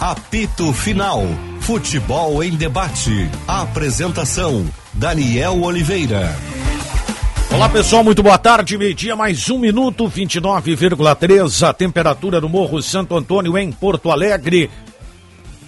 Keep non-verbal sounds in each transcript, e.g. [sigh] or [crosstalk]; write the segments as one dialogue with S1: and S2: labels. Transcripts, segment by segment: S1: Apito Final. Futebol em debate. Apresentação: Daniel Oliveira.
S2: Olá pessoal, muito boa tarde. Meio-dia, mais um minuto, 29,3. A temperatura no Morro Santo Antônio, em Porto Alegre.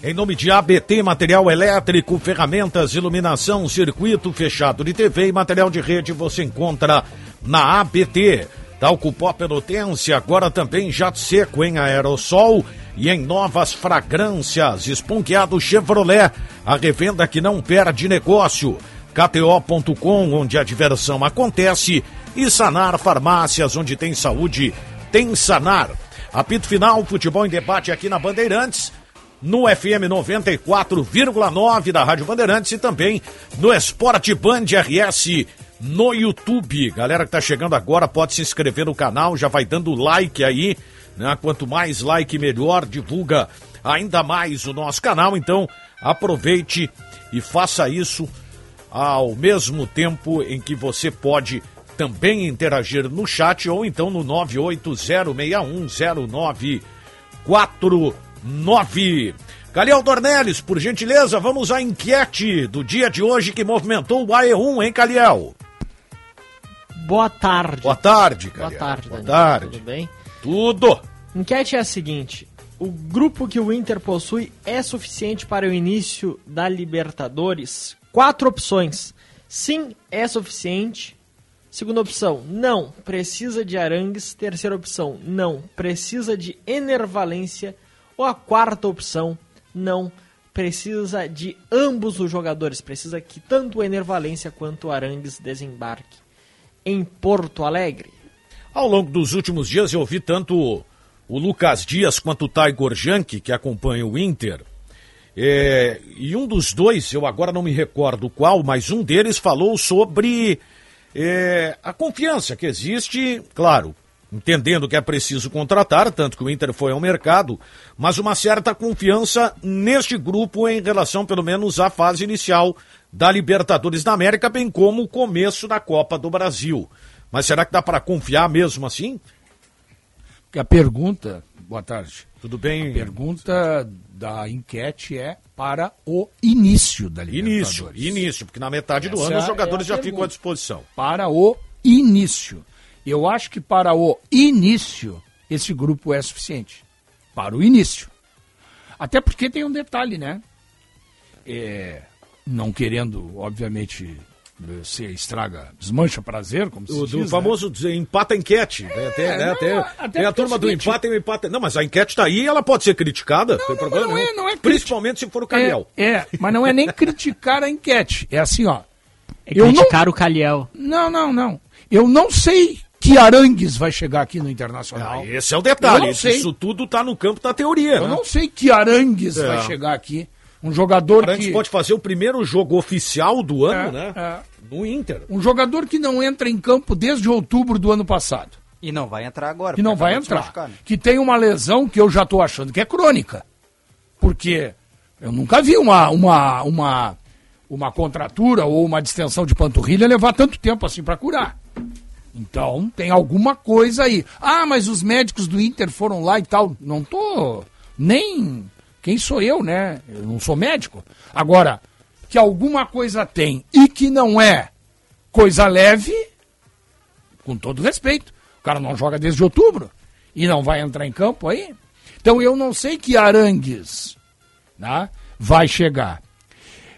S2: Em nome de ABT, material elétrico, ferramentas, iluminação, circuito fechado de TV e material de rede você encontra na ABT. Talco pó pelotense, agora também jato seco em aerossol e em novas fragrâncias. Esponqueado Chevrolet, a revenda que não perde negócio. KTO.com, onde a diversão acontece. E Sanar Farmácias, onde tem saúde, tem Sanar. Apito final, futebol em debate aqui na Bandeirantes no FM 94,9 da Rádio Bandeirantes e também no Esporte Band RS no YouTube. Galera que tá chegando agora, pode se inscrever no canal, já vai dando like aí, né? Quanto mais like, melhor, divulga ainda mais o nosso canal, então aproveite e faça isso ao mesmo tempo em que você pode também interagir no chat ou então no um 980610949. 9. Caliel Dornelles, por gentileza, vamos à enquete do dia de hoje que movimentou o AE1, hein, Caliel?
S3: Boa tarde.
S2: Boa tarde,
S3: Boa
S2: Caliel.
S3: tarde,
S2: Boa
S3: Daniel.
S2: tarde.
S3: Tudo bem?
S2: Tudo.
S3: Enquete é a seguinte: o grupo que o Inter possui é suficiente para o início da Libertadores? Quatro opções. Sim, é suficiente. Segunda opção, não, precisa de Arangues. Terceira opção, não, precisa de Enervalência. Ou a quarta opção, não, precisa de ambos os jogadores. Precisa que tanto o Enervalência quanto o Arangues desembarque em Porto Alegre.
S2: Ao longo dos últimos dias eu ouvi tanto o Lucas Dias quanto o Tiger Jank, que acompanha o Inter. É, e um dos dois, eu agora não me recordo qual, mas um deles falou sobre é, a confiança que existe, claro, entendendo que é preciso contratar, tanto que o Inter foi ao mercado, mas uma certa confiança neste grupo em relação, pelo menos, à fase inicial da Libertadores da América, bem como o começo da Copa do Brasil. Mas será que dá para confiar mesmo assim?
S4: Porque a pergunta, boa tarde,
S2: Tudo bem?
S4: a pergunta da enquete é para o início da Libertadores.
S2: Início, início, porque na metade do
S4: Essa
S2: ano os
S4: é
S2: jogadores
S4: a
S2: já
S4: pergunta.
S2: ficam à disposição.
S4: Para o início. Eu acho que para o início, esse grupo é suficiente. Para o início. Até porque tem um detalhe, né? É, não querendo, obviamente, ser estraga, desmancha prazer, como se
S2: O
S4: diz.
S2: do
S4: né?
S2: famoso dizer, empata enquete. né? Tem, né?
S4: não, até
S2: Tem- tem
S4: porque é
S2: a
S4: o
S2: turma do
S4: seguinte-
S2: empata e o empata. Não, mas a enquete tá aí e ela pode ser criticada. Não,
S4: não,
S2: tem problema
S4: mas não é-
S2: nenhum.
S4: não é crítica.
S2: Principalmente se for o Cariel.
S4: É, é, mas não é nem criticar a enquete. É assim, ó.
S3: É
S4: Eu não-
S3: criticar o Caliel.
S4: Não, não, não. Eu não sei que Arangues vai chegar aqui no Internacional.
S2: Ah, esse é o detalhe.
S4: Eu não
S2: Isso,
S4: sei.
S2: isso tudo tá no campo da teoria,
S4: Eu
S2: né?
S4: não sei que Arangues
S2: É.
S4: vai chegar aqui. Um jogador
S2: Arantes
S4: que
S2: pode fazer o primeiro jogo oficial do ano,
S4: É,
S2: né?
S4: é.
S2: No Inter.
S4: um jogador que não entra em campo desde outubro do ano passado,
S5: E não vai entrar agora.
S4: que não
S5: porque
S4: vai
S5: acabou de se
S4: entrar,
S5: machucar, né?
S4: que tem uma lesão que eu já tô achando que é crônica. Porque eu nunca vi uma uma uma uma contratura ou uma distensão de panturrilha levar tanto tempo assim pra curar. Então tem alguma coisa aí. Ah, mas os médicos do Inter foram lá e tal. Não tô nem. Quem sou eu, né? Eu não sou médico. Agora, que alguma coisa tem e que não é coisa leve, com todo respeito. O cara não joga desde outubro e não vai entrar em campo aí. Então eu não sei que Arangues né, vai chegar.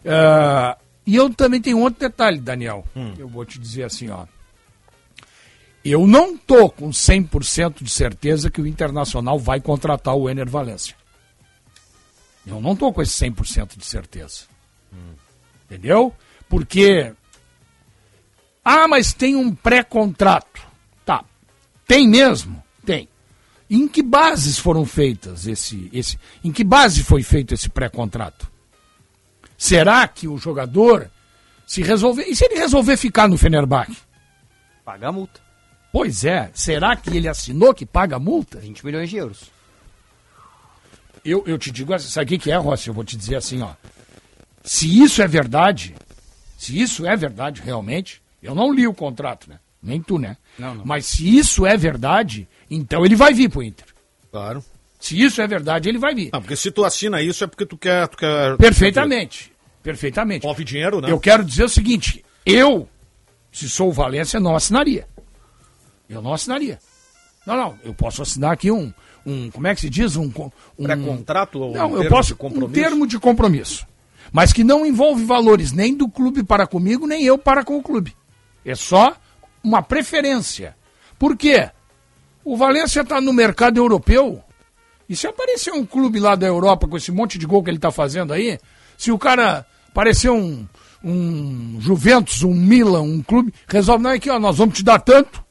S4: Ah, e eu também tenho outro detalhe, Daniel. Eu vou te dizer assim, ó. Eu não tô com 100% de certeza que o Internacional vai contratar o Ener Valência. Eu não tô com esse 100% de certeza. Entendeu? Porque ah, mas tem um pré-contrato. Tá. Tem mesmo? Tem. Em que bases foram feitas esse esse em que base foi feito esse pré-contrato? Será que o jogador se resolver, e se ele resolver ficar no Fenerbahçe?
S5: Paga a multa.
S4: Pois é, será que ele assinou que paga a multa?
S5: 20 milhões de euros.
S4: Eu, eu te digo, assim, sabe o que que é, Rossi? Eu vou te dizer assim, ó. Se isso é verdade, se isso é verdade realmente, eu não li o contrato, né? Nem tu, né?
S5: Não, não.
S4: Mas se isso é verdade, então ele vai vir pro Inter.
S2: Claro.
S4: Se isso é verdade, ele vai vir.
S2: Não, porque se tu assina isso é porque tu quer. Tu quer
S4: Perfeitamente. Perfeitamente.
S2: Move dinheiro, né?
S4: Eu quero dizer o seguinte: eu, se sou o Valência, não assinaria. Eu não assinaria. Não, não, eu posso assinar aqui um. um como é que se diz? Um, co- um
S2: Pré-contrato ou um
S4: Não, eu
S2: termo
S4: posso.
S2: de compromisso?
S4: Um termo de compromisso. Mas que não envolve valores nem do clube para comigo, nem eu para com o clube. É só uma preferência. Por quê? O Valência está no mercado europeu. E se aparecer um clube lá da Europa com esse monte de gol que ele está fazendo aí, se o cara aparecer um, um Juventus, um Milan, um clube, resolve, não, é aqui, ó, nós vamos te dar tanto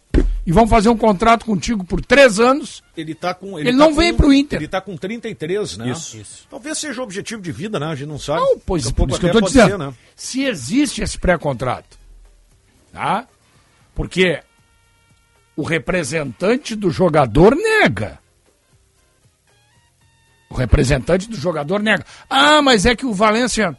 S4: e vamos fazer um contrato contigo por três anos.
S2: Ele tá com.
S4: Ele
S2: tá
S4: não
S2: com-
S4: vem pro Inter.
S2: Ele tá com 33, né?
S5: Isso. Isso.
S2: Talvez seja o objetivo de vida, né? A gente não sabe.
S4: Não, pois
S2: Daqui a
S4: Então, por
S2: pouco
S4: isso que eu
S2: até
S4: estou
S2: pode
S4: dizendo.
S2: ser, né?
S4: Se existe esse pré-contrato, tá? Porque o representante do jogador nega. O representante do jogador nega. Ah, mas é que o Valência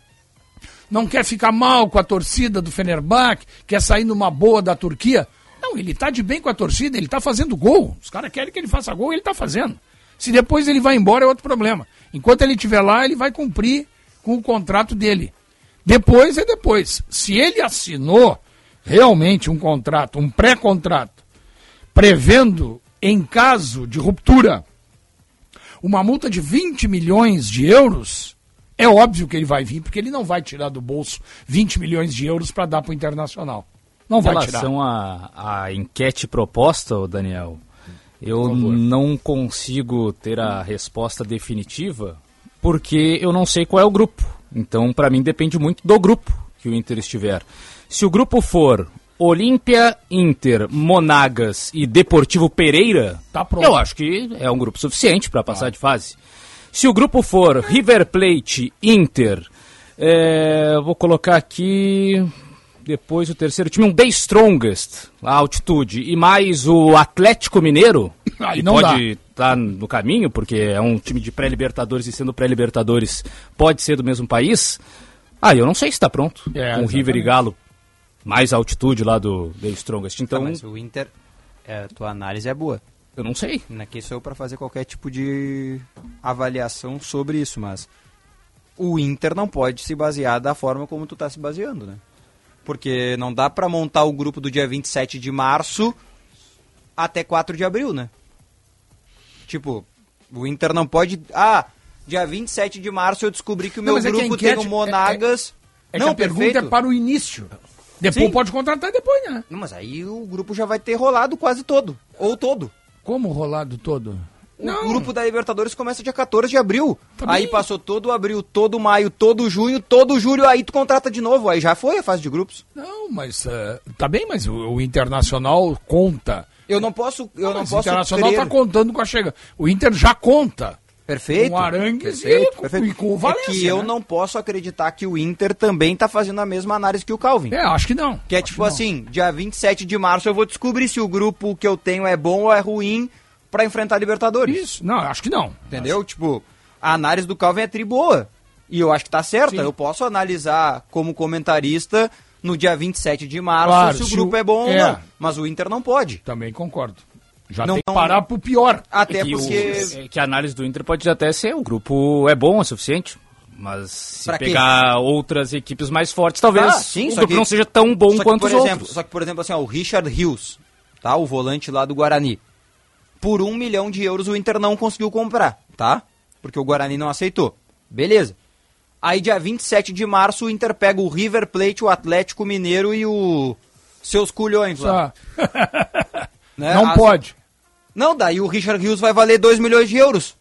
S4: não quer ficar mal com a torcida do Fenerbahçe, quer sair numa boa da Turquia. Não, ele tá de bem com a torcida, ele tá fazendo gol. Os caras querem que ele faça gol, ele tá fazendo. Se depois ele vai embora é outro problema. Enquanto ele estiver lá, ele vai cumprir com o contrato dele. Depois é depois. Se ele assinou realmente um contrato, um pré-contrato, prevendo, em caso de ruptura, uma multa de 20 milhões de euros, é óbvio que ele vai vir, porque ele não vai tirar do bolso 20 milhões de euros para dar para o Internacional. Não
S6: Em
S4: vai tirar.
S6: relação à, à enquete proposta, ô Daniel, eu não consigo ter a resposta definitiva porque eu não sei qual é o grupo. Então, para mim, depende muito do grupo que o Inter estiver. Se o grupo for Olímpia, Inter, Monagas e Deportivo Pereira,
S4: Tá pronto.
S6: eu acho que é um grupo suficiente para passar de fase. Se o grupo for River Plate, Inter, é, vou colocar aqui depois o terceiro time, um The Strongest, a altitude, e mais o Atlético Mineiro,
S4: Aí
S6: que
S4: não
S6: pode estar no caminho, porque é um time de pré-libertadores e sendo pré-libertadores pode ser do mesmo país. Ah, eu não sei se está pronto.
S4: É,
S6: com River e
S4: exatamente.
S6: Galo, mais a altitude lá do The Strongest.
S5: Tá,
S6: Então,
S5: mas o Inter, é, tua análise é boa.
S6: eu não sei.
S5: Aqui sou eu pra fazer qualquer tipo de avaliação sobre isso, mas o Inter não pode se basear da forma como tu tá se baseando, né? Porque não dá pra montar o grupo do dia 27 de março até 4 de abril, né? Tipo, o Inter não pode. Ah, dia 27 de março eu descobri que o
S4: Não,
S5: meu
S4: mas é que a
S5: grupo
S4: enquete-
S5: tem o Monagas.
S4: É que
S5: não,
S4: a pergunta
S5: perfeito.
S4: é para o início. Depois
S5: Sim.
S4: pode contratar depois, né?
S5: Não, mas aí o grupo já vai ter rolado quase todo. Ou todo.
S4: Como rolado todo?
S5: O grupo da Libertadores começa dia 14 de abril.
S4: Tá
S5: aí
S4: bem.
S5: passou todo abril, todo maio, todo junho, todo julho, aí tu contrata de novo. Aí já foi a fase de grupos.
S4: Não, mas eh, tá bem, mas o, o Internacional conta.
S5: Eu não posso, eu não
S4: Mas
S5: posso
S4: o Internacional
S5: crer.
S4: tá contando com a chegada. O Inter já conta.
S5: Perfeito.
S4: Com o Arangues e com- e com o Valencia,
S5: é que eu
S4: né?
S5: não posso acreditar que o Inter também tá fazendo a mesma análise que o Calvin.
S4: É, acho que não.
S5: Que é
S4: Acho
S5: tipo
S4: não.
S5: assim, dia 27 de março eu vou descobrir se o grupo que eu tenho é bom ou é ruim pra enfrentar a Libertadores.
S4: Isso, não, acho que não.
S5: Entendeu? Tipo, a análise do Calvin é tri boa. E eu acho que tá certa. Eu posso analisar como comentarista no dia 27 de março
S4: Claro,
S5: se o
S4: se
S5: grupo
S4: o-
S5: é bom ou
S4: é.
S5: não. Mas o Inter não pode.
S4: Também concordo. Já
S5: Não- é.
S4: tem que parar pro pior.
S5: Até
S6: que, o-
S5: porque.
S6: é que a análise do Inter pode até ser o grupo é bom o suficiente, mas se
S5: Pra quê?
S6: pegar outras equipes mais fortes, talvez
S5: Ah, sim,
S6: o
S5: só
S6: grupo
S5: que-
S6: não seja tão bom
S5: Só que,
S6: quanto
S5: por
S6: os
S5: exemplo,
S6: outros.
S5: Só que, por exemplo, assim, ó, o Richard Hughes, tá? O volante lá do Guarani. Por um milhão de euros o Inter não conseguiu comprar, tá? Porque o Guarani não aceitou. Beleza. Aí dia 27 de março o Inter pega o River Plate, o Atlético Mineiro e o. Seus culhões lá.
S4: Só-
S5: [laughs] né?
S4: não
S5: As-
S4: pode.
S5: Não, daí o Richard Hughes vai valer 2 milhões de euros.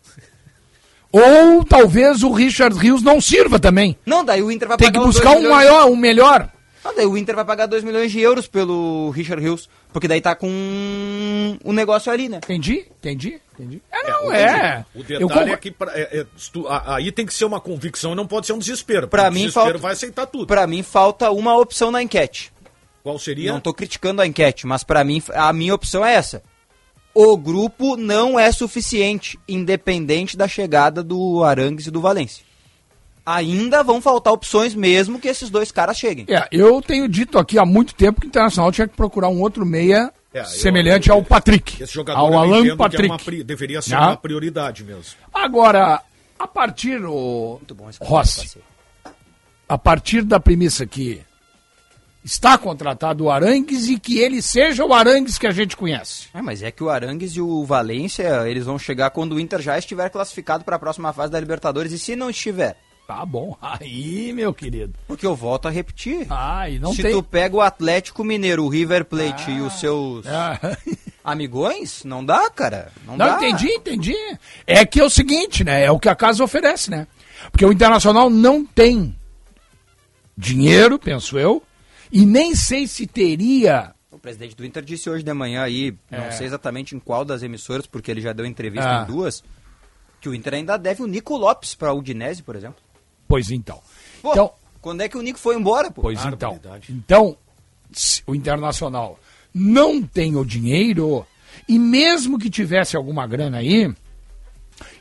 S4: Ou talvez o Richard Rios não sirva também.
S5: Não, daí o Inter vai
S4: Tem que
S5: os dois
S4: buscar um
S5: milhões-
S4: maior, um melhor.
S5: Não, daí o Inter vai pagar 2 milhões de euros pelo Richard Hughes, porque daí tá com o negócio ali, né?
S4: Entendi, entendi, entendi. É, não, é.
S2: O
S4: Eu
S2: detalhe
S4: concordo.
S2: é que pra- é- é, se tu- a- aí tem que ser uma convicção e não pode ser um desespero. porque
S5: Pra
S2: o
S5: mim
S2: desespero
S5: falta
S2: vai aceitar tudo.
S5: Para mim falta uma opção na enquete.
S2: Qual seria?
S5: Não tô criticando a enquete, mas pra mim a minha opção é essa. O grupo não é suficiente, independente da chegada do Arangues e do Valência. Ainda vão faltar opções mesmo que esses dois caras cheguem.
S4: É, eu tenho dito aqui há muito tempo que o Internacional tinha que procurar um outro meia
S2: É, eu-
S4: semelhante ao Patrick,
S2: Esse jogador
S4: ao
S2: eu
S4: Alan
S2: entendo que é
S4: Patrick.
S2: uma pri- deveria ser
S4: Ah.
S2: uma prioridade mesmo.
S4: Agora, a partir, o Rossi, a partir da premissa que está contratado o Arangues e que ele seja o Arangues que a gente conhece.
S5: É, mas é que o Arangues e o Valência, eles vão chegar quando o Inter já estiver classificado para a próxima fase da Libertadores. E se não estiver?
S4: Tá bom. Aí, meu querido.
S5: Porque eu volto a repetir.
S4: Ai, não
S5: se
S4: tem...
S5: tu pega o Atlético Mineiro, o River Plate e os seus
S4: Ah,
S5: [laughs] amigões, não dá, cara. Não,
S4: Não,
S5: dá.
S4: entendi, entendi. É que é o seguinte, né? É o que a casa oferece, né? Porque o Internacional não tem dinheiro, penso eu, e nem sei se teria
S5: O presidente do Inter disse hoje de manhã aí, não sei exatamente em qual das emissoras, porque ele já deu entrevista
S4: É. Ah.
S5: em duas, que o Inter ainda deve o Nico Lopes para Udinese, por exemplo.
S4: Pois então.
S5: Pô,
S4: então
S5: quando é que o Nico foi embora, pô?
S4: pois então. Então, se o Internacional não tem o dinheiro, e mesmo que tivesse alguma grana aí,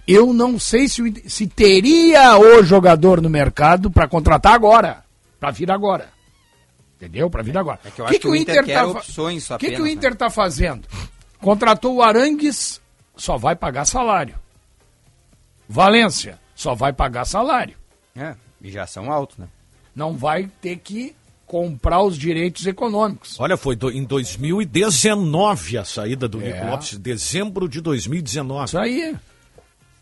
S4: eu não sei se, o Inter- se teria o jogador no mercado para contratar agora, para vir agora. Entendeu? Para vir agora.
S5: É que eu acho que o Inter quer
S4: fa-
S5: opções
S4: O que, que
S5: apenas,
S4: o
S5: né?
S4: Inter tá fazendo? Contratou o Arangues, só vai pagar salário. Valência, só vai pagar salário
S5: É, e já são altos, né?
S4: não vai ter que comprar os direitos econômicos.
S2: Olha, foi do- em 2019 a saída do
S4: É.
S2: Nico Lopes, dezembro de 2019.
S4: Isso aí.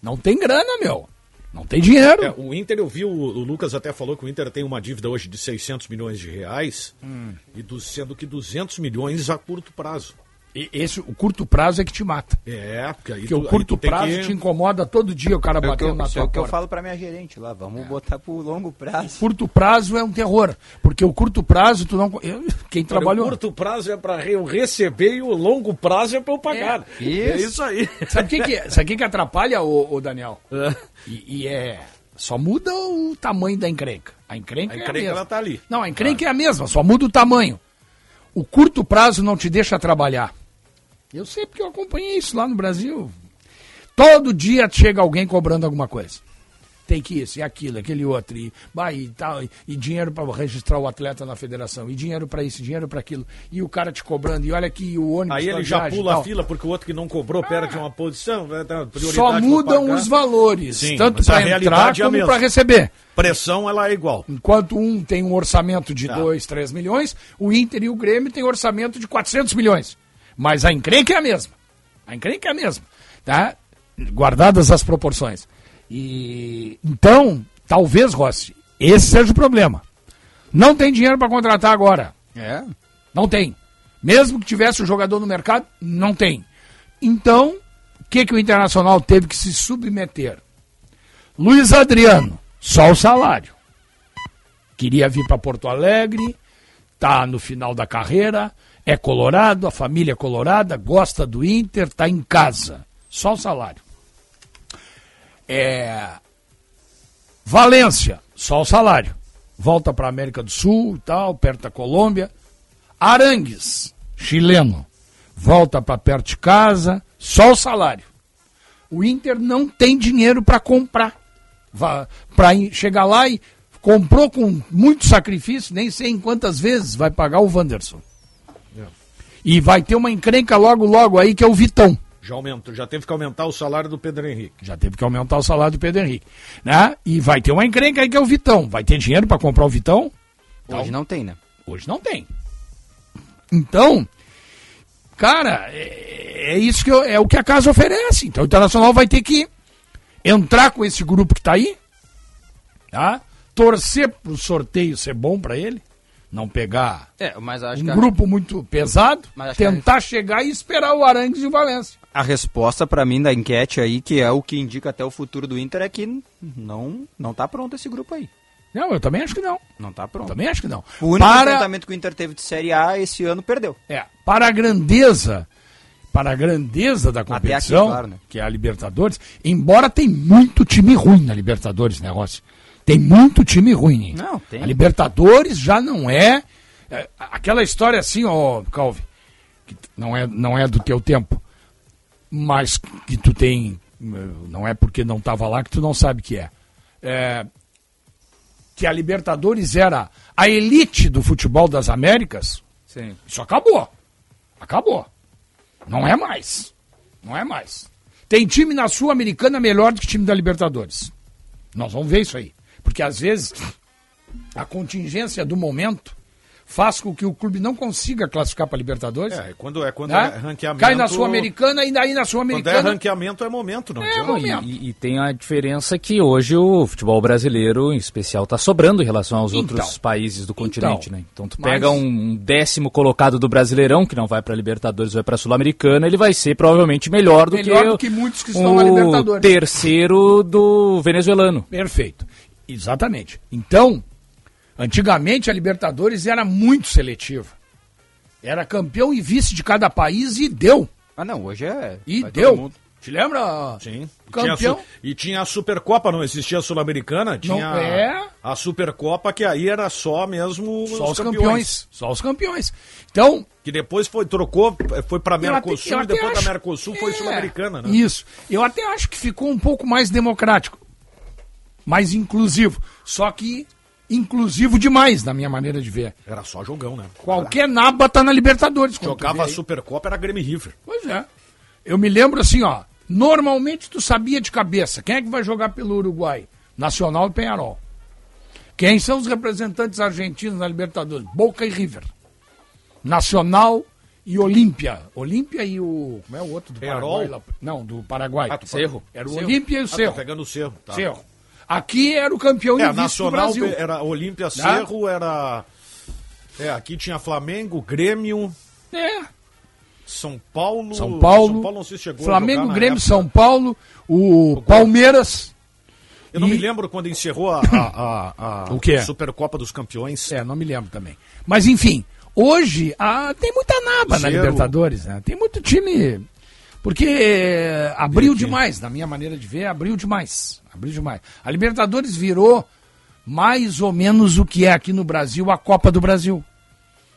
S4: Não tem grana, meu. Não tem dinheiro.
S2: É, o Inter, eu vi, o, o Lucas até falou que o Inter tem uma dívida hoje de 600 milhões de reais,
S4: Hum.
S2: e do- sendo que 200 milhões a curto prazo.
S4: E esse, o curto prazo é que te mata.
S2: É, porque aí
S4: Porque
S2: tu-
S4: o
S2: aí
S4: curto
S2: tu tem
S4: prazo
S2: que-
S4: te incomoda todo dia o cara
S5: É o que
S4: batendo
S5: eu,
S4: na
S5: isso é
S4: tua
S5: o que eu
S4: porta.
S5: falo pra minha gerente lá, vamos botar pro longo prazo.
S4: Curto prazo é um terror. Porque o curto prazo, tu não. eu- quem
S2: Olha,
S4: trabalhou.
S2: O curto prazo é para eu receber e o longo prazo é para eu pagar.
S5: É,
S2: É
S5: isso.
S2: isso aí.
S4: Sabe o que, é?
S2: [laughs]
S4: que, sabe o que, que atrapalha, o, Daniel? E, e é. Só muda o tamanho da encrenca. A encrenca,
S2: A
S4: é
S2: encrenca,
S4: a mesma.
S2: ela tá ali.
S4: Não, a encrenca é a mesma, só muda o tamanho. O curto prazo não te deixa trabalhar. Eu sei porque eu acompanhei isso lá no Brasil. Todo dia chega alguém cobrando alguma coisa. Tem que isso, e aquilo, aquele outro, e, bah, e tal, e, e dinheiro para registrar o atleta na federação, e dinheiro para isso, e dinheiro para aquilo, e o cara te cobrando, e olha aqui o ônibus.
S2: Aí
S4: da
S2: ele já
S4: viagem e
S2: pula a
S4: tal.
S2: fila porque o outro que não cobrou perde uma posição. né, dá prioridade
S4: Só
S2: pra
S4: mudam
S2: pagar.
S4: os valores,
S2: Sim,
S4: tanto
S2: mas a
S4: para entrar
S2: realidade é a
S4: como
S2: mesma.
S4: para receber.
S2: Pressão ela é igual. Tá.
S4: Enquanto um tem um orçamento de 2, 3 milhões, o Inter e o Grêmio têm orçamento de 400 milhões. Mas a encrenca é a mesma. A encrenca é a mesma, tá? Guardadas as proporções. E então, talvez, Rossi, esse seja o problema. Não tem dinheiro para contratar agora.
S5: É.
S4: Não tem. Mesmo que tivesse o jogador no mercado, não tem. Então, o que, que o Internacional teve que se submeter? Luiz Adriano, só o salário. Queria vir para Porto Alegre, tá no final da carreira, é colorado, a família é colorada, gosta do Inter, tá em casa. Só o salário. É... Valência, só o salário. Volta para América do Sul e tal, perto da Colômbia. Arangues, chileno, volta para perto de casa, só o salário. O Inter não tem dinheiro para comprar. Para chegar lá e comprou com muito sacrifício, nem sei em quantas vezes vai pagar o Wanderson. E vai ter uma encrenca logo, logo aí, que é o Vitão.
S2: Já aumentou, já teve que aumentar o salário do Pedro Henrique.
S4: Já teve que aumentar o salário do Pedro Henrique. Né? E vai ter uma encrenca aí, que é o Vitão. Vai ter dinheiro para comprar o Vitão? Então,
S5: Hoje não tem, né?
S4: Hoje não tem. Então, cara, é, é isso que eu- é o que a casa oferece. Então o Internacional vai ter que entrar com esse grupo que tá aí, tá? Torcer pro sorteio ser bom para ele, não pegar
S5: É, mas acho
S4: um
S5: que a-
S4: grupo muito pesado,
S5: Mas acho que a-
S4: tentar chegar e esperar o Arangues e o Valência.
S5: a resposta pra mim da enquete aí, que é o que indica até o futuro do Inter, é que não, não tá pronto esse grupo aí.
S4: Não, eu também acho que não.
S5: Não tá pronto.
S4: Também acho que não.
S5: O único
S4: Para
S5: enfrentamento que o Inter teve de Série A esse ano perdeu.
S4: É, para a grandeza, para a grandeza da competição,
S5: aqui, claro, né?
S4: que é a Libertadores, embora tem muito time ruim na Libertadores, né, Rossi? Tem muito time ruim. hein?
S5: Não, tem.
S4: A Libertadores já não é, é, aquela história assim, ó, Calvi, que t- não é, não é do teu tempo, mas que tu tem, não é porque não estava lá que tu não sabe que é. É, que a Libertadores era a elite do futebol das Américas,
S6: Sim.
S4: isso acabou. Acabou. Não é mais. Não é mais. Tem time na Sul-Americana melhor do que time da Libertadores. Nós vamos ver isso aí. Porque às vezes a contingência do momento faz com que o clube não consiga classificar para Libertadores.
S2: É, quando é quando
S4: né?
S2: é ranqueamento.
S4: Cai na Sul-Americana e daí na
S2: Quando é
S4: Sul-Americana.
S2: ranqueamento é momento, não.
S4: É,
S2: adianta.
S6: E-
S4: momento.
S6: E, e tem a diferença que hoje o futebol brasileiro, em especial, está sobrando em relação aos
S4: Então.
S6: outros países do continente, né? Então tu
S4: Mas-
S6: pega um décimo colocado do Brasileirão, que não vai para Libertadores, vai para Sul-Americana, ele vai ser provavelmente melhor do
S4: Melhor
S6: que,
S4: do que muitos que estão
S6: o
S4: na Libertadores.
S6: terceiro do venezuelano.
S4: Perfeito. Exatamente. Então, antigamente a Libertadores era muito seletiva. Era campeão e vice de cada país e deu.
S5: Ah, não, hoje é.
S4: E
S5: vai todo
S4: deu.
S5: mundo.
S4: Te lembra?
S2: Sim.
S4: Campeão.
S2: Tinha a Su- e tinha a Supercopa, não existia a Sul-Americana? Tinha
S4: é.
S2: a Supercopa, que aí era só mesmo
S4: Só os campeões. Só os campeões. Então,
S2: Que depois foi, trocou, foi pra
S4: Eu até- eu
S2: Mercosul, e
S4: até
S2: depois
S4: acho-
S2: da Mercosul foi
S4: É,
S2: Sul-Americana, né?
S4: Isso. Eu até acho que ficou um pouco mais democrático, mais inclusivo. Só que inclusivo demais, na minha maneira de ver.
S2: Era só jogão, né?
S4: Qualquer naba tá na Libertadores. quando tu vê
S2: Jogava a
S4: aí.
S2: Supercopa, era Grêmio e River.
S4: Pois é. Eu me lembro assim, ó. Normalmente tu sabia de cabeça. Quem é que vai jogar pelo Uruguai? Nacional e Penharol. Quem são os representantes argentinos na Libertadores? Boca e River. Nacional e Olímpia. Olímpia e o. Como é o outro do
S2: Penharol?
S4: Paraguai? lá? Não, do Paraguai.
S2: Ah, tu- Cerro.
S4: Era o
S2: Cerro.
S4: Olímpia e o
S2: Ah,
S4: Cerro.
S2: tá pegando o Cerro. Tá.
S4: Cerro. Aqui era o campeão
S2: É,
S4: invicto do
S2: Nacional
S4: Brasil. Tá.
S2: era Olímpia Cerro, era. É, aqui tinha Flamengo, Grêmio,
S4: É.
S2: São Paulo.
S4: São Paulo,
S2: São Paulo não se chegou a
S4: Flamengo,
S2: jogar na
S4: Grêmio,
S2: época.
S4: São Paulo, o Palmeiras.
S2: Eu não
S4: e-
S2: me lembro quando encerrou a, a- a- a
S4: [coughs] O quê?
S2: Supercopa dos Campeões.
S4: É, não me lembro também. Mas enfim, hoje ah, tem muita naba na
S2: Zero.
S4: Libertadores, né? Tem muito time. Porque eh, abriu demais, na minha maneira de ver, abriu demais. Abriu demais. A Libertadores virou mais ou menos o que é aqui no Brasil a Copa do Brasil.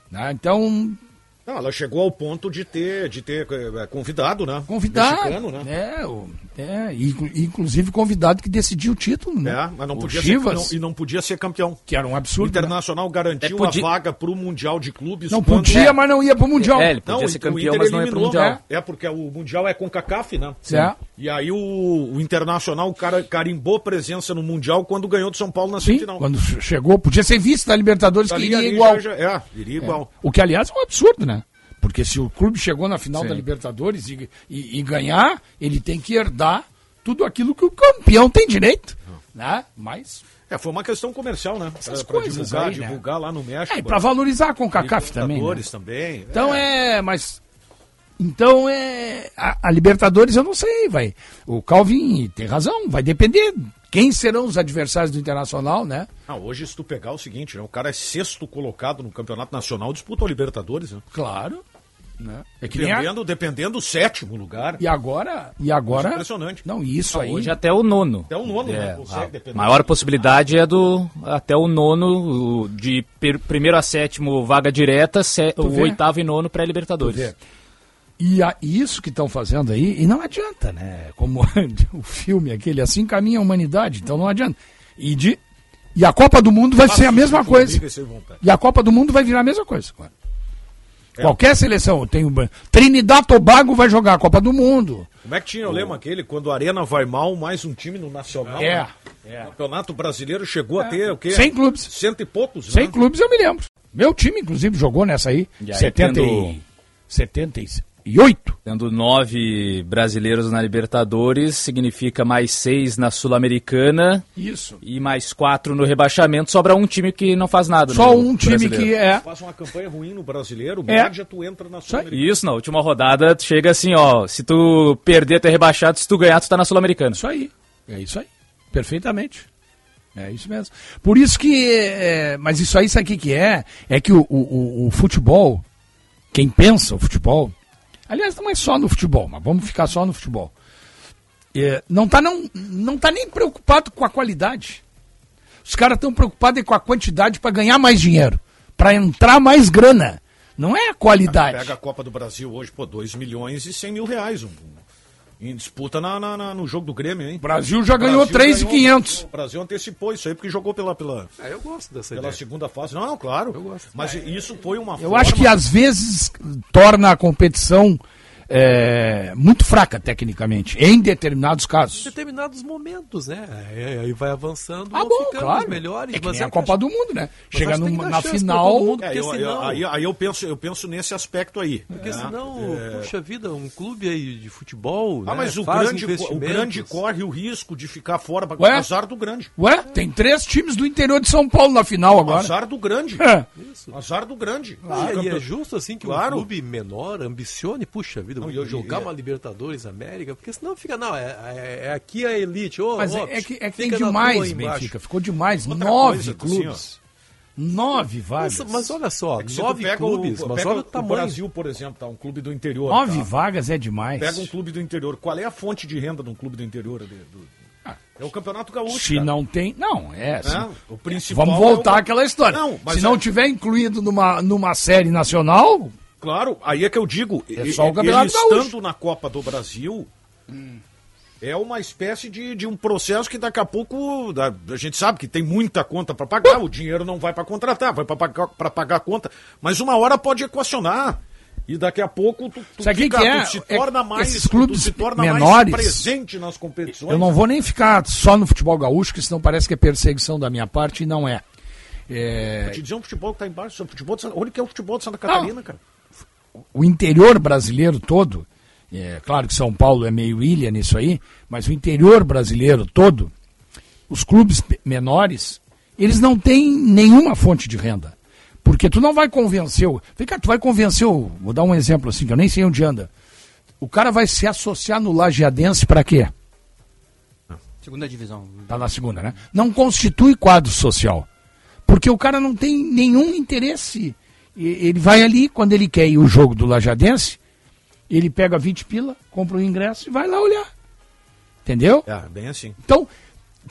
S4: né? Então,
S2: Não, ela chegou ao ponto de ter, de ter eh, convidado, né?
S4: convidado.
S2: Mexicano, né?
S4: né? o- é, inclu- inclusive convidado que decidiu o título, né?
S2: É, mas não
S4: O
S2: podia
S4: Chivas,
S2: ser, não, e não podia ser campeão.
S4: que era um
S2: O
S4: absurdo. né?
S2: Internacional garantiu
S6: É, podia-
S2: a vaga pro Mundial de Clubes.
S4: Não
S2: quando-
S4: podia, mas não ia pro Mundial.
S6: É, ele podia
S2: Não, então o-
S6: ser
S2: o
S6: campeão,
S2: Inter
S6: mas não é pro
S2: eliminou,
S6: Mundial.
S2: né? É, porque o Mundial é com CACAF, né?
S4: Certo.
S2: E aí o, o Internacional cara, carimbou presença no Mundial quando ganhou do São Paulo na
S4: Sim,
S2: semifinal.
S4: quando che- chegou, podia ser vice da Libertadores, que
S2: Ali,
S4: iria
S2: ali
S4: igual.
S2: Tá já- já- é, iria igual.
S4: O que, aliás, é um absurdo, né? Porque se o clube chegou na É, final da Libertadores e, e- e ganhar, ele tem que herdar tudo aquilo que o campeão tem direito. Né? Mas.
S2: É, foi uma questão comercial, né?
S4: Essas
S2: pra
S4: coisas
S2: divulgar,
S4: aí, né?
S2: divulgar lá no México.
S4: É, e pra valorizar com o CACAF também. né?
S2: Libertadores tá? também.
S4: Então é. mas. Então é. A, a Libertadores, eu não sei, vai. O Calvin tem razão, vai depender. Quem serão os adversários do Internacional, né?
S2: Ah, hoje, se tu pegar o seguinte, né? O cara é sexto colocado no Campeonato Nacional, disputa o Libertadores, né?
S4: Claro. Né? É que nem a-
S2: Dependendo, dependendo do sétimo lugar.
S4: E agora, e agora.
S2: Mas impressionante.
S4: Não, isso aí.
S6: Ah, Hoje até o nono.
S2: Até o nono, né?
S6: É,
S2: Consegue,
S6: a
S2: dependendo.
S6: maior possibilidade é do até o nono, o de per- primeiro a sétimo vaga direta, sé-
S4: vê?
S6: o oitavo e nono
S4: Vê.
S6: pré-libertadores.
S4: E a- e isso que estão fazendo aí, e não adianta, né? Como [laughs] o filme aquele, assim caminha a humanidade, então não adianta. E, de, e a Copa do Mundo vai
S6: Ah,
S4: ser a mesma coisa. E a Copa do Mundo vai virar a mesma coisa. agora.
S6: É.
S4: Qualquer seleção, tem o Ban- Trinidad Tobago vai jogar a Copa do Mundo.
S2: Como é que tinha o lema aquele? Quando a Arena vai mal, mais um time no Nacional.
S4: É.
S2: né? O Campeonato Brasileiro chegou a ter o quê?
S4: 100 clubes.
S2: Cento e poucos, né?
S4: Sem clubes, eu me lembro. Meu time, inclusive, jogou nessa aí,
S6: E aí,
S4: 70 e,
S6: tendo-
S4: 78.
S6: Tendo nove brasileiros na Libertadores, significa mais seis na Sul-Americana
S4: Isso.
S6: e mais quatro no rebaixamento. Sobra um time que não faz nada.
S4: Só
S6: no
S4: um time
S6: brasileiro.
S4: que é.
S2: Faz uma campanha ruim no Brasileiro,
S4: É.
S2: média, tu entra na
S4: Isso aí.
S2: Sul-Americana.
S6: Isso, na última rodada, tu chega assim, ó. Se tu perder, tu é rebaixado. Se tu ganhar, tu tá na Sul-Americana.
S4: Isso aí. É isso aí. Perfeitamente. É isso mesmo. Por isso que. é, mas isso aí, sabe o que, que é? É que o, o, o- o futebol, quem pensa o futebol, aliás, não é só no futebol, mas vamos ficar só no futebol. É, não, tá não, não tá nem preocupado com a qualidade. Os caras estão preocupados é com a quantidade para ganhar mais dinheiro, para entrar mais grana. Não é a qualidade.
S2: Pega a Copa do Brasil hoje, pô, 2 milhões e 100 mil reais. Um, em disputa na, na- na- no jogo do Grêmio, hein?
S4: O Brasil já ganhou 3,500.
S2: O Brasil antecipou isso aí porque jogou pela, pela,
S7: Ah, eu gosto dessa
S2: pela
S7: ideia. É,
S2: segunda fase. Não, não, claro. Mas isso foi uma
S4: Eu acho que às vezes torna a competição é, muito fraca tecnicamente, em determinados
S7: Em
S4: casos.
S7: determinados momentos, né? É, Aí vai avançando,
S4: Ah,
S7: vão
S4: bom,
S7: ficando
S4: claro.
S7: os melhores.
S4: é que
S7: mas
S4: nem a
S7: acho
S4: Copa
S7: que-
S4: do Mundo, né?
S7: mas
S4: Chega
S7: acho que tem que
S4: numa-
S7: dar
S4: na
S7: chance pra
S4: final,
S7: todo mundo,
S2: É,
S7: porque
S2: eu, eu-
S7: senão-
S2: aí, aí eu penso, eu penso nesse aspecto aí.
S7: Porque
S2: né?
S7: senão, puxa vida, um clube aí de futebol.
S2: Ah,
S7: né,
S2: mas o
S7: faz
S2: grande, co- o
S7: investimentos.
S2: grande corre o risco de ficar fora para
S4: Ué?
S2: o azar
S7: [laughs]
S2: do grande.
S4: Ué, tem três times do interior de São Paulo na final agora.
S2: Azar do grande.
S4: É.
S2: Azar do grande.
S7: Ah, e é
S2: Campeão-
S7: justo assim que
S2: Claro.
S7: um clube menor ambicione, puxa vida,
S2: Não, e
S7: eu
S2: eu-
S7: jogar
S2: e-
S7: uma Libertadores América, porque senão fica, não, é, é- é aqui a elite. Ô,
S4: Mas
S7: ô,
S4: é, é que, é que tem
S7: fica na tua aí
S4: demais,
S7: embaixo.
S4: Benfica. Ficou demais.
S2: Outra
S4: nove
S2: coisa,
S4: clubes. nove vagas.
S7: Mas, mas olha só,
S2: É que se tu
S7: nove
S2: pega o-
S7: clubes, mas
S2: pega
S7: olha o
S2: o
S7: tamanho.
S2: Brasil, por exemplo, tá um clube do interior.
S4: nove
S2: tá?
S4: vagas é demais.
S2: Pega um clube do interior. Qual é a fonte de renda de um clube do interior? ali? Do- É o Campeonato Gaúcho.
S4: Se
S2: cara.
S4: não tem. Não, é. se-
S7: assim,
S2: Né? O principal
S4: Vamos
S2: é
S4: voltar
S2: o-
S4: àquela história.
S2: Não, mas
S4: Se não
S2: é-
S4: tiver incluído numa, numa série nacional,
S2: Claro, aí é que eu digo.
S4: É só o
S2: e-
S4: Campeonato
S2: ele
S4: Gaúcho.
S2: estando na Copa do Brasil. É uma espécie de, de um processo que daqui a pouco da- a gente sabe que tem muita conta para pagar, o dinheiro não vai para contratar, vai para pagar, pra pagar a conta, mas uma hora pode equacionar e daqui a pouco tu, tu,
S4: Sabe o que que é?
S2: tu se
S4: É
S2: torna
S4: que
S2: mais
S4: esses clubes
S2: tu se torna
S4: menores-
S2: mais presente nas competições.
S4: eu não vou nem ficar só no futebol gaúcho, que senão parece que é perseguição da minha parte e não é.
S2: Vou
S4: É,
S2: te dizer um futebol que tá embaixo, o futebol de Santa- onde que é o futebol de Santa Catarina, cara?
S4: o interior brasileiro todo, é claro que São Paulo é meio ilha nisso aí, mas o interior brasileiro todo, os clubes pe- menores, eles não têm nenhuma fonte de renda. Porque tu não vai convencer o. Vem cá, tu vai convencer o. Vou dar um exemplo assim, que eu nem sei onde anda. O cara vai se associar no Lajeadense para quê?
S5: Segunda divisão.
S4: Tá na segunda, né? Não constitui quadro social. Porque o cara não tem nenhum interesse. E- Ele vai ali, quando ele quer ir o jogo do Lajadense, ele pega 20 pila, compra o ingresso e vai lá olhar. Entendeu?
S2: É, bem assim.
S4: Então,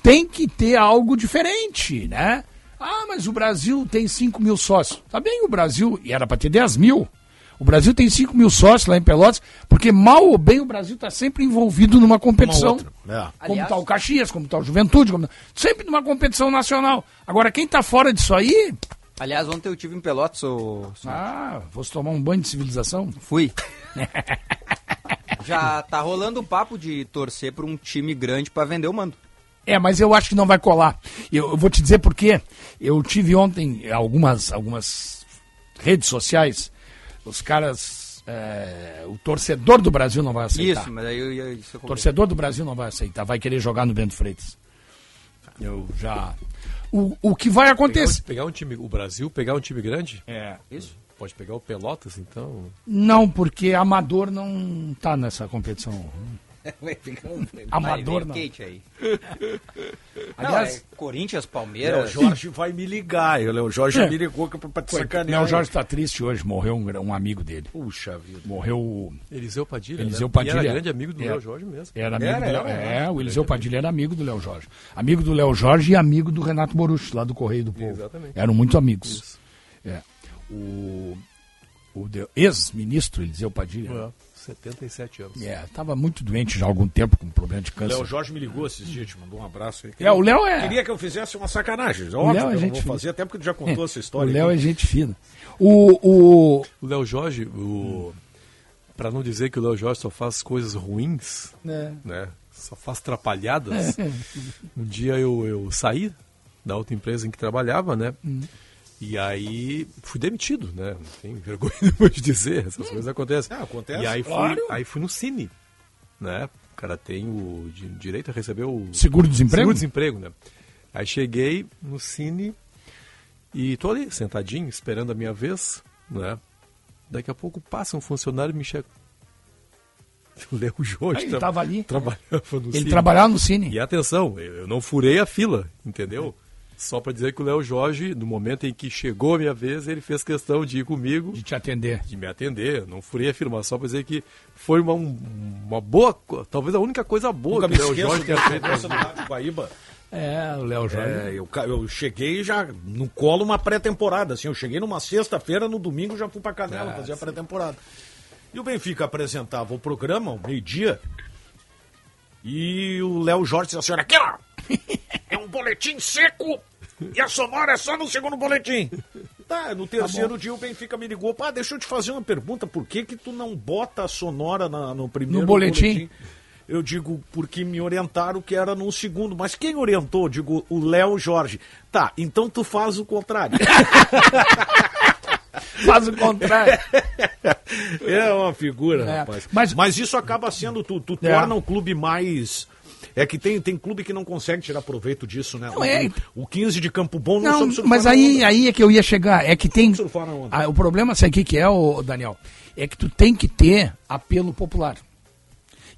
S4: tem que ter algo diferente, né? Ah, mas o Brasil tem 5 mil sócios. Tá bem, o Brasil, e era para ter 10 mil. O Brasil tem 5 mil sócios lá em Pelotas, porque mal ou bem o Brasil está sempre envolvido numa competição.
S2: É.
S4: Tá. Como
S5: Aliás-
S4: está o Caxias, como está o Juventude, como... tá- sempre numa competição nacional. Agora, quem está fora disso aí,
S5: Aliás, ontem eu tive em Pelotas, ô-
S4: ah, vou se tomar um banho de civilização.
S5: Fui. [laughs] Já tá rolando o papo de torcer pra um time grande pra vender o mando.
S4: É, mas eu acho que não vai colar. Eu, eu vou te dizer por quê. Eu tive ontem eh, algumas, algumas redes sociais, os caras, é, o torcedor do Brasil não vai aceitar.
S5: Isso, mas aí eu, eu, isso eu
S4: O torcedor do Brasil não vai aceitar, vai querer jogar no Bento Freitas. Eu já... O, o que vai
S7: Pegar,
S4: acontecer...
S7: um- pegar um time, o Brasil pegar um time grande?
S4: É,
S7: Pode pegar o Pelotas, então.
S4: Não, porque amador não tá nessa competição.
S5: Vai ficar um-
S4: Amador,
S5: vai,
S4: não.
S5: Kate aí.
S4: Aliás,
S5: Não, é Corinthians,
S2: É, o
S5: Palmeiras.
S2: Jorge vai me ligar. Eu, o Jorge
S4: É.
S2: já me ligou pra, pra te sacanear.
S4: não, o Jorge tá triste hoje, morreu um, gra- um amigo dele.
S2: Puxa vida.
S4: Morreu o.
S7: Eliseu Padilha.
S4: Eliseu
S7: né?
S4: Padilha.
S7: E era grande amigo do
S4: É.
S7: Léo Jorge mesmo.
S4: Era amigo
S2: Era,
S4: do Léo,
S2: era,
S4: é, o Eliseu Padilha era amigo do Léo Jorge. Amigo do Léo Jorge e amigo do Renato Borucho, lá do Correio do Povo.
S7: Exatamente.
S4: Eram muito amigos.
S7: Isso.
S4: É. O, o de- ex-ministro Eliseu Padilha.
S7: É, 77 anos.
S4: É, tava muito doente já há algum tempo, com problema de
S2: O Léo
S4: câncer.
S2: Jorge me ligou esses dias, te mandou um abraço. aí.
S4: É, o Léo é.
S2: Queria que eu fizesse uma sacanagem.
S4: O
S2: Óbvio
S4: Léo
S2: que
S4: é
S2: eu não
S4: gente
S2: vou fazer, até porque tu já contou essa história.
S4: O Léo
S2: aqui.
S4: é gente fina. O, o,
S7: O Léo Jorge, o... para não dizer que o Léo Jorge só faz coisas ruins,
S4: É.
S7: né? Só
S4: [laughs]
S7: faz atrapalhadas. um dia eu, eu saí da outra empresa em que trabalhava, né?
S4: Hum.
S7: E aí fui demitido, né? Não tem vergonha [laughs] nenhuma de dizer, essas coisas acontecem.
S2: Ah, acontece,
S7: e aí fui,
S2: claro.
S7: aí fui no Cine, né? O cara tem o di- direito a receber o
S4: seguro-desemprego?
S7: Seguro-desemprego, né? Aí cheguei no Cine e tô ali, sentadinho, esperando a minha vez, né? Daqui a pouco passa um funcionário e me chega. [laughs] O Léo Jorge
S4: Ah, ele tava ali?
S7: Trabalhava no
S4: Ele trabalhava no Cine. É.
S7: E atenção, eu eu não furei a fila, entendeu? Só pra dizer que o Léo Jorge, no momento em que chegou a minha vez, ele fez questão de ir comigo
S4: de te atender.
S7: de me atender, não furei a firma, só pra dizer que foi uma, um- uma boa, co- talvez a única coisa boa
S2: Nunca me
S7: que o
S2: esqueço
S7: Jorge
S2: que
S7: tenha
S2: a
S7: feito.
S2: conversa do Rádio Guaíba.
S4: É, o Léo Jorge.
S2: É, eu, ca- eu cheguei já no colo uma pré-temporada, assim, eu cheguei numa sexta-feira, no domingo já fui pra
S4: Ah,
S2: Canela fazer a pré-temporada. E o Benfica apresentava o programa, ao meio-dia, e o Léo Jorge disse assim, olha aqui, ó, é um boletim seco, e a sonora é só no segundo boletim. tá, no terceiro dia o Benfica me ligou. Pá, deixa eu te fazer uma pergunta. Por que que tu não bota a sonora na- no primeiro
S4: No boletim?
S2: Eu digo, porque me orientaram que era no segundo. Mas quem orientou? Digo, o Léo Jorge. Tá, então tu faz o contrário.
S4: [laughs] Faz o contrário.
S2: É uma figura,
S4: É,
S2: rapaz. Mas,
S4: mas-
S2: isso acaba sendo, tu, tu
S4: É.
S2: torna o clube mais... É que tem, tem clube que não consegue tirar proveito disso, né?
S4: Não, é.
S2: o, o 15 de Campo Bom não,
S4: Não,
S2: soube surfar
S4: mas
S2: na
S4: aí,
S2: onda.
S4: aí é que eu ia chegar. É que tem.
S2: surfar na onda.
S4: Ah, o problema, sabe o que, que é, ô, Daniel? É que tu tem que ter apelo popular.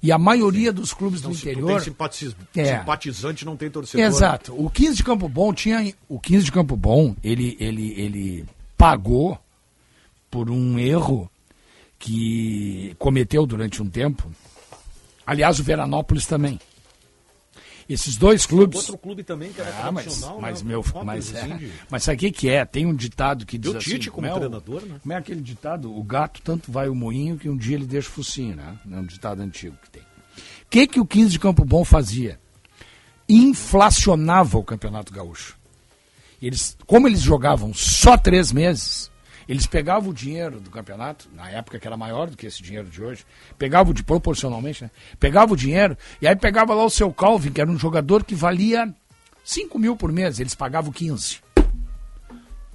S4: E a maioria dos clubes
S2: Não,
S4: do
S2: se tu tem
S4: interior.
S2: simpatiz-
S4: É.
S2: simpatizante, não tem torcedor.
S4: Exato. O 15 de Campo Bom tinha. O 15 de Campo Bom, ele, ele, ele pagou por um erro que cometeu durante um tempo. Aliás, o Veranópolis também. Esses dois clubes.
S2: é Outro clube também que era
S4: Ah, mas,
S2: tradicional,
S4: mas
S2: né?
S4: meu,
S2: Própolis,
S4: mas,
S2: os
S4: é,
S2: índios.
S4: mas sabe o que que é? Tem um ditado que diz
S2: Deu
S4: assim...
S2: Tite como
S4: é o-
S2: treinador, né?
S4: Como é aquele ditado? O gato tanto vai o moinho que um dia ele deixa o focinho, né? É um ditado antigo que tem. O que que o 15 de Campo Bom fazia? Inflacionava o Campeonato Gaúcho. Eles, como eles jogavam só três meses, eles pegavam o dinheiro do campeonato, na época que era maior do que esse dinheiro de hoje, pegavam de proporcionalmente, né? Pegava o dinheiro, e aí pegava lá o seu Calvin, que era um jogador que valia 5 mil por mês, eles pagavam 15.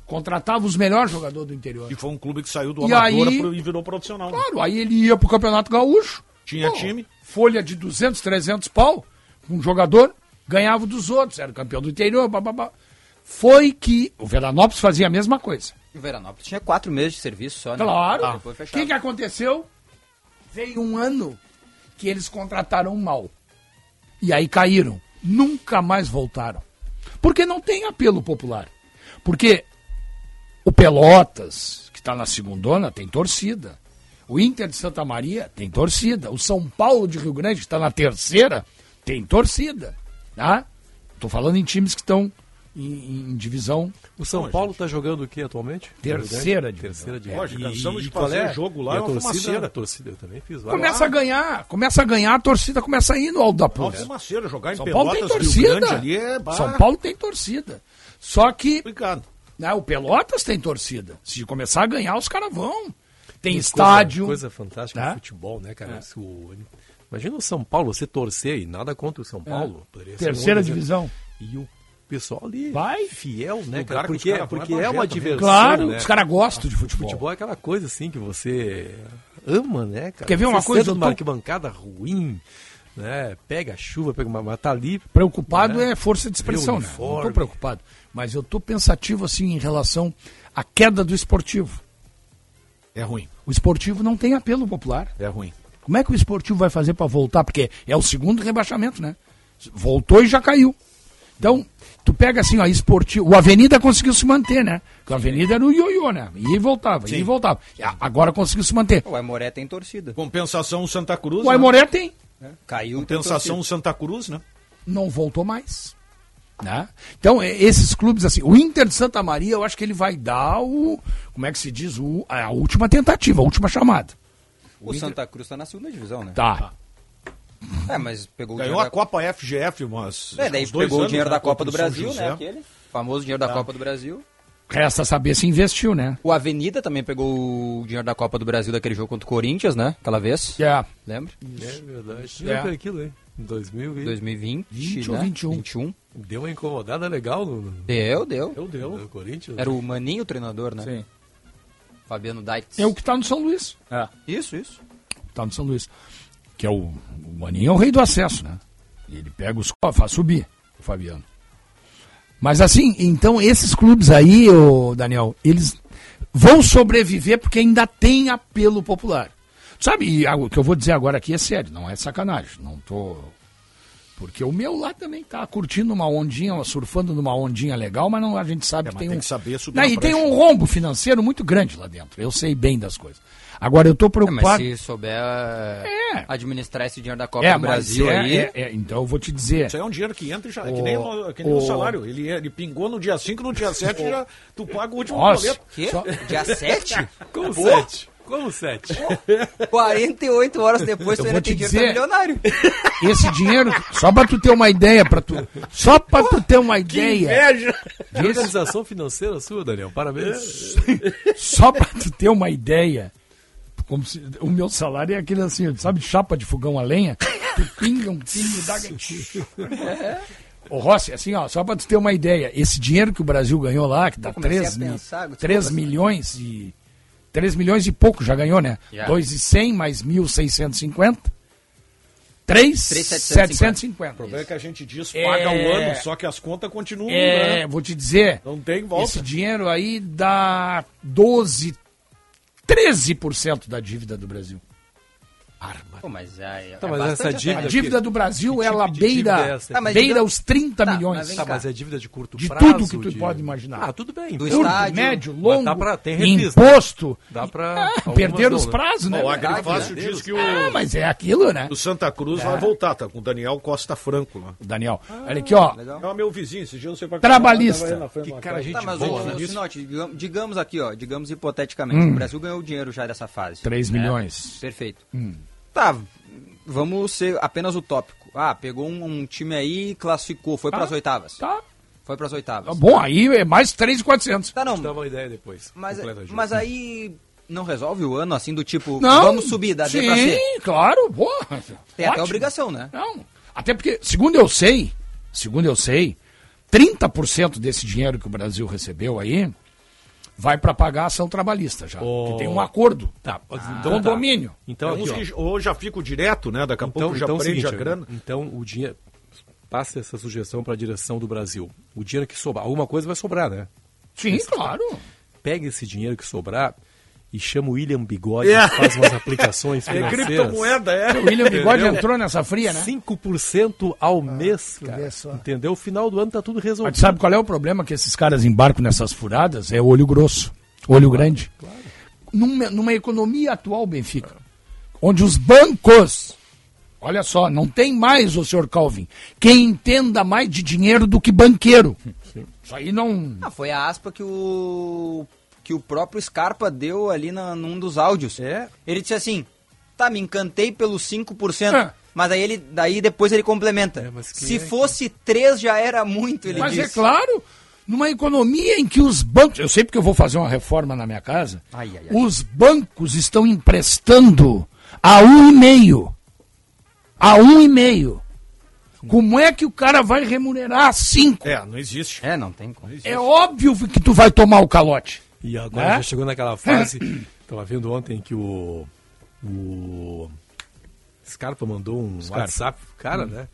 S4: Contratava os melhores jogadores do interior.
S2: E foi um clube que saiu do
S4: E
S2: amador
S4: aí-
S2: pro- e virou profissional. né?
S4: Claro, aí ele ia pro Campeonato Gaúcho.
S2: Tinha time.
S4: Folha de 200, 300 pau, um jogador, ganhava dos outros, era campeão do interior, bababá. Foi que o Veranópolis fazia a mesma coisa.
S5: O Veranópolis tinha quatro meses de serviço só, né?
S4: Claro.
S5: Ah.
S4: O
S5: Depois fechava.
S4: que, que aconteceu? Veio um ano que eles contrataram mal. E aí caíram. Nunca mais voltaram. Porque não tem apelo popular. Porque o Pelotas, que está na segundona, tem torcida. O Inter de Santa Maria tem torcida. O São Paulo de Rio Grande, que está na terceira, tem torcida. Tá? Tô falando em times que estão em- em divisão
S7: O São Paulo está jogando o que atualmente? É
S4: Terceira divisão.
S7: Terceira divisão.
S2: É, Lógico, cansamos de
S7: qual
S2: fazer jogo lá,
S7: E
S2: é
S7: a
S2: uma
S7: torcida,
S2: fumaceira.
S7: a torcida, eu também fiz lá.
S4: Começa a ganhar, começa a ganhar, a torcida começa a ir no Alto da
S2: Uma
S4: Pulga.
S2: fumaceira, Ah, jogar tá em
S4: São Paulo tem
S2: Pelotas, Rio Grande
S4: torcida.
S2: ali é... bah,
S4: São Paulo tem torcida. Só que
S2: Complicado.
S4: né, o Pelotas tem torcida. Se começar a ganhar, os caras vão. Tem
S7: Coisa-
S4: estádio.
S7: Coisa fantástica
S4: Tá?
S7: no futebol, né, cara? Isso, o- Imagina o São Paulo, você torcer e nada contra o São Paulo. poderia ser
S4: É. Terceira
S7: um-
S4: divisão.
S7: E o pessoal ali,
S4: Vai.
S7: fiel, né,
S2: Lugar
S7: cara?
S2: que os
S7: Porque,
S2: cara vão
S7: porque
S2: é
S7: é uma
S2: nojento, né?
S7: diversão,
S4: Claro,
S7: né?
S4: os caras gostam de futebol.
S7: Futebol é aquela coisa assim que você ama, né, cara?
S4: Quer ver uma
S7: você
S4: coisa,
S7: senta
S4: eu
S7: numa
S4: tô-
S7: arquibancada ruim, né? Pega a chuva, pega uma, mas tá ali.
S4: Preocupado
S7: né?
S4: é força de expressão, né? Não
S7: Uniforme.
S4: estou preocupado. Mas eu estou pensativo assim em relação à queda do esportivo.
S2: É ruim,
S4: O esportivo não tem apelo popular.
S2: é ruim.
S4: Como é que o esportivo vai fazer para voltar? Porque é o segundo rebaixamento, né? Voltou e já caiu. Então, tu pega assim, ó, esportivo. O Avenida conseguiu se manter, né? Porque o Avenida era o ioiô, né? Ia e voltava, ia e voltava. E a- Agora conseguiu se manter.
S5: O Aimoré tem torcida. É.
S2: Compensação Santa Cruz,
S4: O
S2: né?
S4: Aimoré tem,
S5: Caiu tem
S2: Compensação Santa Cruz, né?
S4: não voltou mais. Né? Então, é, esses clubes, assim, o Inter de Santa Maria, eu acho que ele vai dar o. Como é que se diz? O, a última tentativa, a última chamada.
S5: O Santa Cruz tá na segunda divisão, né?
S4: Tá.
S5: É, mas pegou
S2: Ganhou
S5: o
S2: a
S5: dinheiro da
S2: Copa FGF, mas.
S5: É, daí
S2: uns dois
S5: pegou o
S2: anos,
S5: dinheiro
S2: né,
S5: da Copa do
S2: contra o São
S5: Brasil, né?
S2: José. Tá.
S5: Aquele famoso dinheiro da Copa do Brasil.
S4: Resta saber se investiu, né?
S5: O Avenida também pegou o dinheiro da Copa do Brasil daquele jogo contra o Corinthians, né? Aquela vez.
S4: É.
S5: Lembra?
S7: É verdade.
S4: É.
S7: Não foi aquilo, hein? Em 2000 e...
S5: 2020,
S4: 20
S5: né?
S4: ou 21.
S5: 21.
S7: Deu uma incomodada legal no, no,
S5: Deu, deu.
S7: Deu, deu. no Corinthians.
S5: Era o Maninho o treinador, né?
S6: Sim.
S5: Fabiano Dites.
S4: É o que tá no São Luís.
S6: É.
S5: Isso, isso.
S4: tá no São Luís. Que é o, o Maninho é o rei do acesso, né? Ele pega os co- faz subir, o Fabiano. Mas assim, então esses clubes aí, ô Daniel, eles vão sobreviver porque ainda tem apelo popular. Sabe, e algo que eu vou dizer agora aqui é sério, não é sacanagem, não tô porque o meu lá também tá curtindo uma ondinha, surfando numa ondinha legal, mas não, a gente sabe
S2: É,
S4: que
S2: mas
S4: tem,
S2: tem
S4: um...
S2: que saber subir
S4: Não,
S2: na
S4: e tem
S2: prancha.
S4: um rombo financeiro muito grande lá dentro. Eu sei bem das coisas. Agora eu tô
S5: É, mas
S4: preocupado.
S5: se souber
S4: É.
S5: administrar esse dinheiro da Copa do
S4: mas
S5: Brasil
S4: é-
S5: aí.
S4: é- é, então eu vou te dizer.
S2: Isso aí é um dinheiro que entra e já. É que
S4: O-
S2: nem, o, que nem o
S4: o-
S2: salário. Ele, ele pingou no dia 5, no dia 7 já tu paga o último
S4: Nossa.
S2: boleto. Tá,
S5: Quê?
S2: [laughs]
S4: Só-
S5: Dia 7?
S7: Com sete. Como sete?
S5: 48
S4: [laughs]
S5: horas depois
S4: Eu
S5: tu
S4: vou tá te
S5: ainda tem dinheiro pra
S4: dizer.
S5: milionário.
S4: [laughs] Esse dinheiro, só pra tu ter uma ideia, pra tu. Só pra tu ter uma ideia.
S7: Que organização financeira sua, Daniel. Parabéns.
S4: Só pra tu ter uma ideia. Como se, o meu salário é aquele assim, sabe, chapa de fogão a lenha? Tu pinga um pingo dá gatinho. Ô, Rossi, assim, ó, só pra tu ter uma ideia, esse dinheiro que o Brasil ganhou lá, que dá
S5: comecei
S4: 3,
S5: a
S4: mil,
S5: pensar, desculpa,
S4: 3
S5: assim.
S4: milhões e. 3 milhões e pouco já ganhou, né?
S6: Yeah.
S4: 2,100 mais 1.650. 3,750.
S2: problema é que a gente diz
S4: É.
S2: paga o ano, só que as contas continuam,
S4: É,
S2: né?
S4: vou te dizer,
S2: Não tem volta.
S4: esse dinheiro aí dá 12, 13% da dívida do Brasil.
S5: Pô, mas já é.
S7: Tá, mas essa
S4: A
S7: dívida.
S4: dívida do Brasil,
S7: tipo
S4: ela
S7: de
S4: beira,
S7: dívida é essa?
S5: Tá, mas
S4: beira
S5: digamos-
S4: os 30
S5: Tá, mas
S4: milhões.
S5: vem
S7: Tá,
S5: cá.
S7: mas é dívida de curto
S4: De
S7: prazo.
S4: tudo que tu pode imaginar.
S7: Ah, tudo bem.
S5: Do
S7: Tudo.
S4: Curto,
S5: estádio.
S4: médio, longo,
S7: dá pra- tem reprise, né?
S4: imposto. [laughs]
S7: Dá
S4: Ah,
S7: pra.
S4: [laughs]
S7: algumas
S4: perderam
S7: não,
S4: os
S7: né?
S4: prazos, né?
S2: Ó, o
S5: verdade,
S2: Agrifácio
S7: né?
S2: diz que o,
S4: Ah, mas é aquilo, né?
S2: o Santa Cruz vai voltar, tá com o Daniel Costa Franco lá.
S4: Daniel, olha aqui, ó.
S5: Legal.
S2: É o meu vizinho, esse dia não sei pra
S4: Trabalhista.
S2: Tava aí na frente de uma
S7: cara,
S2: casa.
S7: gente
S5: Tá, mas
S7: boa,
S5: o,
S7: né?
S5: o Sinote, digam- digamos aqui, ó, digamos hipoteticamente, o Brasil ganhou dinheiro já dessa fase. né?
S4: 3 Hum. milhões. Hum.
S5: Perfeito. Tá, vamos ser apenas utópico. Ah, pegou um, um time aí, classificou, foi pras oitavas.
S4: Tá.
S5: Foi pras oitavas.
S4: Bom, aí é mais 3,400.
S5: Tá, não,
S7: Dá uma ideia depois.
S5: mas, é,
S7: Completa, Ju.
S5: mas aí não resolve o ano assim do tipo,
S4: Não.
S5: vamos subir da D
S4: Sim,
S5: pra C.
S4: claro, porra.
S5: Tem até
S4: Ótimo.
S5: obrigação, né?
S4: Não. Até porque, segundo eu sei, segundo eu sei, 30% desse dinheiro que o Brasil recebeu aí vai para pagar a ação trabalhista já.
S7: Ô.
S4: Que tem um acordo.
S7: Tá, mas
S2: Ah,
S7: então tá.
S4: condomínio.
S7: Então,
S2: Tem uns
S7: aqui, ó.
S2: que ou já fico direto, né? Daqui a
S7: Então,
S2: pouco já
S7: então, é o
S2: prende
S7: seguinte,
S2: a grana.
S7: então o dinheiro. Passa essa sugestão para a direção do Brasil. O dinheiro que sobrar, alguma coisa vai sobrar, né?
S4: Sim, claro.
S7: Pega esse dinheiro que sobrar e chama o William Bigode,
S2: É.
S7: faz umas aplicações
S2: [laughs] É
S7: financeiras.
S2: criptomoeda, é.
S4: O William Bigode entrou nessa fria, né?
S7: 5% ao mês, cara.
S4: Ah, vê só.
S7: Entendeu? O final do ano tá tudo resolvido.
S4: Mas sabe qual é o problema que esses caras embarcam nessas furadas? É olho grosso, olho grande. Numa, numa economia atual, Benfica, onde os bancos, olha só, não tem mais o senhor Calvin, quem entenda mais de dinheiro do que banqueiro. Isso aí não.
S5: Ah, foi a aspa que o que o próprio Scarpa deu ali na, num dos áudios.
S7: É.
S5: Ele disse assim: "Tá, me encantei pelos 5%".
S4: É.
S5: Mas aí ele daí depois ele complementa.
S7: É, mas quem
S5: Se
S7: é que-
S5: fosse 3 já era muito, ele
S4: então. Mas é
S5: disse.
S4: claro, numa economia em que os bancos. Eu sei porque eu vou fazer uma reforma na minha casa.
S5: Ai, ai, ai.
S4: Os bancos estão emprestando a um e meio. A um e meio. Como é que o cara vai remunerar cinco?
S2: É, não existe.
S5: É, não tem como.
S4: É óbvio que tu vai tomar o calote.
S7: E agora
S4: É?
S7: já chegou
S4: [coughs]
S7: naquela fase. Tava vendo ontem que o. O. Scarpa mandou um WhatsApp pro cara, né?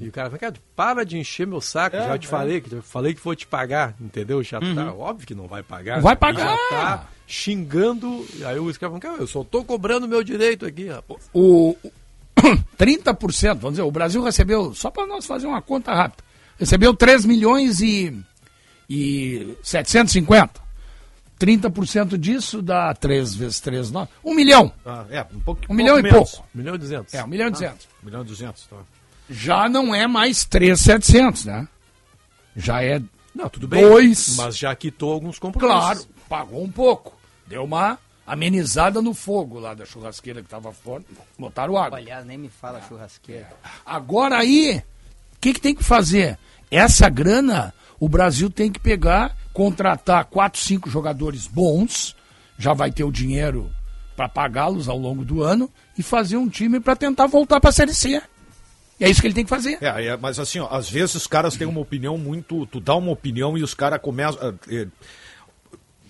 S7: E o cara falou, cara, para de encher meu saco, já
S4: É,
S7: te falei, que falei que vou te pagar, entendeu? Já tá, óbvio que não vai pagar.
S4: Vai
S7: né?
S4: pagar!
S7: Já tá xingando. E aí o Scarpa falou, cara, eu só tô cobrando meu direito aqui, rapaz.
S4: O [coughs] o- 30%, vamos dizer, o Brasil recebeu, só para nós fazer uma conta rápida, recebeu 3 milhões e, e 750. 30% disso dá 3 vezes 3, 9, 1 milhão.
S2: Ah, é, um, pouco,
S4: 1 milhão e
S2: menos.
S4: pouco.
S7: Um milhão e duzentos.
S4: É, 1 milhão e 200.
S2: Um milhão e duzentos, tá.
S4: Já não é mais 3,700, né? Já é,
S7: Não, tudo bem.
S4: Dois.
S7: Mas já quitou alguns compromissos.
S4: claro, pagou um pouco. Deu uma amenizada no fogo lá da churrasqueira que estava fora, botaram água.
S5: Aliás, nem me fala
S4: Ah,
S5: churrasqueira.
S4: é. Agora aí, o que, que tem que fazer? Essa grana, o Brasil tem que pegar, contratar quatro, cinco jogadores bons, já vai ter o dinheiro para pagá-los ao longo do ano, e fazer um time para tentar voltar para a Série C. E é isso que ele tem que fazer.
S2: É, é, mas assim, ó, às vezes os caras têm uma opinião muito. Tu dá uma opinião e os caras começam. ah, eh,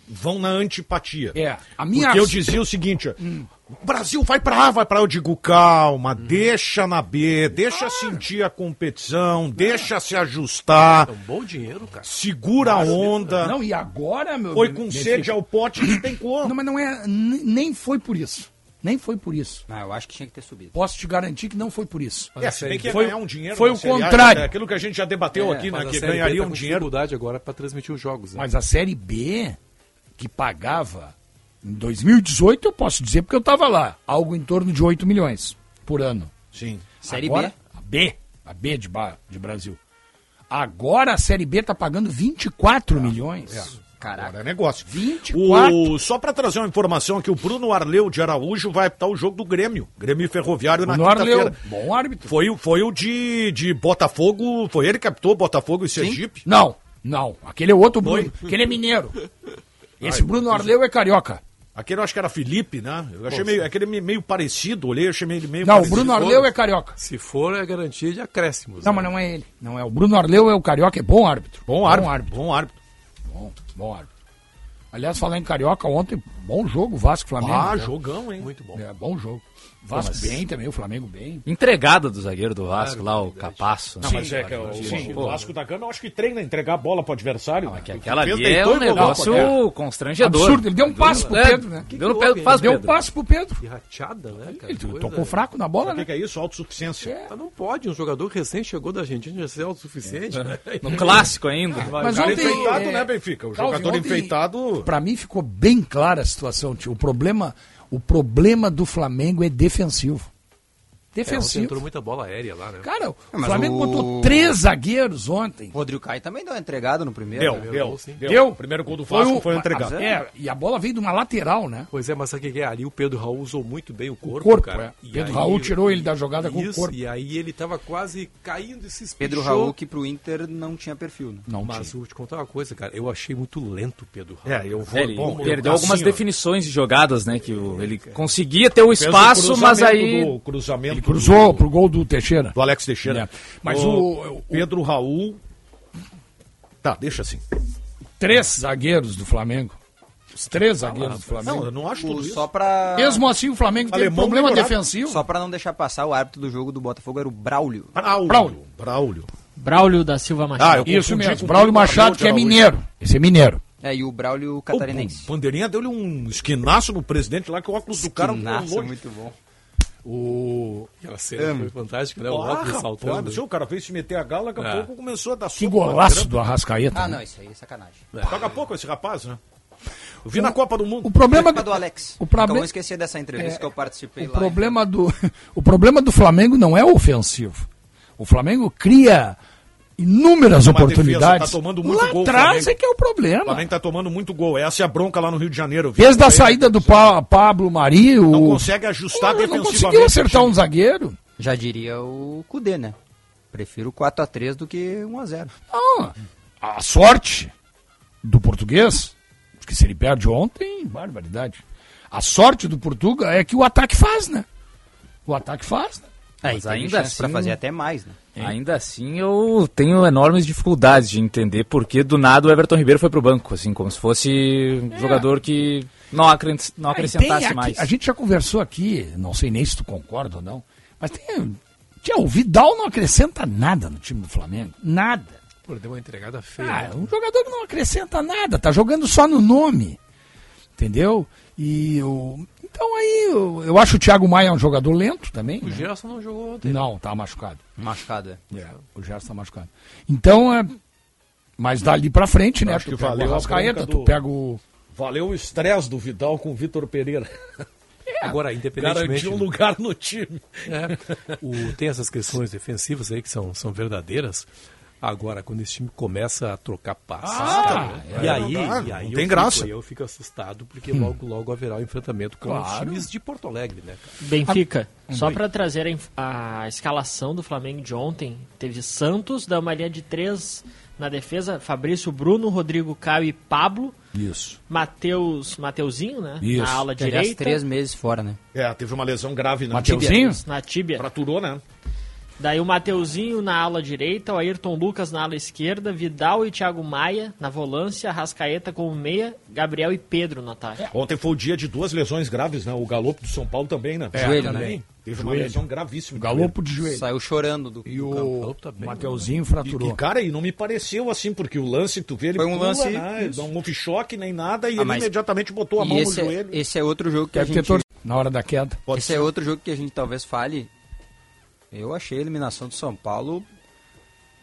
S2: vão na antipatia.
S4: É, a minha- Hum.
S2: Porque eu dizia o seguinte: ó, o Brasil vai pra A, vai pra A. Eu digo, calma, deixa na B, deixa sentir a competição, deixa se ajustar,
S7: É um bom dinheiro, cara.
S2: segura a onda.
S4: Não, e agora, meu
S2: foi com
S4: meu
S2: sede
S4: filho-
S2: ao pote, não tem como.
S4: Não, mas não é. n- Nem foi por isso. Nem foi por isso.
S5: Ah, eu acho que tinha que ter subido.
S4: Posso te garantir que não foi por isso.
S2: É, se bem que ia
S4: Foi-
S2: ganhar um dinheiro
S4: foi
S2: na
S4: o
S2: Série A,
S4: contrário.
S2: é aquilo que a gente já debateu aqui, né,
S7: Mas a
S2: que
S7: Série B
S2: ganharia
S7: tá
S2: um
S7: com
S2: dinheiro.
S7: dificuldade agora para transmitir os jogos. né?
S4: Mas a Série B, que pagava em 2018, eu posso dizer porque eu estava lá, algo em torno de 8 milhões por ano.
S2: Sim.
S5: Série
S4: Agora,
S5: B?
S4: A B, a B tá de, ba- de Brasil. Agora a Série B está pagando 24 milhões.
S2: Agora é negócio.
S4: 24.
S2: O, só para trazer uma informação aqui, o Bruno Arleu de Araújo vai apitar o jogo do Grêmio. Grêmio e Ferroviário na
S4: Bruno Arleu,
S2: quinta-feira.
S4: bom árbitro.
S2: Foi, o- foi o de, de Botafogo, foi ele que apitou Botafogo e Sergipe.
S4: Não, não. Aquele é outro Bruno. Aquele é mineiro. Esse Bruno Arleu é carioca.
S2: Aquele eu acho que era Felipe, né? Eu achei
S7: é.
S2: meio, aquele me- meio parecido, olhei, achei meio, meio
S4: Não, o
S2: parecido.
S4: Bruno Arleu é carioca.
S7: Se for, é garantia de acréscimos. né?
S4: Não, mas não é ele. Não é. O Bruno Arleu é o carioca, é bom árbitro.
S2: Bom árbitro, bom árbitro.
S4: Bom, bom árbitro. Aliás, falar em carioca ontem, bom jogo, Vasco e Flamengo.
S2: Ah,
S4: né?
S2: jogão, hein?
S7: Muito bom.
S4: É, bom jogo. Vasco bem também, o Flamengo bem.
S6: Entregada do zagueiro do Vasco lá, o Capasso. né?
S2: Mas é que o, o Vasco da Gama, eu acho que treina entregar a bola pro adversário. né?
S6: Que aquela
S2: Fez,
S6: ali é
S2: deitou
S6: um
S2: e voltou.
S4: [laughs]
S6: negócio constrangedor.
S4: né? Absurdo, ele deu um passe pro
S6: É,
S4: Pedro, né?
S6: Deu no Pedro, faz
S4: Deu um
S6: Pedro.
S4: passe pro Pedro.
S7: E rachada, né, cara?
S4: Ele
S7: Coisa-
S4: tocou fraco na bola,
S2: O que,
S4: né? É.
S2: que é isso? Autossuficiência.
S7: Ah, não pode, um jogador recém chegou da Argentina já ser autossuficiente. né?
S6: No clássico ainda.
S4: Ah, Mas
S2: É. Cara
S4: ontem,
S2: enfeitado,
S4: é,
S2: né, Benfica? O
S4: Calvin,
S2: jogador
S4: ontem-
S2: enfeitado.
S4: Pra mim ficou bem clara a situação, tio. O problema, o problema do Flamengo é defensivo.
S7: É, ontem entrou
S4: Defensivo.
S7: muita bola aérea lá, né?
S4: Cara, o
S2: É,
S5: mas
S4: Flamengo
S5: o-
S4: botou três zagueiros ontem.
S5: Rodrigo Caio também deu uma entregada no primeiro.
S2: Deu,
S5: né?
S2: deu,
S7: gol, sim.
S2: deu. O Primeiro gol do Vasco foi, entregar.
S4: a- É, e a bola veio de uma lateral, né?
S7: Pois é, mas sabe o que que é? Ali o Pedro Raul usou muito bem o corpo,
S4: corpo,
S7: cara.
S4: é. Pedro Raul tirou ele da jogada com o
S7: Isso,
S4: corpo.
S7: E aí ele tava quase caindo e se espichou.
S5: Pedro Raul, que pro Inter não tinha perfil, né?
S4: Não
S7: Mas eu vou te contar uma coisa, cara. Eu achei muito lento o Pedro Raul.
S2: É, eu vou.
S6: É, ele
S2: bom, eu-
S6: perdeu algumas
S2: assim, ó,
S6: definições de jogadas, né? Que o- ele conseguia ter o
S2: fez o
S6: espaço, mas
S2: cruzamento
S6: aí.
S2: do-
S4: Ele
S2: cruzamento
S4: cruzou pro gol do Teixeira.
S2: do Alex Teixeira.
S4: É. Mas o-
S2: Pedro Raul. Tá, deixa assim.
S4: Três zagueiros do Flamengo. Os três zagueiros do
S2: Não,
S4: Flamengo.
S2: eu não acho
S5: O-
S2: tudo isso.
S5: Só pra,
S4: Mesmo assim, o Flamengo teve
S2: Alemão
S4: problema
S2: melhorado.
S4: defensivo.
S5: só pra não deixar passar, o árbitro do jogo do Botafogo era o Braulio.
S2: Braulio. Braulio.
S4: Braulio.
S3: Braulio da Silva Machado.
S2: Ah, eu
S4: Isso
S2: confundi
S4: mesmo.
S2: com
S4: Braulio
S2: o Arnaldo
S4: Machado, que é
S2: Araújo.
S4: mineiro. Esse é mineiro.
S5: É, e o Braulio
S2: O
S5: catarinense.
S2: Bandeirinha deu-lhe um esquinaço no presidente lá, que o óculos do cara não
S5: Nossa, muito bom.
S7: O... Aquela cena foi fantástica, né? O
S2: Ah,
S7: óculos saltando.
S2: O cara fez se meter a gala, daqui a
S7: É.
S2: pouco começou a dar
S4: Que
S2: soco na
S4: golaço
S2: grama.
S4: do Arrascaeta.
S5: Ah,
S4: né?
S5: não, isso aí é sacanagem.
S2: Paga pouco esse rapaz, né? Eu vi na Copa do Mundo.
S4: O problema
S5: Culpa do Alex.
S4: O problema-
S5: Não vou esquecer dessa entrevista
S4: É,
S5: que eu participei
S4: O
S5: lá.
S4: problema do, o problema do Flamengo não é ofensivo. O Flamengo cria inúmeras
S2: Uma
S4: oportunidades.
S2: defesa, tá tomando muito
S4: Lá
S2: gol,
S4: atrás
S2: Flamengo.
S4: é que é o
S2: O
S4: problema.
S2: Flamengo tá tomando muito gol. Essa é a bronca lá no Rio de Janeiro. viu?
S4: Desde a saída do Pa- Pablo Mari, o
S2: Não consegue ajustar
S4: Não, não
S2: defensivamente.
S4: conseguiu acertar um zagueiro.
S5: Já diria o Cudê, né? Prefiro 4x3 do que 1x0.
S6: Ah,
S4: Não. A sorte do português, porque se ele perde ontem, barbaridade. A sorte do Portuga é que o ataque faz, né? O ataque faz, né?
S6: Mas ainda assim.
S5: É, então Pra fazer até mais, né?
S6: Ainda assim, eu tenho enormes dificuldades de entender porque do nada o Everton Ribeiro foi pro banco, assim, como se fosse um jogador que não, acre- não
S4: Ah, e
S6: acrescentasse
S4: tem aqui-
S6: mais.
S4: A gente já conversou aqui, não sei nem se tu concorda ou não, mas tem. Tia, o Vidal não acrescenta nada no time do Flamengo. Nada.
S7: Pô, deu uma entregada feia.
S4: Ah,
S7: né?
S4: um jogador que não acrescenta nada, tá jogando só no nome. Entendeu? E o. Então aí, eu, eu acho o Thiago Maia um jogador lento também.
S7: O
S4: né?
S7: Gerson não jogou ontem.
S4: Não, tá machucado.
S5: Machucado, é.
S4: O Gerson tá machucado. Então, é. Mas dali pra frente, né?
S2: acho
S4: Tu
S2: que
S4: pega
S2: valeu
S4: o
S2: a
S4: Arrascaeta,
S2: bronca
S4: tu
S2: do-
S4: pega o.
S2: Valeu o estresse do Vidal com o Vitor Pereira.
S4: É.
S7: Agora, independentemente...
S2: Garantiu um lugar no time.
S7: né? O- tem essas questões defensivas aí que são, são verdadeiras. Agora, quando esse time começa a trocar passes, cara, e, aí, e aí
S2: não tem
S7: eu fico-
S2: graça.
S7: aí eu fico assustado, porque
S2: Hum.
S7: logo, logo haverá o enfrentamento com os times de Porto Alegre, né? cara? Ah, um
S3: Benfica,
S2: Um
S3: só pra trazer a, inf- a escalação do Flamengo de ontem, teve Santos, da uma linha de três na defesa, Fabrício, Bruno, Rodrigo, Caio e Pablo,
S4: Isso.
S3: Mateus, Mateuzinho, né,
S4: Isso.
S3: na ala
S5: Aliás,
S3: direita,
S5: três meses fora, né?
S2: É, teve uma lesão grave, né?
S4: Mateuzinho?
S3: na tíbia,
S2: Fraturou, né?
S3: daí o Mateuzinho na ala direita, o Ayrton Lucas na ala esquerda, Vidal e Thiago Maia na volância, Rascaeta como meia, Gabriel e Pedro no ataque.
S5: É,
S2: Ontem foi o dia de duas lesões graves, né? O Galopo do São Paulo também, né?
S5: Joelho,
S2: também. Teve uma lesão gravíssima.
S4: É, O Galopo de joelho.
S5: Saiu chorando do.
S4: E
S7: campo.
S4: o
S7: Galo tá bem,
S4: Mateuzinho
S2: E,
S4: fraturou.
S2: e, cara, e não me pareceu assim, porque o lance, tu vê, ele
S5: Foi um lance-
S2: né? Não houve choque nem nada e ele
S5: Ah, mas-
S2: imediatamente botou a
S5: E
S2: mão no
S5: esse, é-
S2: joelho.
S5: esse é outro jogo que a
S4: Deve ter
S5: gente.
S4: torcido na hora da queda.
S2: Pode
S5: Esse é outro jogo que a gente talvez fale. Eu achei a eliminação do São Paulo.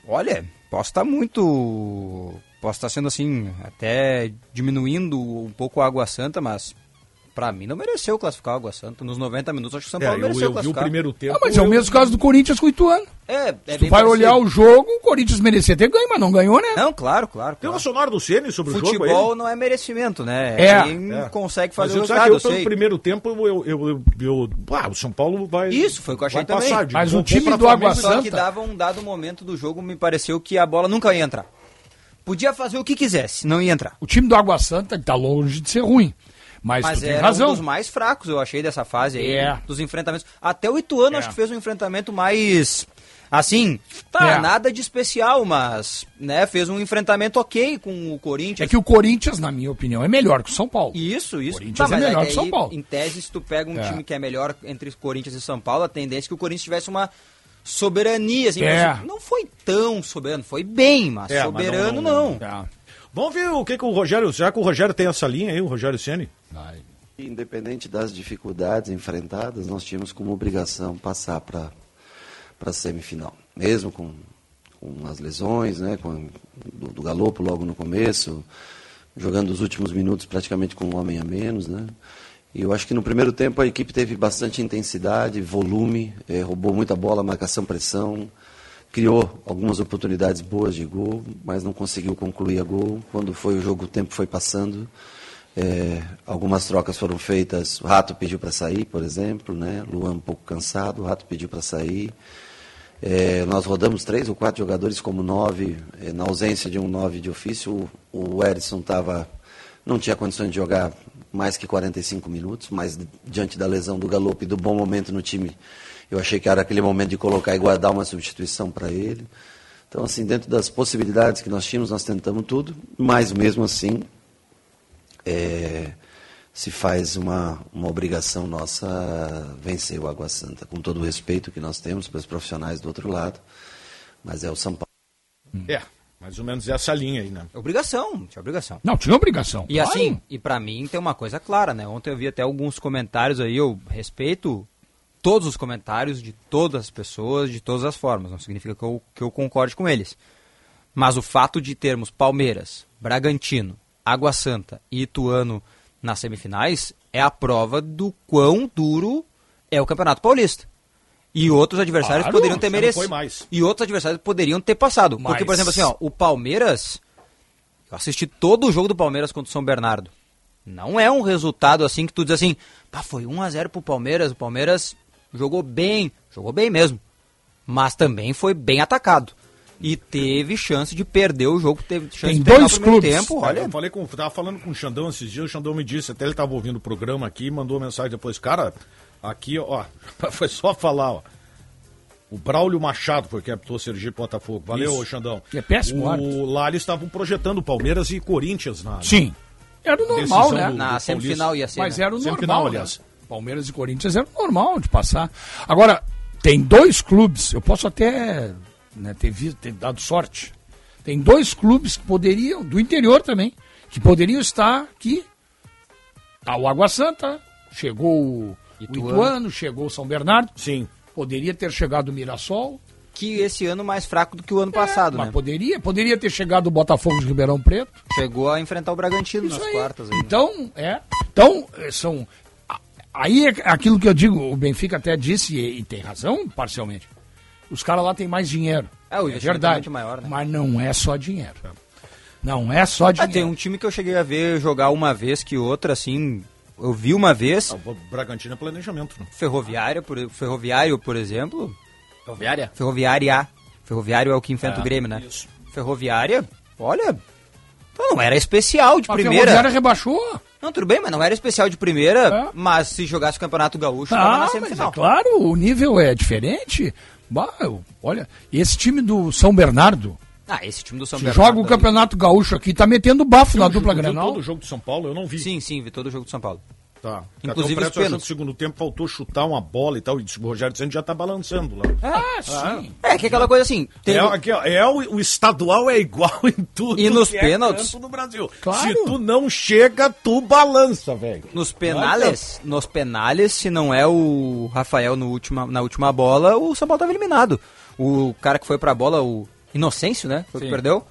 S5: Olha, posso estar muito. Posso estar sendo assim, até diminuindo um pouco a Água Santa, mas Pra mim não mereceu classificar o Água Santa. Nos 90 minutos, acho que o São
S2: É,
S5: Paulo
S2: eu,
S5: mereceu
S2: eu vi o
S5: classificar.
S2: primeiro tempo.
S4: Ah, mas é o
S2: eu-
S4: mesmo caso do Corinthians com o Ituano.
S5: É, é
S4: Tu vai olhar o jogo, o Corinthians merecia ter ganho, mas não ganhou, né?
S5: Não, claro, claro.
S2: Tem
S5: claro.
S2: uma sonora do Ceni sobre o jogo aí?
S5: Futebol não é merecimento, né?
S4: É.
S5: Quem
S2: É.
S5: consegue
S2: Mas
S5: fazer o
S2: eu, sabe,
S5: resultado,
S2: que
S5: eu
S2: eu pelo
S5: sei.
S2: primeiro tempo, eu, eu, eu, eu- ah, o São Paulo vai.
S5: Isso, foi o que eu achei
S2: vai passar,
S5: também.
S2: de-
S4: Mas o
S2: vou
S4: time
S2: pra
S4: do Água
S2: Flamengo.
S5: Só que
S4: Santa.
S5: dava um dado momento do jogo, me pareceu que a bola nunca ia entrar. Podia fazer o que quisesse, não ia entrar.
S4: O time do Água Santa tá longe de ser ruim. Mas,
S5: Mas
S4: tu tem
S5: era um
S4: razão.
S5: dos mais fracos, eu achei, dessa fase aí,
S4: É.
S5: dos enfrentamentos. Até o Ituano,
S4: É.
S5: acho que fez um enfrentamento mais, assim, tá,
S4: É.
S5: nada de especial, mas, né, fez um enfrentamento ok com o
S4: É
S5: Corinthians.
S4: que o Corinthians, na minha opinião, é melhor que o São Paulo.
S5: Isso, isso.
S4: Corinthians é
S5: Tá, mas
S4: melhor
S5: aí,
S4: que São Paulo.
S5: Em tese, se tu pega um
S4: É.
S5: time que é melhor entre Corinthians e São Paulo, a tendência é que o Corinthians tivesse uma soberania, assim,
S4: É.
S5: mas não foi tão soberano, foi bem, mas
S2: É, mas
S5: soberano
S2: não- não- É.
S5: não.
S4: Tá.
S2: Vamos ver o que, que o Rogério. Será que o Rogério tem essa linha aí, o Rogério Ceni?
S4: Vai.
S8: Independente das dificuldades enfrentadas, nós tínhamos como obrigação passar para a semifinal. Mesmo com, com as lesões, né, com, do, do galopo logo no começo, jogando os últimos minutos praticamente com um homem a menos. Né? E eu acho que no primeiro tempo a equipe teve bastante intensidade, volume, eh, roubou muita bola, marcação, pressão, criou algumas oportunidades boas de gol, mas não conseguiu concluir a gol. Quando foi o jogo, o tempo foi passando. É, algumas trocas foram feitas. O Rato pediu para sair, por exemplo, né? Luan um pouco cansado, o Rato pediu para sair. É, nós rodamos três ou quatro jogadores como nove, é, na ausência de um nove de ofício. O, o Edson tava, não tinha condições de jogar mais que 45 minutos, mas diante da lesão do Galope e do bom momento no time, eu achei que era aquele momento de colocar e guardar uma substituição para ele. Então, assim, dentro das possibilidades que nós tínhamos, nós tentamos tudo, mas mesmo assim, é, se faz uma, uma obrigação nossa vencer o Água Santa, com todo o respeito que nós temos pelos profissionais do outro lado, mas é o São Paulo.
S2: É, mais ou menos essa linha aí, né?
S5: É Obrigação, tinha obrigação.
S4: Não, tinha obrigação.
S5: E assim, e pra mim tem uma coisa clara, né? Ontem eu vi até alguns comentários aí, eu respeito todos os comentários de todas as pessoas, de todas as formas. Não significa que eu, que eu concorde com eles. Mas o fato de termos Palmeiras, Bragantino, Água Santa e Ituano nas semifinais é a prova do quão duro é o Campeonato Paulista. E outros adversários
S4: Claro,
S5: poderiam ter
S2: isso não
S5: merecido.
S2: foi mais.
S5: E outros adversários poderiam ter passado. Porque, por
S4: Mas-
S5: exemplo, assim, ó, o Palmeiras. Eu assisti todo o jogo do Palmeiras contra o São Bernardo. Não é um resultado assim que tu diz assim, pá, foi 1x0 pro Palmeiras, o Palmeiras jogou bem, jogou bem mesmo. Mas também foi bem atacado. E teve chance de perder o jogo, teve chance
S4: Tem
S5: de perder
S4: dois
S5: o primeiro
S4: clubes.
S5: tempo,
S2: Olha,
S5: olha.
S2: eu falei com, tava falando com o Xandão esses dias, o Xandão me disse, até ele tava ouvindo o programa aqui, mandou uma mensagem depois, cara, aqui, ó, [laughs] foi só falar, ó. O Braulio Machado foi que apitou Sergipe Botafogo. Valeu,
S4: Isso.
S2: Xandão.
S4: Que é péssimo árbitro.
S2: O lá eles estavam projetando Palmeiras e Corinthians na
S4: Sim. Era o normal,
S2: Decisão
S4: né?
S2: do-
S5: Na semifinal ia ser.
S4: Mas
S5: né?
S4: era o
S2: Semifinal,
S4: normal,
S2: aliás.
S4: aliás. Palmeiras e Corinthians era o normal de passar. Agora, tem dois clubes, eu posso até né, ter, visto, ter dado sorte. Tem dois clubes que poderiam, do interior também, que poderiam estar aqui. Tá o Água Santa, chegou o Ituano,
S5: Ituano.
S4: chegou o São Bernardo.
S2: Sim.
S4: Poderia ter chegado o Mirassol,
S5: Que esse ano mais fraco do que o ano passado,
S4: É, mas
S5: né?
S4: poderia, poderia ter chegado o Botafogo de Ribeirão Preto.
S5: Chegou a enfrentar o Bragantino
S4: Isso
S5: nas
S4: aí.
S5: quartas aí. né?
S4: Então, é. Então, eh, são. a- Aí é aquilo que eu digo, o Benfica até disse, e, e tem razão, parcialmente. Os caras lá têm mais dinheiro.
S5: É, o investimento é
S4: verdade.
S5: muito maior, né?
S4: Mas não é só dinheiro. Não é só
S5: Ah,
S4: dinheiro.
S5: tem um time que eu cheguei a ver jogar uma vez que outra, assim. Eu vi uma vez.
S2: Ah, O Bragantino é planejamento, né?
S5: Ferroviária, por, ferroviário, por exemplo.
S6: Ferroviária?
S5: Ferroviária. Ferroviário é o que enfrenta
S2: Ah,
S5: o Grêmio, né? Ferroviária, olha. Então não era especial de
S4: A Ferroviária
S5: primeira.
S4: rebaixou.
S5: Não, tudo bem, mas não era especial de primeira.
S4: É.
S5: Mas se jogasse o Campeonato Gaúcho, tava
S4: Ah,
S5: tá na
S4: mas
S5: semifinal.
S4: é claro, o nível é diferente. Bah, eu- olha, esse time do São Bernardo,
S5: Ah, esse time do São
S4: que
S5: Bernardo.
S4: é. joga o
S5: aí.
S4: Campeonato Gaúcho aqui, tá metendo bafo na
S2: Eu
S4: dupla
S2: vi
S4: Grenal.
S2: todo é o jogo de São Paulo, eu não vi.
S5: Sim, sim, vi todo o jogo do São Paulo.
S2: Tá.
S5: Inclusive
S2: Até o
S5: os
S2: Preto, acho, no
S5: pênaltis.
S2: segundo tempo faltou chutar uma bola e tal, e disse que o Rogério Santos já tá balançando lá.
S4: Ah, sim.
S5: É, que é aquela coisa assim.
S2: É,
S5: teve-
S2: aqui, ó, é o, o estadual é igual [laughs] em tudo.
S5: E nos
S2: que
S5: pênaltis?
S2: É canto no Brasil.
S4: Claro.
S2: Se tu não chega, tu balança, velho. é
S5: Nos penales, nos penales, se não é o Rafael no última, na última bola, o São Paulo tava eliminado. O cara que foi pra bola, o Inocêncio, né? Foi o que
S6: Sim.
S5: perdeu.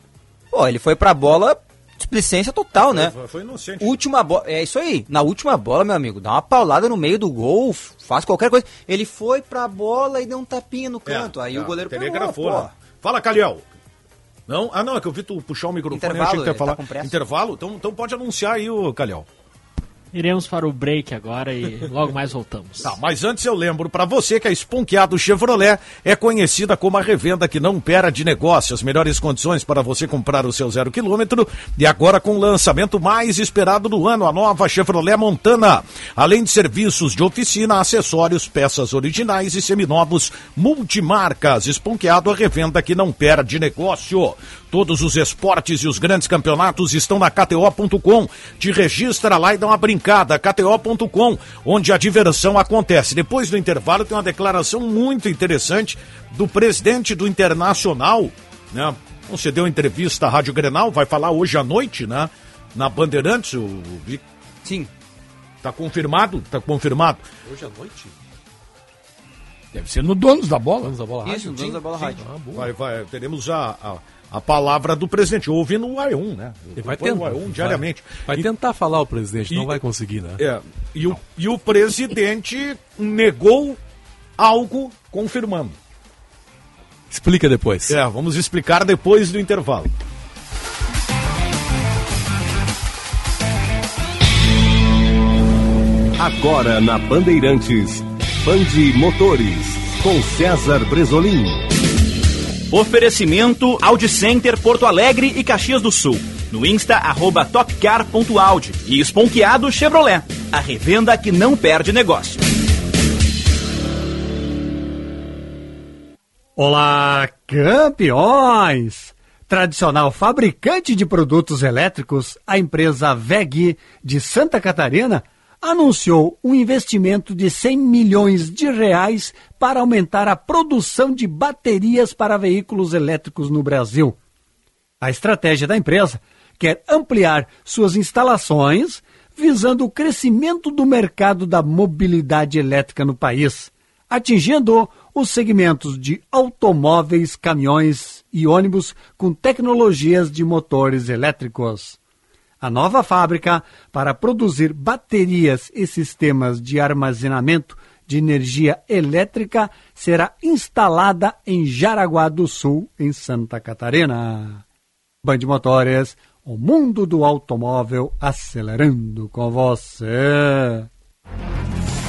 S5: Pô, ele foi pra bola Displicência total, né?
S2: Foi- Foi inocente.
S5: Última bola, é isso aí. Na última bola, meu amigo, dá uma paulada no meio do gol, f- faz qualquer coisa. Ele foi pra bola e deu um tapinha no
S2: É,
S5: canto. aí o goleiro
S2: telegrafou.
S5: pô.
S2: né? Fala, Caliel. Não? Ah, não, é que eu vi tu puxar o microfone eu achei que tu ia
S5: Intervalo,
S2: falar.
S5: ele tá com pressa.
S2: Intervalo? Então, então pode anunciar aí o Caliel.
S3: Iremos para o break agora e logo mais voltamos.
S2: Tá, mas antes eu lembro pra você que a Esponqueado Chevrolet é conhecida como a revenda que não pera de negócio. As melhores condições para você comprar o seu zero quilômetro e agora com o lançamento mais esperado do ano, a nova Chevrolet Montana. Além de serviços de oficina, acessórios, peças originais e seminovos multimarcas. Esponqueado a revenda que não pera de negócio. Todos os esportes e os grandes campeonatos estão na KTO.com. Te registra lá e dá uma brincada. KTO.com, onde a diversão acontece. Depois do intervalo, tem uma declaração muito interessante do presidente do Internacional, né? Concedeu entrevista à Rádio Grenal, vai falar hoje à noite, né? Na Bandeirantes, o o Vic-
S5: Sim.
S2: tá confirmado? Tá confirmado.
S7: Hoje à noite?
S4: Deve ser no donos da bola.
S7: Vamos da bola rádio?
S5: Isso, no dono da bola rádio.
S2: Vai, vai, teremos a, a, a palavra do presidente. Eu ouvi no A1, né? Eu
S7: Ele vai
S2: acompanho
S7: tentar.
S2: o A1 diariamente.
S7: Vai, vai tentar falar o presidente,
S2: e-
S7: não vai conseguir, né?
S2: É, e, o, e o presidente negou algo confirmando.
S7: Explica depois.
S2: É, vamos explicar depois do intervalo.
S1: Agora na Bandeirantes, Bande Motores, com César Bresolim.
S9: Oferecimento Audi Center Porto Alegre e Caxias do Sul. No Insta, arroba topcar.audi e esponqueado Chevrolet. A revenda que não perde negócio.
S10: Olá, campeões! Tradicional fabricante de produtos elétricos, a empresa VEG de Santa Catarina anunciou um investimento de 100 milhões de reais para aumentar a produção de baterias para veículos elétricos no Brasil. A estratégia da empresa quer ampliar suas instalações, visando o crescimento do mercado da mobilidade elétrica no país, atingindo os segmentos de automóveis, caminhões e ônibus com tecnologias de motores elétricos. A nova fábrica para produzir baterias e sistemas de armazenamento de energia elétrica será instalada em Jaraguá do Sul, em Santa Catarina. Band Motores, o mundo do automóvel acelerando com você.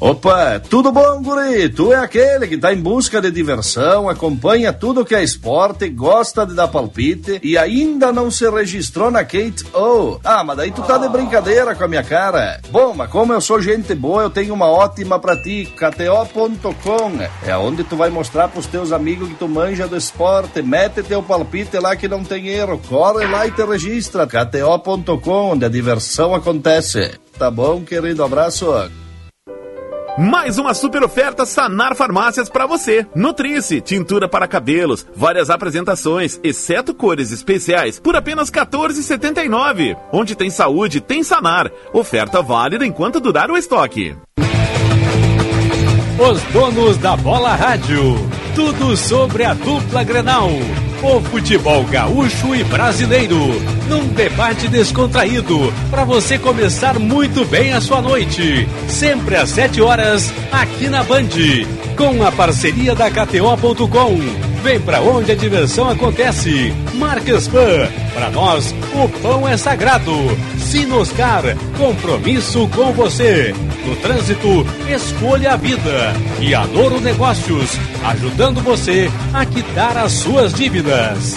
S9: Opa, tudo bom, guri? Tu é aquele que tá em busca de diversão, acompanha tudo que é esporte, gosta de dar palpite e ainda não se registrou na Kate O. Ah, mas daí tu tá de brincadeira com a minha cara. Bom, mas como eu sou gente boa, eu tenho uma ótima pra ti, kto.com. É onde tu vai mostrar pros teus amigos que tu manja do esporte, mete teu palpite lá que não tem erro, corre lá e te registra, kto.com, onde a diversão acontece. Tá bom, querido? Abraço.
S11: Mais uma super oferta Sanar Farmácias para você. Nutrice, tintura para cabelos, várias apresentações, exceto cores especiais, por apenas R$ 14,79. Onde tem saúde, tem Sanar. Oferta válida enquanto durar o estoque.
S9: Os donos da bola rádio. Tudo sobre a dupla Grenal. O futebol gaúcho e brasileiro. Num debate descontraído para você começar muito bem a sua noite. Sempre às 7 horas aqui na Band. Com a parceria da KTO.com. Vem pra onde a diversão acontece. Marques Pan. Para nós, o pão é sagrado. Sinoscar, compromisso com você. No trânsito, escolha a vida. E Adoro Negócios, ajudando você a quitar as suas dívidas.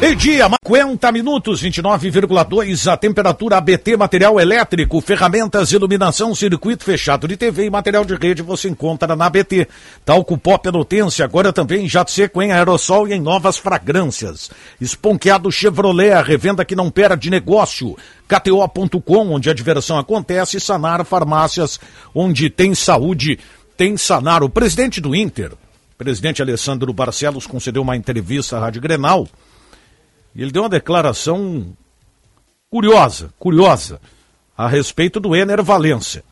S2: Meio-dia, mais 50 minutos, 29,2. A temperatura ABT, material elétrico, ferramentas, iluminação, circuito fechado de TV e material de rede você encontra na ABT. Talco pó pelotense, Tá agora também em jato seco, em aerossol e em novas fragrâncias. Esponqueado Chevrolet, a revenda que não perde negócio. KTO.com, onde a diversão acontece. Sanar Farmácias, onde tem saúde, tem Sanar. O presidente do Inter, presidente Alessandro Barcelos, concedeu uma entrevista à Rádio Grenal. E ele deu uma declaração curiosa, curiosa, a respeito do Ener Valência.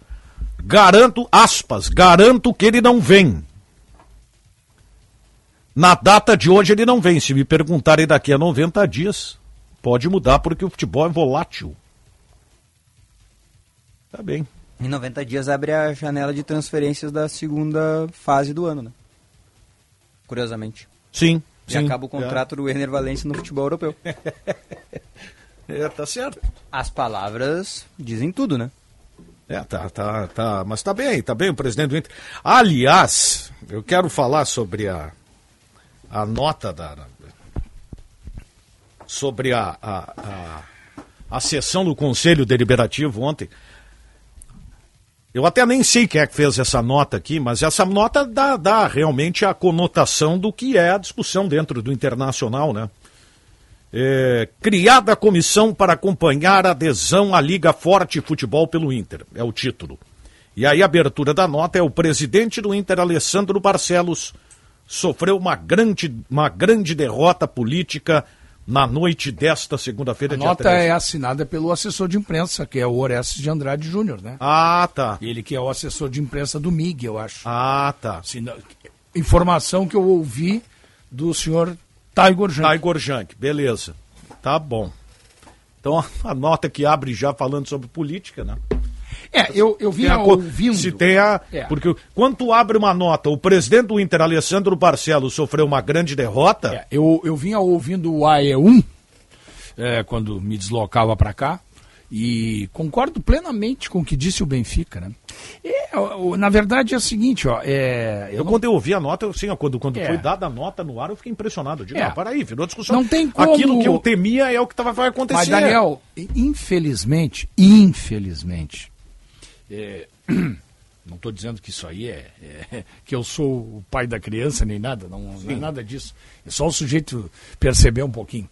S2: Garanto, aspas, garanto que ele não vem. Na data de hoje ele não vem. Se me perguntarem daqui a 90 dias, pode mudar porque o futebol é volátil. Tá bem.
S5: Em 90 dias abre a janela de transferências da segunda fase do ano, né? Curiosamente.
S2: Sim.
S5: E
S2: sim.
S5: acaba o contrato do Ener Valencia no
S2: [laughs]
S5: futebol europeu.
S2: É, tá certo.
S5: As palavras dizem tudo, né?
S2: É, tá, tá, tá. Mas tá bem, tá bem o presidente do Inter. Aliás, eu quero falar sobre a, a nota da. da- Sobre a, a, a, a sessão do Conselho Deliberativo ontem. Eu até nem sei quem é que fez essa nota aqui, mas essa nota dá, dá realmente a conotação do que é a discussão dentro do internacional, né? É, criada a comissão para acompanhar a adesão à Liga Forte Futebol pelo Inter, é o título. E aí a abertura da nota é o presidente do Inter, Alessandro Barcelos, sofreu uma grande, uma grande derrota política na noite desta segunda-feira,
S4: A
S2: dia
S4: nota
S2: 13.
S4: é assinada pelo assessor de imprensa, que é o Orestes de Andrade Júnior, né?
S2: Ah, tá.
S4: Ele que é o assessor de imprensa do MIG, eu acho.
S2: Ah, tá.
S4: Informação que eu ouvi do senhor Taigor Jank.
S2: Igor Jank, beleza. Tá bom. Então [laughs] a nota que abre já falando sobre política, né?
S4: É, eu, eu
S2: Tem
S4: vinha
S2: a co-
S4: ouvindo.
S2: Se tem a.
S4: É.
S2: Porque quando tu abre uma nota, o presidente do Inter, Alessandro Barcelos, sofreu uma grande derrota.
S4: É, eu, eu vinha ouvindo o AE1 é, quando me deslocava para cá e concordo plenamente com o que disse o Benfica, né? É, o- o- na verdade é o seguinte, ó, é, eu
S2: Eu,
S4: não-
S2: quando eu ouvi a nota, eu, assim, ó, quando, quando
S4: É.
S2: foi dada a nota no ar, eu fiquei impressionado. Eu digo,
S4: É.
S2: não, para aí, virou discussão.
S4: Não tem como-
S2: Aquilo que eu temia é o que tava, vai acontecer.
S4: mas Daniel, infelizmente, infelizmente, é, [clears throat] não estou dizendo que isso aí é, é- [laughs] que eu sou o pai da criança nem nada, não, não é nada disso. É só o sujeito perceber um pouquinho.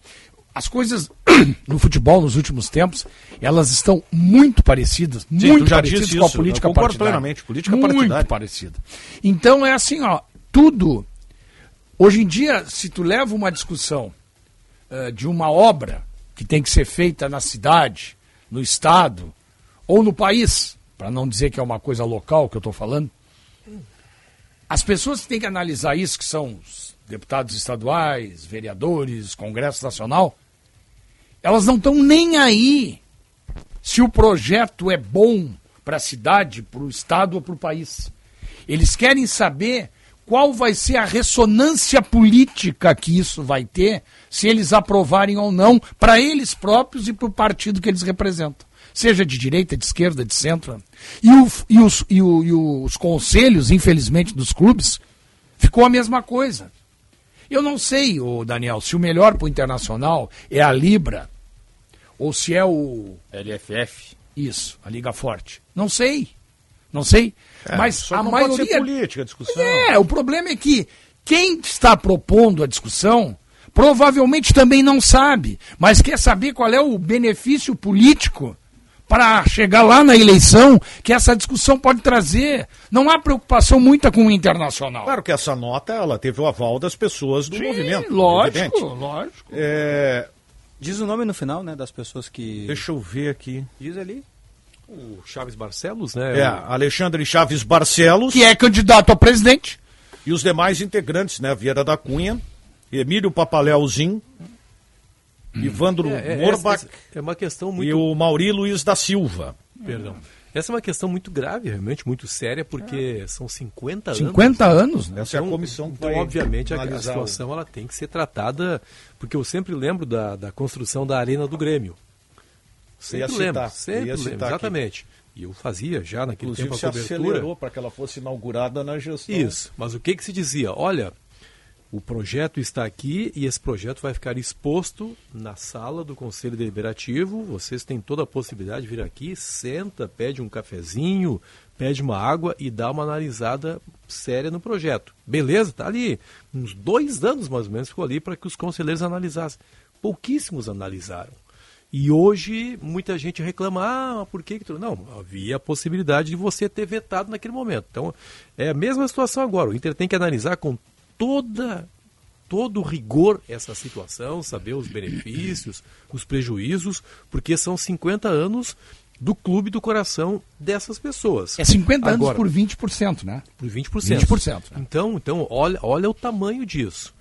S4: As coisas [clears throat] no futebol nos últimos tempos, elas estão muito parecidas,
S2: Sim,
S4: muito
S2: tu já
S4: parecidas
S2: disse
S4: com a
S2: isso,
S4: política
S2: eu concordo
S4: partidária.
S2: plenamente, política
S4: muito
S2: partidária.
S4: parecida. Então é assim, ó, tudo hoje em dia, se tu leva uma discussão eh, de uma obra que tem que ser feita na cidade, no estado ou no país, para não dizer que é uma coisa local que eu estou falando, as pessoas que têm que analisar isso, que são os deputados estaduais, vereadores, Congresso Nacional, elas não estão nem aí se o projeto é bom para a cidade, para o estado ou para o país. Eles querem saber qual vai ser a ressonância política que isso vai ter, se eles aprovarem ou não, para eles próprios e para o partido que eles representam. Seja de direita, de esquerda, de centro. E, o- e os, e o- e os conselhos, infelizmente, dos clubes, ficou a mesma coisa. Eu não sei, ô Daniel, se o melhor para o internacional é a Libra ou se é o.
S6: LFF.
S4: Isso, a Liga Forte. Não sei. Não sei. mas
S2: É, Só
S4: a
S2: que não pode ser
S4: maioria.
S2: política, a discussão.
S4: É, o problema é que quem está propondo a discussão provavelmente também não sabe, mas quer saber qual é o benefício político para chegar lá na eleição que essa discussão pode trazer. Não há preocupação muita com o internacional.
S2: Claro que essa nota, ela teve o aval das pessoas do
S4: Sim,
S2: movimento.
S4: lógico,
S2: evidente.
S4: lógico.
S2: É,
S5: Diz o nome no final, né? Das pessoas que.
S2: deixa eu ver aqui.
S5: Diz ali.
S7: O Chaves Barcelos, né?
S2: É, Alexandre Chaves Barcelos.
S4: Que é candidato a presidente.
S2: e os demais integrantes, né? Vieira da Cunha, Emílio Papaléuzinho,
S4: Hum.
S2: Ivandro
S7: É, é,
S2: Morbach
S7: essa- essa é uma questão muito
S2: e o Mauri Luiz da Silva.
S7: Perdão. Essa é uma questão muito grave, realmente muito séria, porque são 50 anos.
S4: 50 anos, né?
S2: É. Essa é a comissão que
S7: Então,
S2: vai
S7: obviamente, a- a,
S2: analisar o-
S7: situação ela tem que ser tratada, porque eu sempre lembro da, da construção da arena do Grêmio. Sempre
S2: citar,
S7: lembro,
S2: ia
S7: sempre
S2: citar
S7: lembro,
S2: aqui.
S7: exatamente. E eu fazia já naquele
S2: Inclusive se
S7: tempo a cobertura.
S2: acelerou para que ela fosse inaugurada na gestão.
S7: Isso, mas o que que se dizia? Olha, O projeto está aqui e esse projeto vai ficar exposto na sala do Conselho Deliberativo. Vocês têm toda a possibilidade de vir aqui, senta, pede um cafezinho, pede uma água e dá uma analisada séria no projeto. Beleza? Tá ali. Uns dois anos mais ou menos ficou ali para que os conselheiros analisassem. Pouquíssimos analisaram. E hoje muita gente reclama, ah, mas por que que tu... Não, havia a possibilidade de você ter vetado naquele momento. Então, é a mesma situação agora. O Inter tem que analisar com toda todo o rigor essa situação, saber os benefícios, os prejuízos, porque são 50 anos do clube do coração dessas pessoas.
S4: É 50 anos
S7: Agora,
S4: por 20%, né?
S7: por 20%.
S4: 20%, né?
S7: Então, então olha, olha o tamanho disso.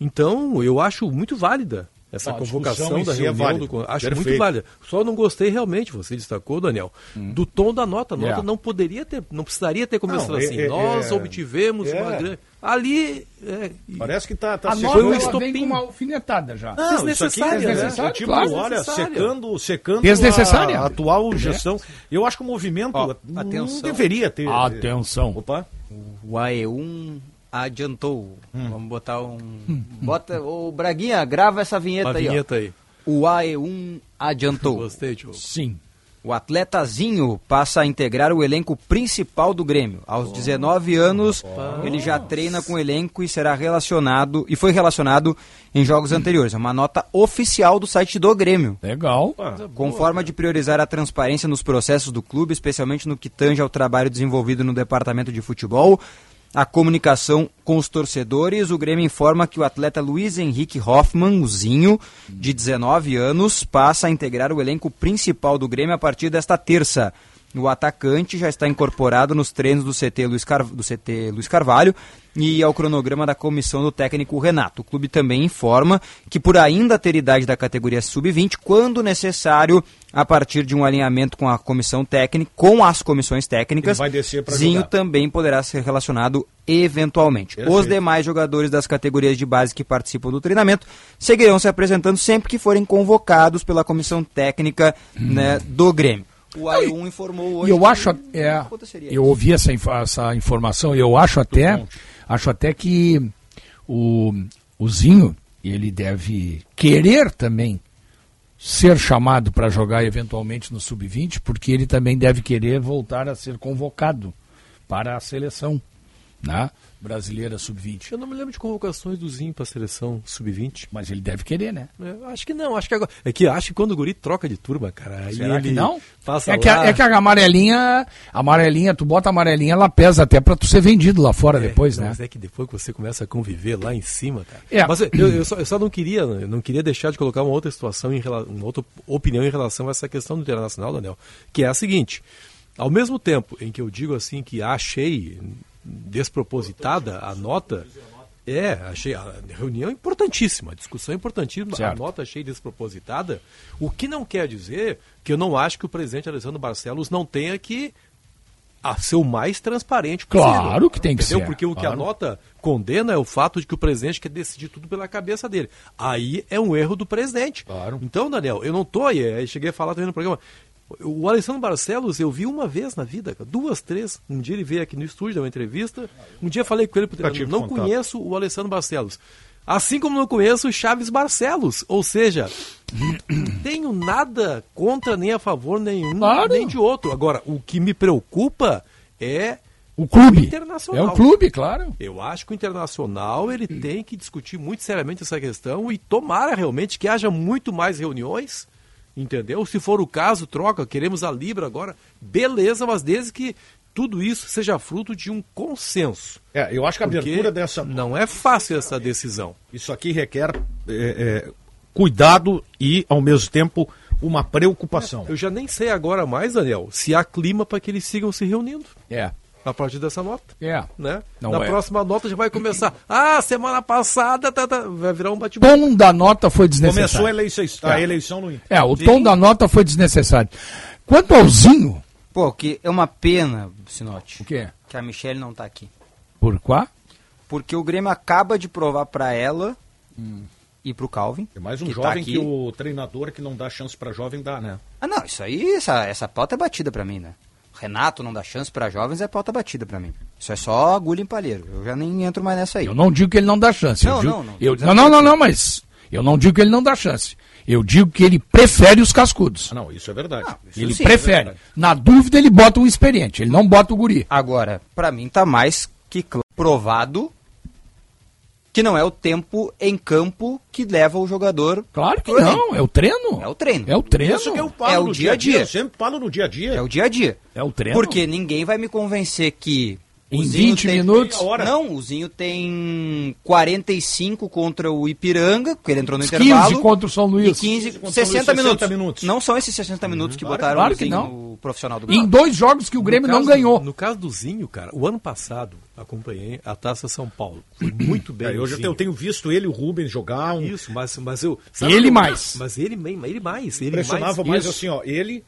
S7: Então, eu acho muito válida essa
S2: Não, a discussão
S7: convocação
S2: em
S7: da
S2: si é
S7: reunião.
S2: válida.
S7: do con- acho muito
S2: Perfeito. Hum.
S7: válida. Só não gostei realmente, você destacou, Daniel, do tom da nota. A nota
S6: Yeah.
S7: não poderia ter, não precisaria ter começado
S2: É. Não, é-
S7: assim.
S2: é-
S7: Nós
S2: é-
S7: obtivemos
S2: é.
S7: uma grande... Ali... É,
S2: Parece que tá, tá
S4: A
S2: secando.
S4: nota ela vem
S7: estopim.
S4: com uma alfinetada já.
S7: Ah,
S2: Não, isso aqui é
S7: desnecessária, né?
S2: desnecessário, Tipo,
S4: Claro,
S2: olha,
S7: desnecessário.
S2: secando, secando
S4: Desnecessária.
S2: a atual gestão. Eu acho que o movimento
S5: Ó,
S2: não
S5: atenção.
S2: deveria ter. é,
S4: Atenção.
S2: Opa.
S5: O AE1 adiantou. Vamos botar um. Bota. Ô, Braguinha, grava essa vinheta
S7: Uma
S5: aí,
S7: vinheta aí.
S5: ó. O AE1 adiantou.
S7: Gostei, Diogo.
S4: Sim.
S5: O atletazinho passa a integrar o elenco principal do Grêmio. Aos 19 anos, ele já treina com o elenco e será relacionado e foi relacionado em jogos anteriores. É uma nota oficial do site do Grêmio.
S4: Legal.
S5: Com forma de priorizar a transparência nos processos do clube, especialmente no que tange ao trabalho desenvolvido no departamento de futebol, a comunicação com os torcedores, o Grêmio informa que o atleta Luiz Henrique Hoffmann, o Zinho, de 19 anos, passa a integrar o elenco principal do Grêmio a partir desta terça. O atacante já está incorporado nos treinos do CT Luiz, Car- do CT Luiz Carvalho e ao cronograma da comissão do técnico Renato. O clube também informa que, por ainda ter idade da categoria sub-20, quando necessário, a partir de um alinhamento com a comissão técnica, com as comissões técnicas,
S2: Ele vai descer pra
S5: Zinho
S2: jogar.
S5: também poderá ser relacionado eventualmente. Os demais jogadores das categorias de base que participam do treinamento seguirão se apresentando sempre que forem convocados pela comissão técnica né, do Grêmio. O A1 informou
S4: Hum. E
S5: hoje.
S4: eu
S5: que
S4: acho
S5: não
S4: é,
S5: aconteceria
S4: eu ouvi essa, inf- essa informação e eu acho até acho até que o, o Zinho ele deve querer também ser chamado para jogar eventualmente no sub-20 porque ele também deve querer voltar a ser convocado para a seleção né? brasileira sub-20
S7: Eu não me lembro de convocações do Zinho para a seleção sub-20.
S4: mas ele deve querer né
S7: É, acho que não, acho que agora. É que acho que quando o guri troca de turma, cara, aí
S4: Será
S7: ele
S4: que não?
S7: passa
S4: É que, a,
S7: lá.
S4: é que a amarelinha, a amarelinha, tu bota a amarelinha, ela pesa até pra tu ser vendido lá fora
S7: É,
S4: depois,
S7: não,
S4: né?
S7: Mas é que depois que você começa a conviver lá em cima, cara.
S4: É.
S7: Mas eu, eu só, eu só não queria, eu não queria deixar de colocar uma outra situação, em rela- uma outra opinião em relação a essa questão do internacional, Daniel, que é a seguinte: ao mesmo tempo em que eu digo assim que achei despropositada a nota, é, achei a reunião importantíssima, a discussão é importantíssima, a
S4: Certo.
S7: nota achei despropositada, o que não quer dizer que eu não acho que o presidente Alessandro Barcelos não tenha que a ser o mais transparente possível.
S4: Claro que tem que
S7: Entendeu?
S4: ser,
S7: Porque o que a
S4: claro.
S7: nota condena é o fato de que o presidente quer decidir tudo pela cabeça dele. Aí é um erro do presidente. Então, Daniel, eu não tô aí, aí cheguei a falar também no programa. O Alessandro Barcelos, eu vi uma vez na vida, cara, duas, três. Um dia ele veio aqui no estúdio, dar uma entrevista. Um dia eu falei com ele, pro
S2: Nunca tive
S7: não
S2: contato.
S7: conheço o Alessandro Barcelos. Assim como não conheço o Chaves Barcelos. Ou seja, tenho nada contra nem a favor nenhum,
S4: Claro.
S7: nem de outro. Agora, o que me preocupa é
S4: O clube. É
S7: Internacional.
S4: o clube, claro.
S7: eu acho que o internacional ele tem que discutir muito seriamente essa questão e tomara realmente que haja muito mais reuniões, entendeu? Se for o caso, troca, queremos a Libra agora. Beleza, mas desde que tudo isso seja fruto de um consenso.
S2: É, eu acho que a
S7: Porque
S2: abertura dessa.
S7: não é fácil essa decisão.
S2: Isso aqui requer é, é, cuidado e, ao mesmo tempo, uma preocupação.
S7: Eu já nem sei agora mais, Daniel, se há clima para que eles sigam se reunindo
S4: É.
S7: a partir dessa nota.
S4: É.
S7: Né?
S4: Não
S7: Na
S4: é.
S7: próxima nota já
S4: [laughs]
S7: vai começar. Ah, semana passada tá, tá", vai virar um bate-bola.
S4: Tom da nota foi
S2: Começou a
S4: desnecessário.
S2: eleição, a eleição no Inter.
S4: É, o tom da nota foi desnecessário. Quanto ao Zinho,
S5: Pô, que é uma pena, Sinote,
S4: o quê?
S5: que a Michelle não tá aqui.
S4: Por quá?
S5: Porque o Grêmio acaba de provar pra ela e pro Calvin.
S2: É mais um
S5: que tá
S2: jovem
S5: aqui.
S2: que o treinador que não dá chance pra jovem dá, né?
S5: Ah, não, isso aí, essa, essa pauta é batida pra mim, né? Renato não dá chance para jovens é pauta batida para mim. Isso é só agulha em palheiro. Eu já nem entro mais nessa aí.
S4: Eu não digo que ele não dá chance. eu
S5: Não,
S4: digo-
S5: não, não.
S4: eu- não, não, não, não, mas eu não digo que ele não dá chance. Eu digo que ele prefere os cascudos.
S2: Não, isso é verdade.
S4: ele
S5: sim,
S4: prefere. Na dúvida, ele bota um experiente. Ele não bota o guri.
S5: Agora, pra mim tá mais que cl- provado que não é o tempo em campo que leva o jogador.
S4: Claro que
S5: pro elenco.
S4: não. É o treino.
S5: É o treino.
S4: É o treino.
S2: Isso que eu falo
S5: É o
S2: no
S5: dia a dia.
S2: Eu sempre falo no dia a dia.
S5: É o dia a dia.
S4: É o treino.
S5: Porque ninguém vai me convencer que
S4: Em
S5: o Zinho
S4: 20
S5: tem-
S4: minutos?
S2: Meia hora.
S5: Não, o Zinho tem 45 contra o Ipiranga, porque ele entrou no
S4: 15
S5: intervalo.
S4: contra o São
S5: e
S4: Luís.
S5: 15,
S2: contra o
S5: 60
S2: Luiz, 60
S5: minutos.
S2: minutos.
S5: Não são esses 60 minutos que botaram
S4: Uhum.
S5: assim,
S4: claro
S5: o
S4: que
S5: Zinho
S4: não.
S5: no profissional do
S4: Em dois jogos que o Grêmio
S7: No
S4: não
S7: caso-
S4: ganhou.
S7: No caso do Zinho, cara, o ano passado acompanhei a Taça São Paulo.
S4: [coughs]
S7: Foi muito bem.
S2: É,
S7: o
S2: eu, já
S7: Zinho.
S2: tenho, eu tenho visto ele, o Rubens, jogar. Um...
S7: Isso, mas, mas eu.
S4: Ele
S7: eu-
S4: mais.
S7: Mas ele, men- ele mais. Ele
S2: Impressionava
S7: mais
S2: mais assim, ó. Ele,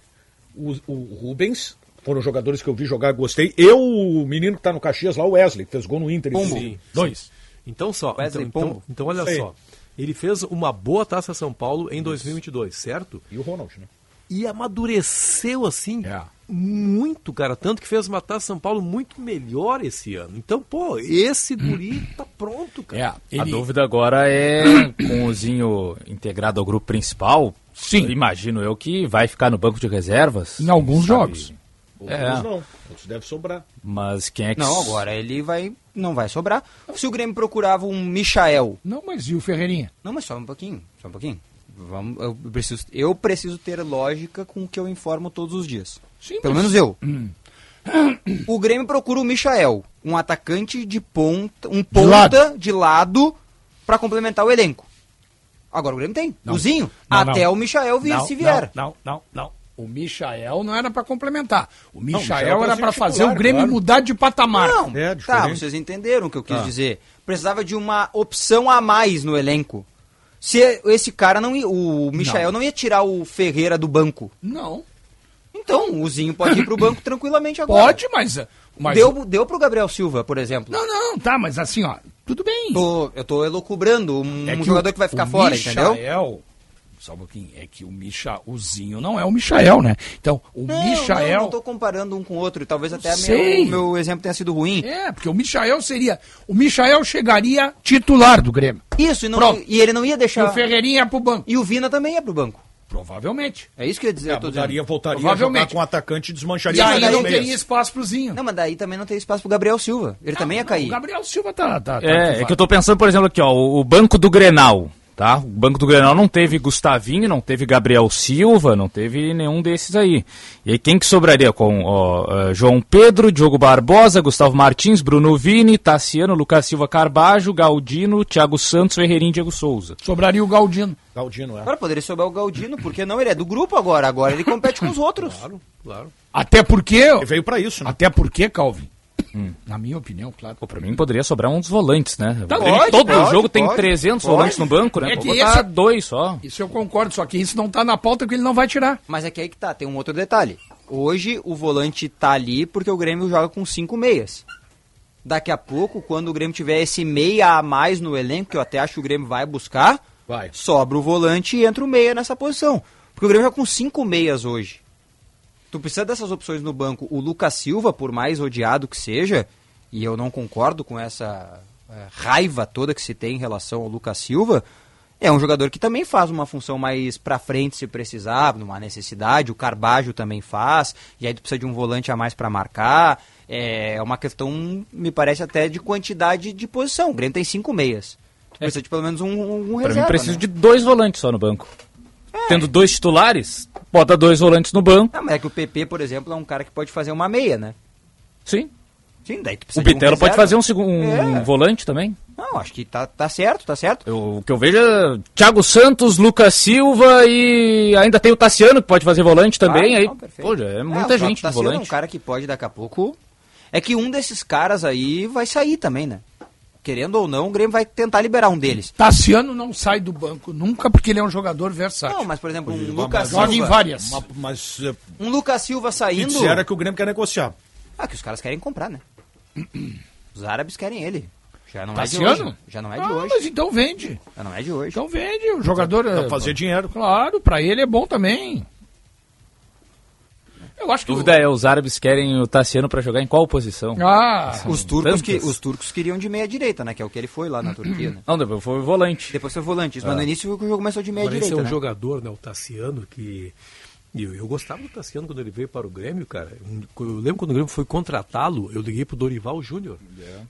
S2: o, o Rubens, foram os jogadores que eu vi jogar, gostei. Eu, o menino que tá no Caxias lá, o Wesley, que fez gol no Inter.
S5: Pombo.
S2: inclusive.
S4: Dois.
S7: Então só,
S5: Wesley
S7: então,
S5: Pombo.
S7: então, então olha
S2: Sei.
S7: só. Ele fez uma boa Taça São Paulo em 2022, certo?
S2: E o Ronald, né?
S7: E amadureceu assim
S4: É.
S7: muito, cara, tanto que fez uma Taça São Paulo muito melhor esse ano. Então, pô, esse
S2: [coughs]
S7: guri tá pronto, cara.
S4: É.
S6: A
S4: Ele-
S6: dúvida agora é com o Zinho integrado ao grupo principal.
S4: Sim.
S6: eu Imagino eu que vai ficar no banco de reservas.
S4: Em alguns
S6: sabe?
S4: jogos.
S2: Outros
S6: É.
S2: não. Outros deve sobrar.
S6: Mas quem é que.
S5: Não, agora ele vai. Não vai sobrar. Se o Grêmio procurava um Michael.
S4: Não, mas e o Ferreirinha?
S5: Não, mas só um pouquinho, só um pouquinho. Vamos, eu, preciso, eu preciso ter lógica com o que eu informo todos os dias.
S4: Sim,
S5: Pelo
S4: mas- Hum.
S5: menos eu. O Grêmio procura o Michael, um atacante de ponta, um ponta
S4: lado.
S5: de lado, pra complementar o elenco. Agora o Grêmio tem, o Zinho,
S4: Não, não.
S5: até o Michael vir,
S4: Não,
S5: se vier.
S4: Não, não, não. não. O Michael não era pra complementar. O Michael
S2: Michael pra
S4: era
S2: ser
S4: pra
S2: titular,
S4: fazer o Grêmio
S2: claro.
S4: mudar de patamar.
S5: Não,
S2: É,
S5: tá,
S2: diferente. Ah.
S5: vocês entenderam o que eu quis dizer. Precisava de uma opção a mais no elenco. Se esse cara não ia, o Michael não. ia tirar o Ferreira do banco.
S4: Não.
S5: Então, o Zinho pode ir pro
S4: [laughs]
S5: banco tranquilamente agora.
S4: Pode, mas. mas
S5: Deu, deu pro Gabriel Silva, por exemplo.
S4: Não, não, tá, mas assim, ó, tudo bem.
S5: Tô- eu tô elucubrando um,
S4: É
S5: um jogador que vai ficar fora, entendeu?
S4: Michael, é só um pouquinho, é que o Micha, o Zinho não é o Michael, né? Então, o
S5: Não,
S4: Michael.
S5: Não, não tô comparando um com o outro. e Talvez até
S4: sei.
S5: meu, meu exemplo tenha sido ruim.
S4: É, porque o Michael seria. O Michael chegaria titular do Grêmio.
S5: Isso, e, não-
S4: Pronto.
S5: e ele não ia
S4: E
S5: deixar.
S4: o Ferreirinha ia pro banco.
S5: E o Vina também ia pro banco.
S4: Provavelmente.
S5: É isso que eu ia dizer.
S2: É,
S5: eu tô
S2: mudaria,
S5: dizendo.
S2: voltaria a jogar
S4: Provavelmente.
S2: com o atacante e desmancharia
S4: E
S5: Mas
S4: aí
S5: daí
S2: os
S4: não
S5: não
S2: meias.
S4: teria espaço pro Zinho.
S5: Não, mas daí também não tem espaço pro Gabriel Silva. Ele também ia cair.
S4: O Gabriel Silva tá. tá- tá
S6: É, é que eu tô pensando, por exemplo, aqui, ó, o o banco do Grenal, tá? O banco do Grenal não teve Gustavinho, não teve Gabriel Silva, não teve nenhum desses aí. E aí quem que sobraria com ó, eh, João Pedro, Diogo Barbosa, Gustavo Martins, Bruno Vini, Tassiano, Lucas Silva Carbajo, Galdino, Thiago Santos, Ferreirinho e Diego Souza.
S4: Sobraria o Galdino.
S2: Galdino, é.
S5: Agora poderia sobrar o Galdino, porque não? Ele é do grupo agora. Agora ele compete com
S4: [laughs]
S5: os outros.
S7: Claro.
S4: Até porque.
S2: Ele veio pra isso, né?
S4: Até porque, Calvin. Na minha opinião, claro.
S6: Hum. Pô, pra mim poderia sobrar um dos volantes, né?
S4: Tá,
S6: O Grêmio
S4: pode,
S6: todo
S5: pode,
S6: jogo tem
S5: pode,
S6: 300
S5: pode.
S6: volantes no banco, né?
S4: É
S6: Pô,
S4: que
S6: botar
S4: essa-
S6: dois só.
S4: Isso eu concordo, só que isso não tá na pauta que ele não vai tirar.
S5: Mas é que aí que tá, tem um outro detalhe. Hoje o volante tá ali porque o Grêmio joga com cinco meias. Daqui a pouco, quando o Grêmio tiver esse meia a mais no elenco, que eu até acho que o Grêmio vai buscar,
S2: Vai.
S5: sobra o volante e entra o meia nessa posição. Porque o Grêmio joga com cinco meias hoje. Tu precisa dessas opções no banco. O Lucas Silva, por mais odiado que seja, e eu não concordo com essa eh, raiva toda que se tem em relação ao Lucas Silva, é um jogador que também faz uma função mais pra frente se precisar, numa necessidade. O Carbajo também faz, e aí tu precisa de um volante a mais pra marcar. É uma questão, me parece até, de quantidade de posição. O Grêmio tem cinco meias. Tu precisa de pelo menos um, um
S6: É. Pra mim
S5: reserva,
S6: preciso
S5: né? É.
S6: de dois volantes só no banco. Tendo dois titulares, bota dois volantes no banco.
S5: Ah, mas é que o PP, por exemplo, é um cara que pode fazer uma meia, né?
S6: Sim.
S5: Sim, daí tu precisa
S6: O
S5: de um
S6: Bitelo pode
S5: reserva.
S6: fazer um, segun- um
S5: É.
S6: volante também.
S5: Não, acho que tá, tá certo, tá certo.
S6: Eu- o que eu vejo é Thiago Santos, Lucas Silva e ainda tem o Tassiano que pode fazer volante também.
S5: Ah,
S6: aí,
S5: não, perfeito.
S6: pô, já é muita
S5: o
S6: gente
S5: Tassiano
S6: no volante.
S5: é um cara que pode daqui a pouco. É que um desses caras aí vai sair também, né? Querendo ou não, o Grêmio vai tentar liberar um deles.
S4: Tassiano não sai do banco nunca porque ele é um jogador versátil.
S5: Não, mas por exemplo,
S6: é,
S5: um Lucas
S4: Joga em
S5: Silva,
S4: várias.
S2: Mas, mas
S4: Tá
S2: eh,
S5: um Lucas Silva
S2: me
S5: saindo.
S2: disseram que o Grêmio quer negociar.
S5: Ah, que os caras querem comprar, né? Os árabes querem ele. Já não é de
S4: Tassiano?
S5: hoje. Já não é de
S4: Ah,
S5: hoje.
S4: Mas então vende.
S5: Já não é de hoje.
S4: Então vende. O jogador.
S2: Pra
S4: é,
S2: fazer dinheiro.
S4: Claro, pra ele é bom também. Eu acho que
S6: dúvida é, os árabes querem o Tassiano pra jogar em qual posição? Assim,
S4: Ah,
S6: São
S5: Os turcos, que,
S6: tantas.
S5: os turcos queriam de meia direita, né? Que é o que ele foi lá na Turquia, né?
S6: Não, depois foi o volante. É.
S5: Depois foi volante, mas
S2: É.
S5: no início o jogo começou de meia
S7: Mas esse é
S5: direita,
S7: um
S5: né?
S7: jogador, né? O Tassiano, que. e Eu, eu gostava do Tassiano quando ele veio para o Grêmio, cara. Um- Eu lembro quando o Grêmio foi contratá-lo, eu liguei pro Dorival Júnior,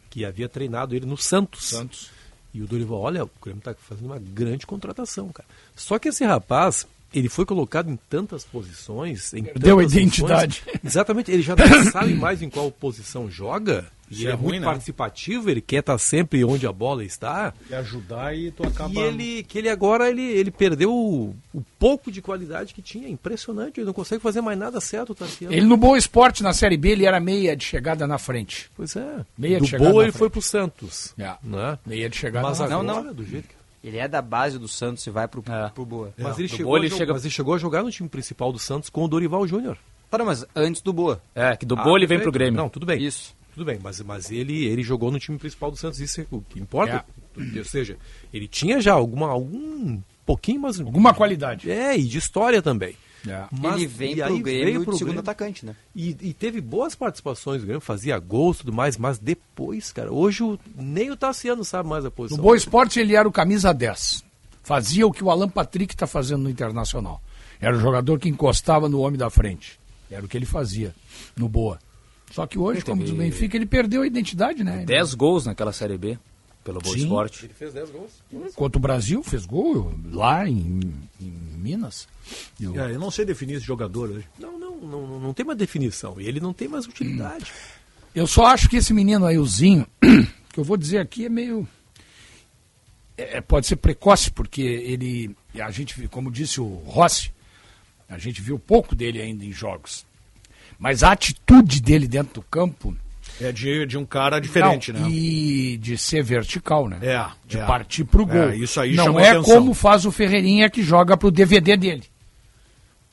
S7: que havia treinado ele no Santos. Santos. E o Dorival, olha, o Grêmio tá fazendo uma grande contratação, cara. Só que esse rapaz, ele foi colocado em tantas posições. Em
S4: Perdeu a
S7: tantas funções.
S4: identidade.
S7: exatamente, ele já
S2: [coughs]
S7: não sabe mais em qual posição joga.
S2: Isso
S7: E ele
S2: é
S7: é,
S2: ruim,
S7: muito
S2: né?
S7: participativo, ele quer estar sempre onde a bola está.
S2: E ajudar e tu acaba.
S7: E ele, que ele agora ele, ele perdeu o, o pouco de qualidade que tinha. Impressionante, ele não consegue fazer mais nada certo, Tassiano.
S4: Ele no Boa Esporte, na Série B, ele era meia de chegada na frente.
S7: Pois é.
S4: Meia de
S7: do
S4: chegada
S7: boa
S4: na
S7: ele foi pro Santos.
S4: É.
S7: Né?
S4: Meia de chegada
S7: Mas
S4: na frente.
S7: agora,
S5: não,
S7: do jeito que.
S5: Ele é da base do Santos e vai pro, pro Boa.
S7: Mas ele,
S6: É. do
S7: chegou
S6: Boa
S7: a
S6: ele
S7: jo-
S6: chega-
S7: mas ele chegou a jogar no time principal do Santos com o Dorival Júnior.
S5: Para, mas antes do Boa.
S6: É, que do
S7: Ah,
S6: Bolho ele vem
S7: perfeito.
S6: pro Grêmio.
S7: Não, tudo bem.
S5: Isso.
S7: Tudo bem, mas, mas ele, ele jogou no time principal do Santos, isso é o que importa.
S5: É.
S7: Ou seja, ele tinha já alguma, algum pouquinho, mas.
S4: Alguma qualidade.
S7: É, e de história também.
S4: É.
S7: Mas-
S5: ele vem
S7: e
S5: pro
S7: aí
S5: Grêmio
S7: veio
S5: de segundo
S7: Grêmio.
S5: atacante, né?
S7: E, e teve boas participações do Grêmio, fazia gols e tudo mais, mas depois, cara, hoje o- nem o Tassiano sabe mais a
S4: No
S7: posição.
S4: Boa Esporte ele era o camisa 10. Fazia o que o Alan Patrick está fazendo no Internacional. Era o jogador que encostava no homem da frente. Era o que ele fazia no Boa. Só que hoje, como diz o Benfica, ele perdeu a identidade, né?
S6: 10 gols naquela Série B, pelo Boa
S4: Sim.
S6: Esporte.
S7: Ele fez 10 gols.
S4: Enquanto o Brasil fez gol lá em, em Minas. Eu-
S2: É, eu não sei definir esse jogador hoje.
S7: Não, não, não, não, não tem mais definição. E ele não tem mais utilidade.
S4: [clears throat] Eu só acho que esse menino aí, o Zinho, [clears throat] que eu vou dizer aqui é meio. é, pode ser precoce, porque ele. A gente, viu, como disse o Rossi, a gente viu pouco dele ainda em jogos. Mas a atitude dele dentro do campo.
S2: É de, de um cara diferente,
S4: não,
S2: né?
S4: E de ser vertical, né?
S2: É,
S4: De
S2: é.
S4: partir pro gol.
S2: É, isso aí
S4: Não
S2: chamou
S4: é
S2: atenção.
S4: como faz o Ferreirinha que joga pro DVD dele.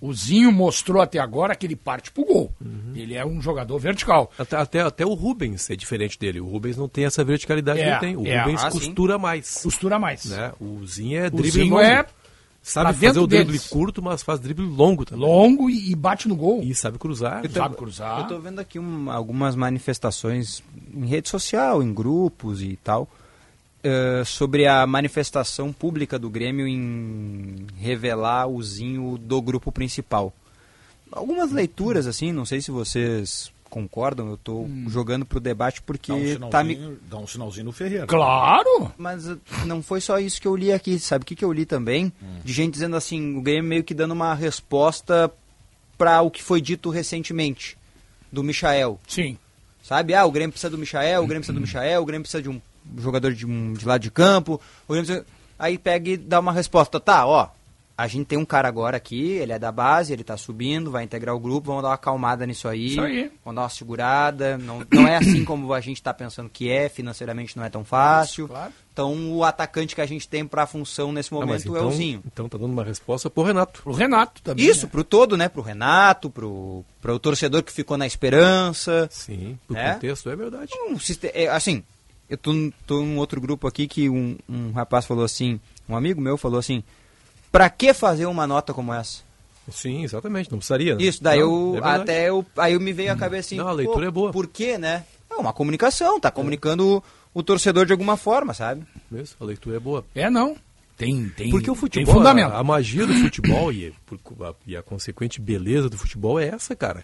S4: O Zinho mostrou até agora que ele parte pro gol. Ele é um jogador vertical.
S7: Até, até, até o Rubens é diferente dele. O Rubens não tem essa verticalidade
S4: É,
S7: que ele tem. O
S4: é,
S7: Rubens
S5: ah, sim.
S7: costura mais.
S4: Costura mais.
S7: Né? O Zinho é
S4: O
S7: drible
S4: Zinho
S7: longo.
S4: é pra
S7: Sabe fazer
S4: dentro
S7: o drible
S4: deles.
S7: curto, mas faz drible longo também.
S4: longo e, e bate no gol.
S7: E sabe
S2: Ah,
S7: cruzar. Então,
S4: sabe
S5: Eu
S4: cruzar.
S5: tô vendo aqui um- algumas manifestações em rede social, em grupos e tal, eh, sobre a manifestação pública do Grêmio em revelar o Zinho do grupo principal. Algumas leituras, assim, não sei se vocês concordam, eu tô jogando pro debate porque
S2: Hum. Dá um,
S5: tá me...
S2: sinalzinho, dá um sinalzinho no Ferreira.
S4: Claro!
S5: Mas eh, não foi só isso que eu li aqui, sabe o que, que eu li também?
S2: Hum.
S5: De gente dizendo assim, o Grêmio meio que dando uma resposta para o que foi dito recentemente do Michael.
S4: Sim.
S5: Sabe? Ah, o Grêmio precisa do Michael, o Grêmio precisa do Michael, o Grêmio precisa de um jogador de, um, de lado de campo. O Grêmio precisa... um- Aí pega e dá uma resposta. Tá, ó, a gente tem um cara agora aqui, ele é da base, ele tá subindo, vai integrar o grupo, vamos dar uma acalmada nisso aí.
S4: Isso aí.
S5: Vamos dar uma segurada. Não, não é assim como a gente tá pensando que é, financeiramente não é tão fácil.
S4: claro.
S5: Então o atacante que a gente tem pra função nesse
S7: Ah, mas
S5: momento é
S7: então,
S5: o Zinho.
S7: então tá dando uma resposta pro Renato.
S4: Pro Renato também.
S5: Isso,
S4: né?
S5: pro todo, né? Pro Renato, pro, pro torcedor que ficou na esperança.
S7: Sim, pro
S5: É?
S7: contexto, é verdade.
S5: um siste- é, assim, eu tô, num- tô num outro grupo aqui que um, um rapaz falou assim, um amigo meu falou assim, pra que fazer uma nota como essa?
S7: Sim, exatamente, não precisaria. né?
S5: Isso, daí
S7: Não, é
S5: eu
S7: verdade.
S5: até eu, aí eu me veio a cabeça assim,
S7: Não, a leitura
S5: pô,
S7: é boa.
S5: por quê, né? É uma comunicação, tá comunicando o, o torcedor de alguma forma, sabe?
S7: Mesmo, a leitura é boa.
S4: É, não. Tem, tem,
S7: Porque o
S4: tem
S7: futebol,
S4: fundamento.
S7: A, a magia do futebol e, por- a, e a consequente beleza do futebol é essa, cara.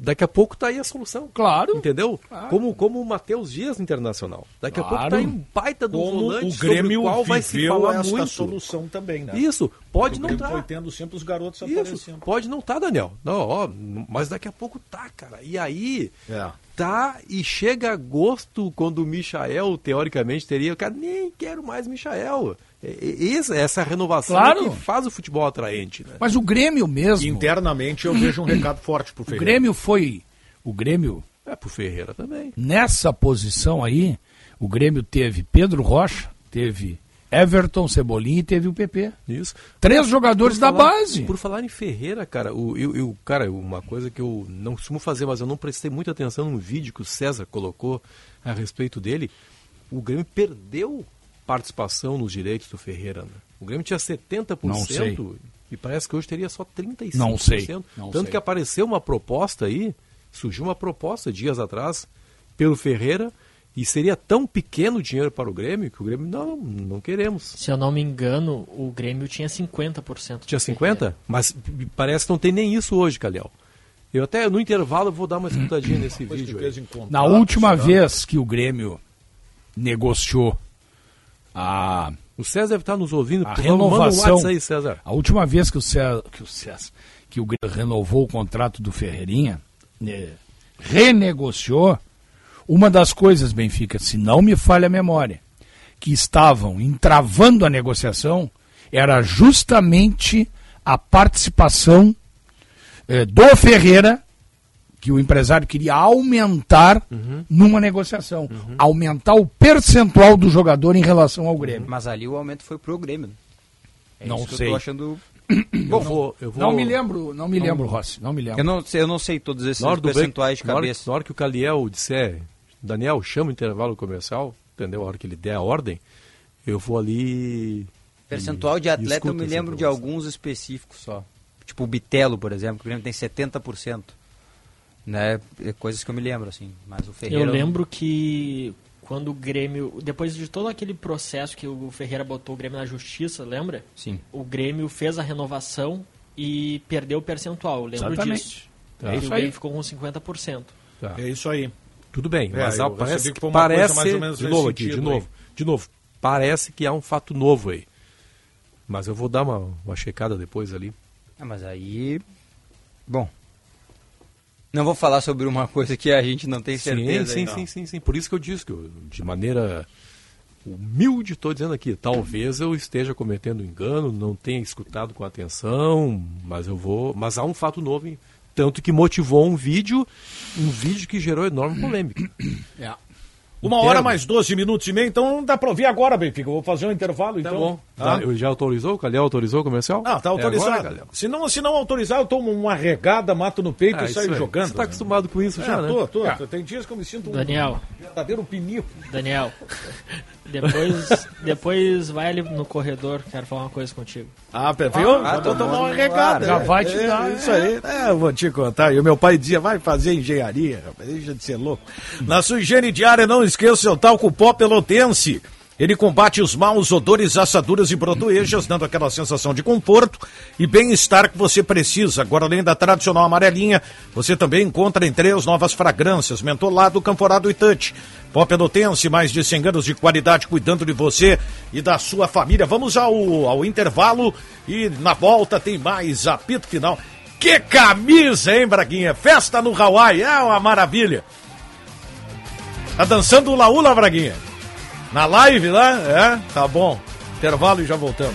S7: Daqui a pouco tá aí a solução.
S4: Claro.
S7: Entendeu? Como, como o Matheus Dias no Internacional. Daqui
S4: Claro.
S7: a pouco tá aí um baita do
S2: Como
S7: volante
S2: o Grêmio
S7: sobre o qual vai se
S2: viveu
S7: falar
S2: esta
S7: muito.
S2: solução também, né?
S7: Isso, pode
S2: O
S7: não
S2: Grêmio
S7: tá.
S2: foi tendo sempre os garotos
S7: Isso,
S2: aparecendo.
S7: pode não tá, Daniel. Não, ó, mas daqui a pouco tá, cara. E aí,
S2: É.
S7: tá e chega agosto quando o Michael, teoricamente, teria. Cara, nem quero mais Michael. É, é, Essa, essa renovação
S4: Claro.
S7: é que faz o futebol atraente, né?
S4: Mas o Grêmio mesmo.
S2: Internamente eu vejo um recado
S4: [clears throat]
S2: forte pro
S4: O
S2: Ferreira.
S4: Grêmio foi. O Grêmio,
S7: É pro Ferreira também.
S4: nessa posição aí, o Grêmio teve Pedro Rocha, teve Everton Cebolinha e teve o PP.
S7: Isso.
S4: Três jogadores
S7: Por
S4: da
S7: falar-
S4: base.
S7: Por falar em Ferreira, cara, o, eu, eu- cara, uma coisa que eu não costumo fazer, mas eu não prestei muita atenção num vídeo que o César colocou a respeito dele. O Grêmio perdeu participação nos direitos do Ferreira. né? O Grêmio tinha 70%.
S4: Não sei.
S7: E parece que hoje teria só 35%.
S4: Não sei, não
S7: Tanto
S4: sei.
S7: que apareceu uma proposta aí, surgiu uma proposta dias atrás pelo Ferreira, e seria tão pequeno o dinheiro para o Grêmio que o Grêmio, não, não queremos.
S3: Se eu não me engano, o Grêmio tinha 50%.
S7: Tinha 50? Mas me parece que não tem nem isso hoje, Calhau. Eu até no intervalo eu vou dar uma escutadinha nesse vídeo. aí.
S4: Na última vez que o Grêmio negociou a,
S7: O César deve estar nos ouvindo.
S4: a
S7: por favor, Manda um
S4: renovação,
S7: WhatsApp aí, César.
S4: a última vez que o César, que o César, que o Grêmio renovou o contrato do Ferreirinha, né, renegociou, uma das coisas, Benfica, se não me falha a memória, que estavam entravando a negociação era justamente a participação eh, do Ferreira que o empresário queria aumentar
S7: Uhum.
S4: numa negociação, aumentar o percentual do jogador em relação
S7: Uhum.
S4: ao Grêmio.
S5: Mas ali o aumento foi pro Grêmio. né? É
S4: Não
S5: isso que
S4: sei.
S5: eu tô achando.
S7: Eu vou, eu vou...
S4: Não me lembro, não me lembro, Rossi, não me lembro.
S2: É,
S5: Eu não, sei- eu não sei todos esses
S7: Na hora do
S5: percentuais
S7: break,
S5: de
S7: na hora,
S5: cabeça.
S7: na hora que o Caliel disser, Daniel, chama o intervalo comercial, entendeu? A hora que ele der a ordem, eu vou ali.
S5: Percentual de
S7: e
S5: atleta eu
S7: escuta
S5: me
S7: essa
S5: lembro de
S7: informação.
S5: alguns específicos só. Tipo o Bitelo, por exemplo, que o Grêmio tem 70%. Né? É Coisas que eu me lembro, assim. Mas o Ferreira.
S3: Eu lembro que quando o Grêmio, depois de todo aquele processo que o Ferreira botou o Grêmio na justiça, lembra?
S5: Sim.
S3: O Grêmio fez a renovação e perdeu o percentual, eu lembro
S4: Exatamente.
S3: disso.
S7: Tá. É
S3: E o
S4: isso aí.
S3: Grêmio ficou com 50%.
S2: É isso aí.
S7: Tá. Tudo bem,
S2: É,
S7: mas
S2: eu
S7: ah, parece
S2: recebi
S7: que
S2: que foi uma coisa
S7: parece.
S2: mais ou menos
S7: de
S2: nesse
S7: novo aqui, de
S2: sentido,
S7: novo. De novo, parece que há um fato novo aí. Mas eu vou dar uma, uma checada depois ali.
S5: Ah, mas aí. Bom. Não vou falar sobre uma coisa que a gente não tem certeza.
S7: sim,
S5: ainda.
S7: sim, sim, sim. Por isso que eu disse que eu, de maneira humilde estou dizendo aqui, talvez eu esteja cometendo um engano, não tenha escutado com atenção, mas eu vou, mas há um fato novo, hein? tanto que motivou um vídeo, um vídeo que gerou enorme polêmica.
S2: Uma hora mais 12 minutos e meio, então dá pra ouvir agora, Benfica. Eu Vou fazer um intervalo, então. Tá?
S7: Tá, eu já autorizou? O Calhau autorizou o comercial?
S2: Ah, tá
S7: É
S2: autorizado.
S7: agora, Calhau?
S2: se, não, se não autorizar, eu tomo uma regada, mato no peito
S7: Ah,
S2: e
S7: isso
S2: saio
S7: aí.
S2: jogando.
S7: Você tá acostumado com isso
S2: É,
S7: já, né?
S2: tô, tô. Tem dias que eu me sinto um
S3: Daniel,
S2: verdadeiro pinico.
S3: Daniel, depois, depois vai ali no corredor, quero falar uma coisa contigo.
S2: Ah,
S7: Tá,
S2: um perfeito.
S5: Ah,
S7: Então
S2: vou
S5: tomou
S2: tomar uma
S5: no
S2: regada.
S5: ar.
S4: Já vai
S7: É,
S4: te dar, né?
S2: Isso aí. É, eu vou te contar. E o meu pai dizia, vai fazer engenharia, rapaz, deixa de ser louco. Na sua higiene diária, não esqueça o seu talco pó pelotense. Ele combate os maus odores, assaduras e brotoejas, dando aquela sensação de conforto e bem-estar que você precisa. Agora, além da tradicional amarelinha, você também encontra em três novas fragrâncias: mentolado, camforado e touch. Pó Pelotense, mais de 100 anos de qualidade cuidando de você e da sua família. Vamos ao, ao intervalo e na volta tem mais apito final. Que camisa, hein, Braguinha? Festa no Hawaii, é uma maravilha. Tá dançando o Laula, Braguinha? Na live lá? É, tá bom. Intervalo e já voltamos.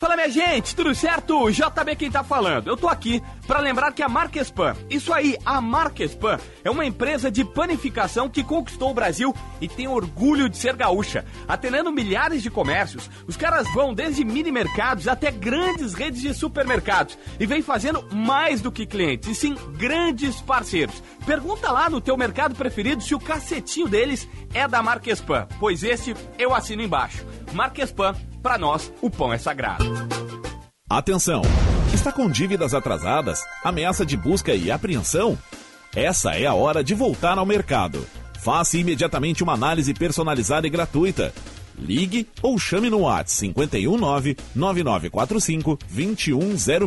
S12: Fala minha gente, tudo certo? JB quem tá falando. Eu tô aqui pra lembrar que a Marquespan, isso aí, a Marquespan é uma empresa de panificação que conquistou o Brasil e tem orgulho de ser gaúcha, atendendo milhares de comércios. Os caras vão desde mini mercados até grandes redes de supermercados e vem fazendo mais do que clientes, e sim grandes parceiros. Pergunta lá no teu mercado preferido se o cacetinho deles é da Marquespan, pois este eu assino embaixo. Marquespan, pra nós o pão é sagrado.
S11: Atenção! Está com dívidas atrasadas, ameaça de busca e apreensão? Essa é a hora de voltar ao mercado. Faça imediatamente uma análise personalizada e gratuita. Ligue ou chame no WhatsApp 519 9945 2106.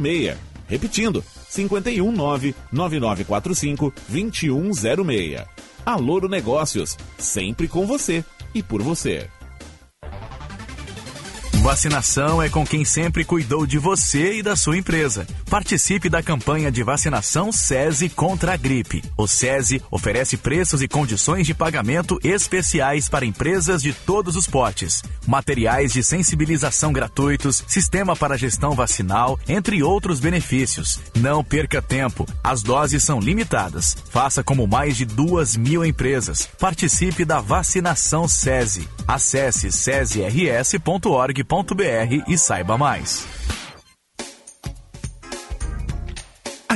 S11: Repetindo, 519 9945 2106. Alouro Negócios, sempre com você e por você.
S13: Vacinação é com quem sempre cuidou de você e da sua empresa. Participe da campanha de vacinação SESI contra a gripe. O SESI oferece preços e condições de pagamento especiais para empresas de todos os portes, materiais de sensibilização gratuitos, sistema para gestão vacinal, entre outros benefícios. Não perca tempo. As doses são limitadas. Faça como mais de duas mil empresas. Participe da vacinação SESI. Acesse sesirs.org.br e saiba mais.
S11: A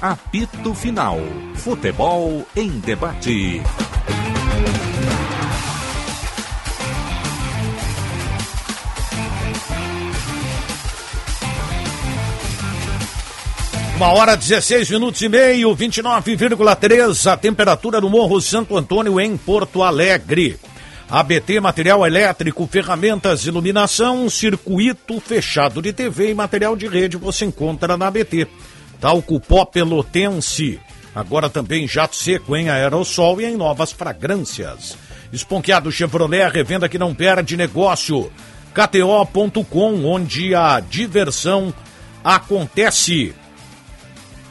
S14: Apito Final. Futebol em debate.
S2: Uma hora 16 minutos e meio, 29,3 a temperatura no Morro Santo Antônio em Porto Alegre. ABT Material Elétrico, Ferramentas, Iluminação, Circuito Fechado de TV e Material de Rede você encontra na ABT. Talco Pó Pelotense, agora também jato seco em aerossol e em novas fragrâncias. Esponqueado Chevrolet, revenda que não perde negócio. KTO.com, onde a diversão acontece.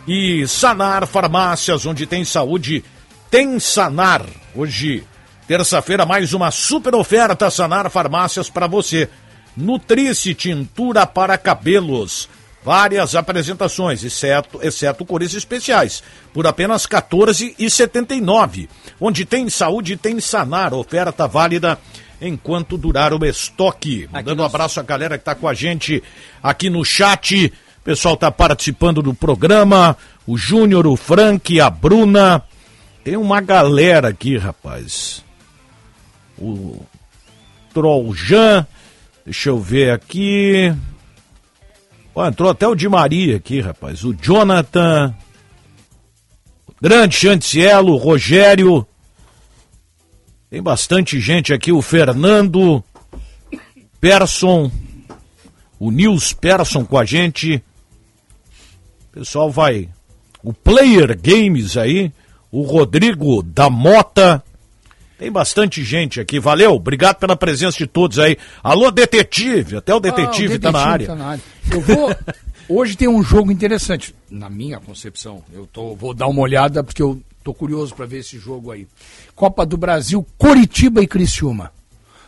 S2: E Sanar Farmácias, onde tem saúde, tem Sanar. Hoje, terça-feira, mais uma super oferta Sanar Farmácias para você. Nutrice tintura para cabelos. Várias apresentações, exceto, exceto cores especiais, por apenas R$ 14,79. Onde tem saúde, tem sanar. Oferta válida enquanto durar o estoque. Dando um abraço à galera que está com a gente aqui no chat. O pessoal está participando do programa. O Júnior, o Frank, a Bruna. Tem uma galera aqui, rapaz. O Trolljan. Deixa eu ver aqui. Ó, entrou até o Di Maria aqui, rapaz. O Jonathan. o Grande Chanticello, o Rogério. Tem bastante gente aqui. O Fernando. Person. O Nils Person com a gente. O pessoal vai. O Player Games aí. O Rodrigo da Mota. Tem bastante gente aqui. Valeu. Obrigado pela presença de todos aí. Alô, detetive. Até é o detetive, está na área.
S4: tá na área. Eu vou. Hoje tem um jogo interessante, na minha concepção. Eu tô, vou dar uma olhada porque eu tô curioso para ver esse jogo aí. Copa do Brasil, Coritiba e Criciúma.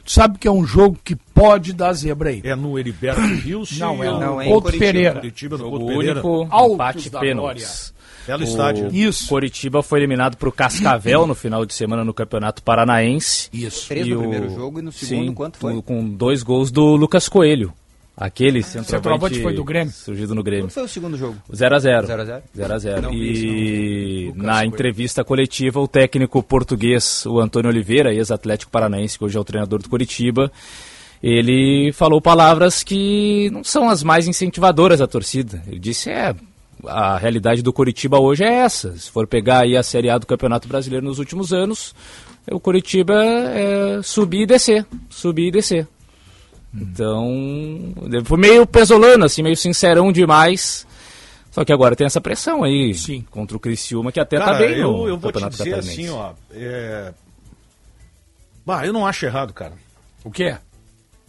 S4: Tu sabe que é um jogo que pode dar zebra aí.
S2: É no Heriberto Rios?
S4: Não, é,
S2: ou-
S4: não, é
S2: Couto
S4: Pereira.
S2: Curitiba, no
S4: Jogo
S2: Couto
S4: único,
S2: Pereira.
S4: Altos
S6: Bate
S4: da glória.
S6: pênaltis.
S2: Belo
S6: O
S2: estádio.
S6: Isso. Coritiba foi eliminado para o Cascavel no final de semana no Campeonato Paranaense.
S4: Isso.
S5: Três no primeiro jogo e no segundo quanto foi?
S6: Com dois gols do Lucas Coelho. Aquele centroavante,
S5: centroavante foi do Grêmio.
S6: surgido no Grêmio.
S5: Quanto foi o segundo jogo?
S6: 0x0.
S5: 0x0?
S6: 0x0. E na entrevista coletiva, o técnico português, o Antônio Oliveira, ex-atlético paranaense, que hoje é o treinador do Curitiba, ele falou palavras que não são as mais incentivadoras à torcida. Ele disse, é, a realidade do Curitiba hoje é essa. Se for pegar aí a Série A do Campeonato Brasileiro nos últimos anos, o Curitiba é subir e descer, subir e descer. Então, foi meio pesolano, assim, meio sincerão demais. Só que agora tem essa pressão aí contra o Criciúma, que até tá
S2: Cara,
S6: bem
S2: eu,
S6: no
S2: eu vou te
S6: Campeonato
S2: dizer
S6: Catarinense.
S2: assim, ó. É... Bah, eu não acho errado, cara.
S4: O quê?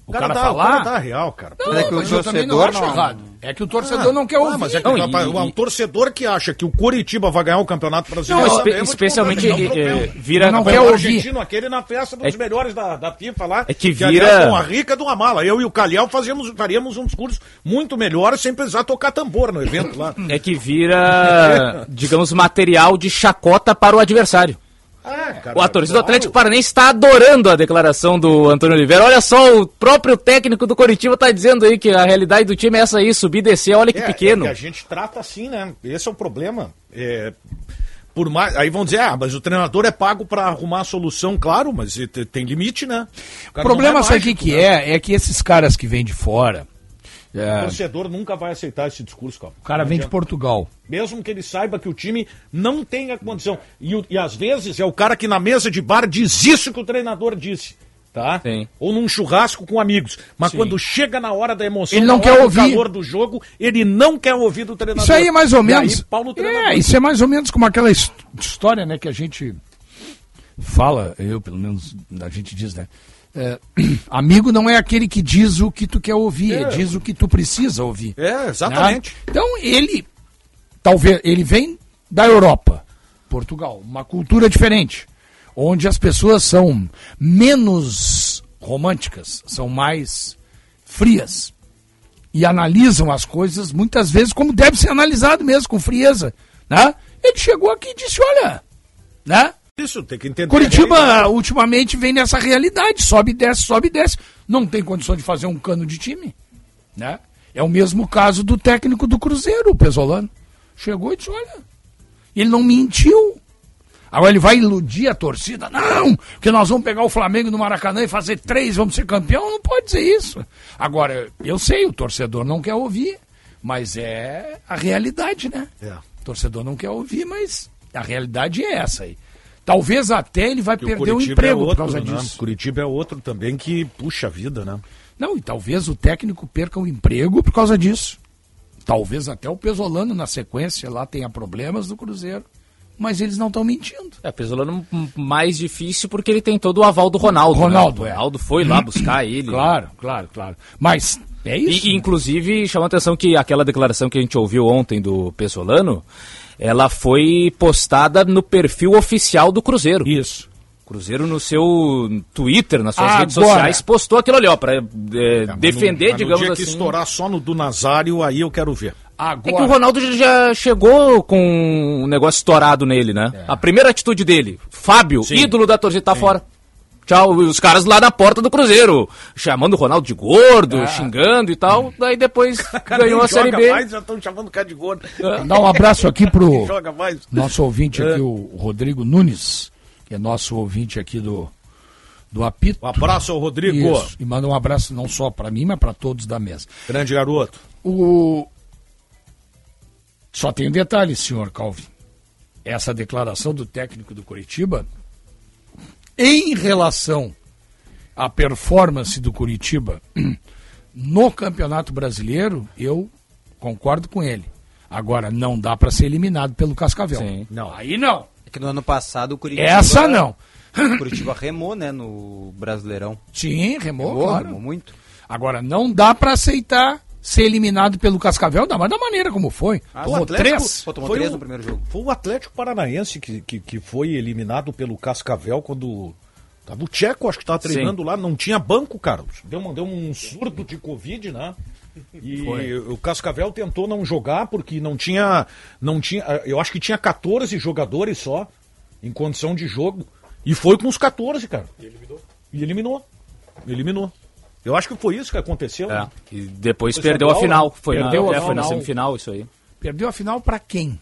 S2: O cara,
S4: tá
S2: dá, o cara dá real, cara. é
S4: Não, mas, eu também não acho errado. É que o torcedor não quer ouvir.
S2: Ah, mas é que, rapaz, um torcedor que acha que o Coritiba vai ganhar o Campeonato Brasileiro...
S6: Não,
S2: eu
S6: espe-
S2: vou te
S6: especialmente,
S2: contar, me dá um
S6: eh,
S2: troféu.
S6: eh, vira- Não
S11: um
S2: Rapaz,
S6: quer
S2: o
S6: ouvir.
S2: argentino aquele na festa
S11: É
S2: dos melhores da, da FIFA lá. um
S6: É que
S2: aliás,
S6: vira-
S2: com a rica de uma mala. Eu e o Calhau fazíamos, faríamos um discurso muito melhor sem precisar tocar tambor no
S4: [laughs]
S2: evento lá.
S6: É que vira, [laughs] digamos, material de chacota para o adversário.
S2: Ah,
S6: o a torcida do Atlético Paranense está adorando a declaração do Antônio Oliveira. Olha só, o próprio técnico do Coritiba está dizendo aí que a realidade do time é essa aí, subir e descer, olha que
S2: É, é
S6: pequeno.
S2: que a gente trata assim, né? Esse é o problema. É, Por mais, aí vão dizer, ah, mas o treinador é pago para arrumar a solução, claro, mas e- te- tem limite, né?
S4: O problema, sabe o que, que
S2: é? mágico, né?
S4: é? É que esses caras que vêm de fora.
S2: O
S4: é,
S2: torcedor nunca vai aceitar esse discurso, cara.
S4: o cara vem de Portugal.
S2: Mesmo que ele saiba que o time não tenha condição. E, o- e às vezes é o cara que na mesa de bar diz isso que o treinador disse. Tá? Ou num churrasco com amigos. Mas quando chega na hora da emoção,
S4: Ele não
S2: na
S4: quer
S2: hora do
S4: ouvir.
S2: calor do jogo, ele não quer ouvir do treinador.
S4: Isso aí é mais ou
S2: E aí,
S4: menos.
S2: Paulo treinador.
S4: é, isso é mais ou menos como aquela his- história, né, que a gente fala, eu pelo menos, a gente diz, né? é, [clears throat] amigo não é aquele que diz o que tu quer ouvir,
S2: É.
S4: é. diz o que tu precisa ouvir.
S2: É, exatamente.
S4: né? Então ele, talvez, ele vem da Europa, Portugal, uma cultura diferente, onde as pessoas são menos românticas, são mais frias e analisam as coisas muitas vezes como deve ser analisado mesmo, com frieza, né? Ele chegou aqui e disse, olha, né?
S2: Isso, tem né? que entender. É,
S4: Curitiba ultimamente vem nessa realidade, sobe e desce, sobe e desce. Não tem condição de fazer um cano de time, né? É o mesmo caso do técnico do Cruzeiro, o Pesolano. Chegou e disse, olha, ele não mentiu. Agora ele vai iludir a torcida. Não, que nós vamos pegar o Flamengo no Maracanã e fazer três, vamos ser campeão. Não pode dizer isso. Agora, eu sei, o torcedor não quer ouvir, mas é a realidade, né?
S2: É.
S4: O torcedor não quer ouvir, mas a realidade é essa aí. Talvez até ele vai
S2: E
S4: perder o,
S2: Curitiba
S4: emprego
S2: outro,
S4: por causa
S2: né?
S4: disso.
S2: Curitiba é outro também que puxa a vida, né?
S4: Não, e talvez o técnico perca o emprego por causa disso. Talvez até o Pesolano na sequência lá tenha problemas do Cruzeiro. Mas eles não estão mentindo.
S6: É, Pesolano m- mais difícil porque ele tem todo o aval do Ronaldo.
S4: Ronaldo,
S6: né?
S4: é.
S6: O Ronaldo
S4: [clears throat]
S6: foi lá buscar ele. né?
S4: Claro, claro, claro. Mas é isso,
S6: E,
S4: né?
S6: inclusive, chamou a atenção que aquela declaração que a gente ouviu ontem do Pesolano, ela foi postada no perfil oficial do Cruzeiro.
S4: Isso.
S6: Cruzeiro no seu Twitter, nas suas redes
S2: Agora.
S6: sociais, postou aquilo ali, ó, pra é,
S2: Mas
S6: defender,
S2: no
S6: digamos
S2: dia
S6: assim.
S2: que estourar só no do Nazário, aí eu quero ver.
S6: É que o Ronaldo já já chegou com um negócio estourado nele, né?
S4: É.
S6: A primeira atitude dele, Fábio, ídolo da torcida, tá fora. Tchau, e os caras lá na porta do Cruzeiro, chamando o Ronaldo de gordo,
S4: É.
S2: Ah.
S6: xingando e tal.
S2: [laughs]
S6: Daí depois ganhou a Série B.
S2: já estão chamando o cara de gordo.
S4: Dá um abraço aqui
S2: [laughs]
S4: pro
S2: Joga mais.
S4: nosso ouvinte
S2: É.
S4: aqui, o Rodrigo Nunes, que é nosso ouvinte aqui do, do Apito. Um
S2: abraço ao Rodrigo.
S4: E manda um abraço não só pra mim, mas pra todos da mesa.
S2: Grande garoto.
S4: O... Só tem um detalhe, senhor Calvin. Essa declaração do técnico do Curitiba, em relação à performance do Curitiba no Campeonato Brasileiro, eu concordo com ele. Agora, não dá para ser eliminado pelo Cascavel. Não. Aí não.
S5: É que no ano passado o Curitiba.
S4: Essa não.
S5: O Curitiba remou, né, no Brasileirão.
S4: Sim, remou, claro.
S5: remou muito.
S4: Agora, não dá para aceitar ser eliminado pelo Cascavel, da- mas da maneira como foi.
S5: Ah,
S4: Tomou três.
S2: Ah, foi o- Foi o Atlético Paranaense que, que, que foi eliminado pelo Cascavel quando. Tava o Tcheco, acho que tava treinando lá, não tinha banco, cara. Deu, uma- deu um surdo de Covid, né?
S4: [laughs]
S2: E
S4: Foi.
S2: o Cascavel tentou não jogar porque não tinha. não tinha eh, Eu acho que tinha 14 jogadores só em condição de jogo. E foi com os 14, cara. E eliminou. E eliminou. Eliminou. Eu acho que foi isso que aconteceu. né?
S6: E depois
S2: Foi
S6: É. perdeu a
S2: São
S6: final.
S2: Paulo?
S6: Foi na,
S2: Perdeu a
S6: é, foi na
S2: final.
S6: semifinal, isso aí.
S4: Perdeu a final para quem?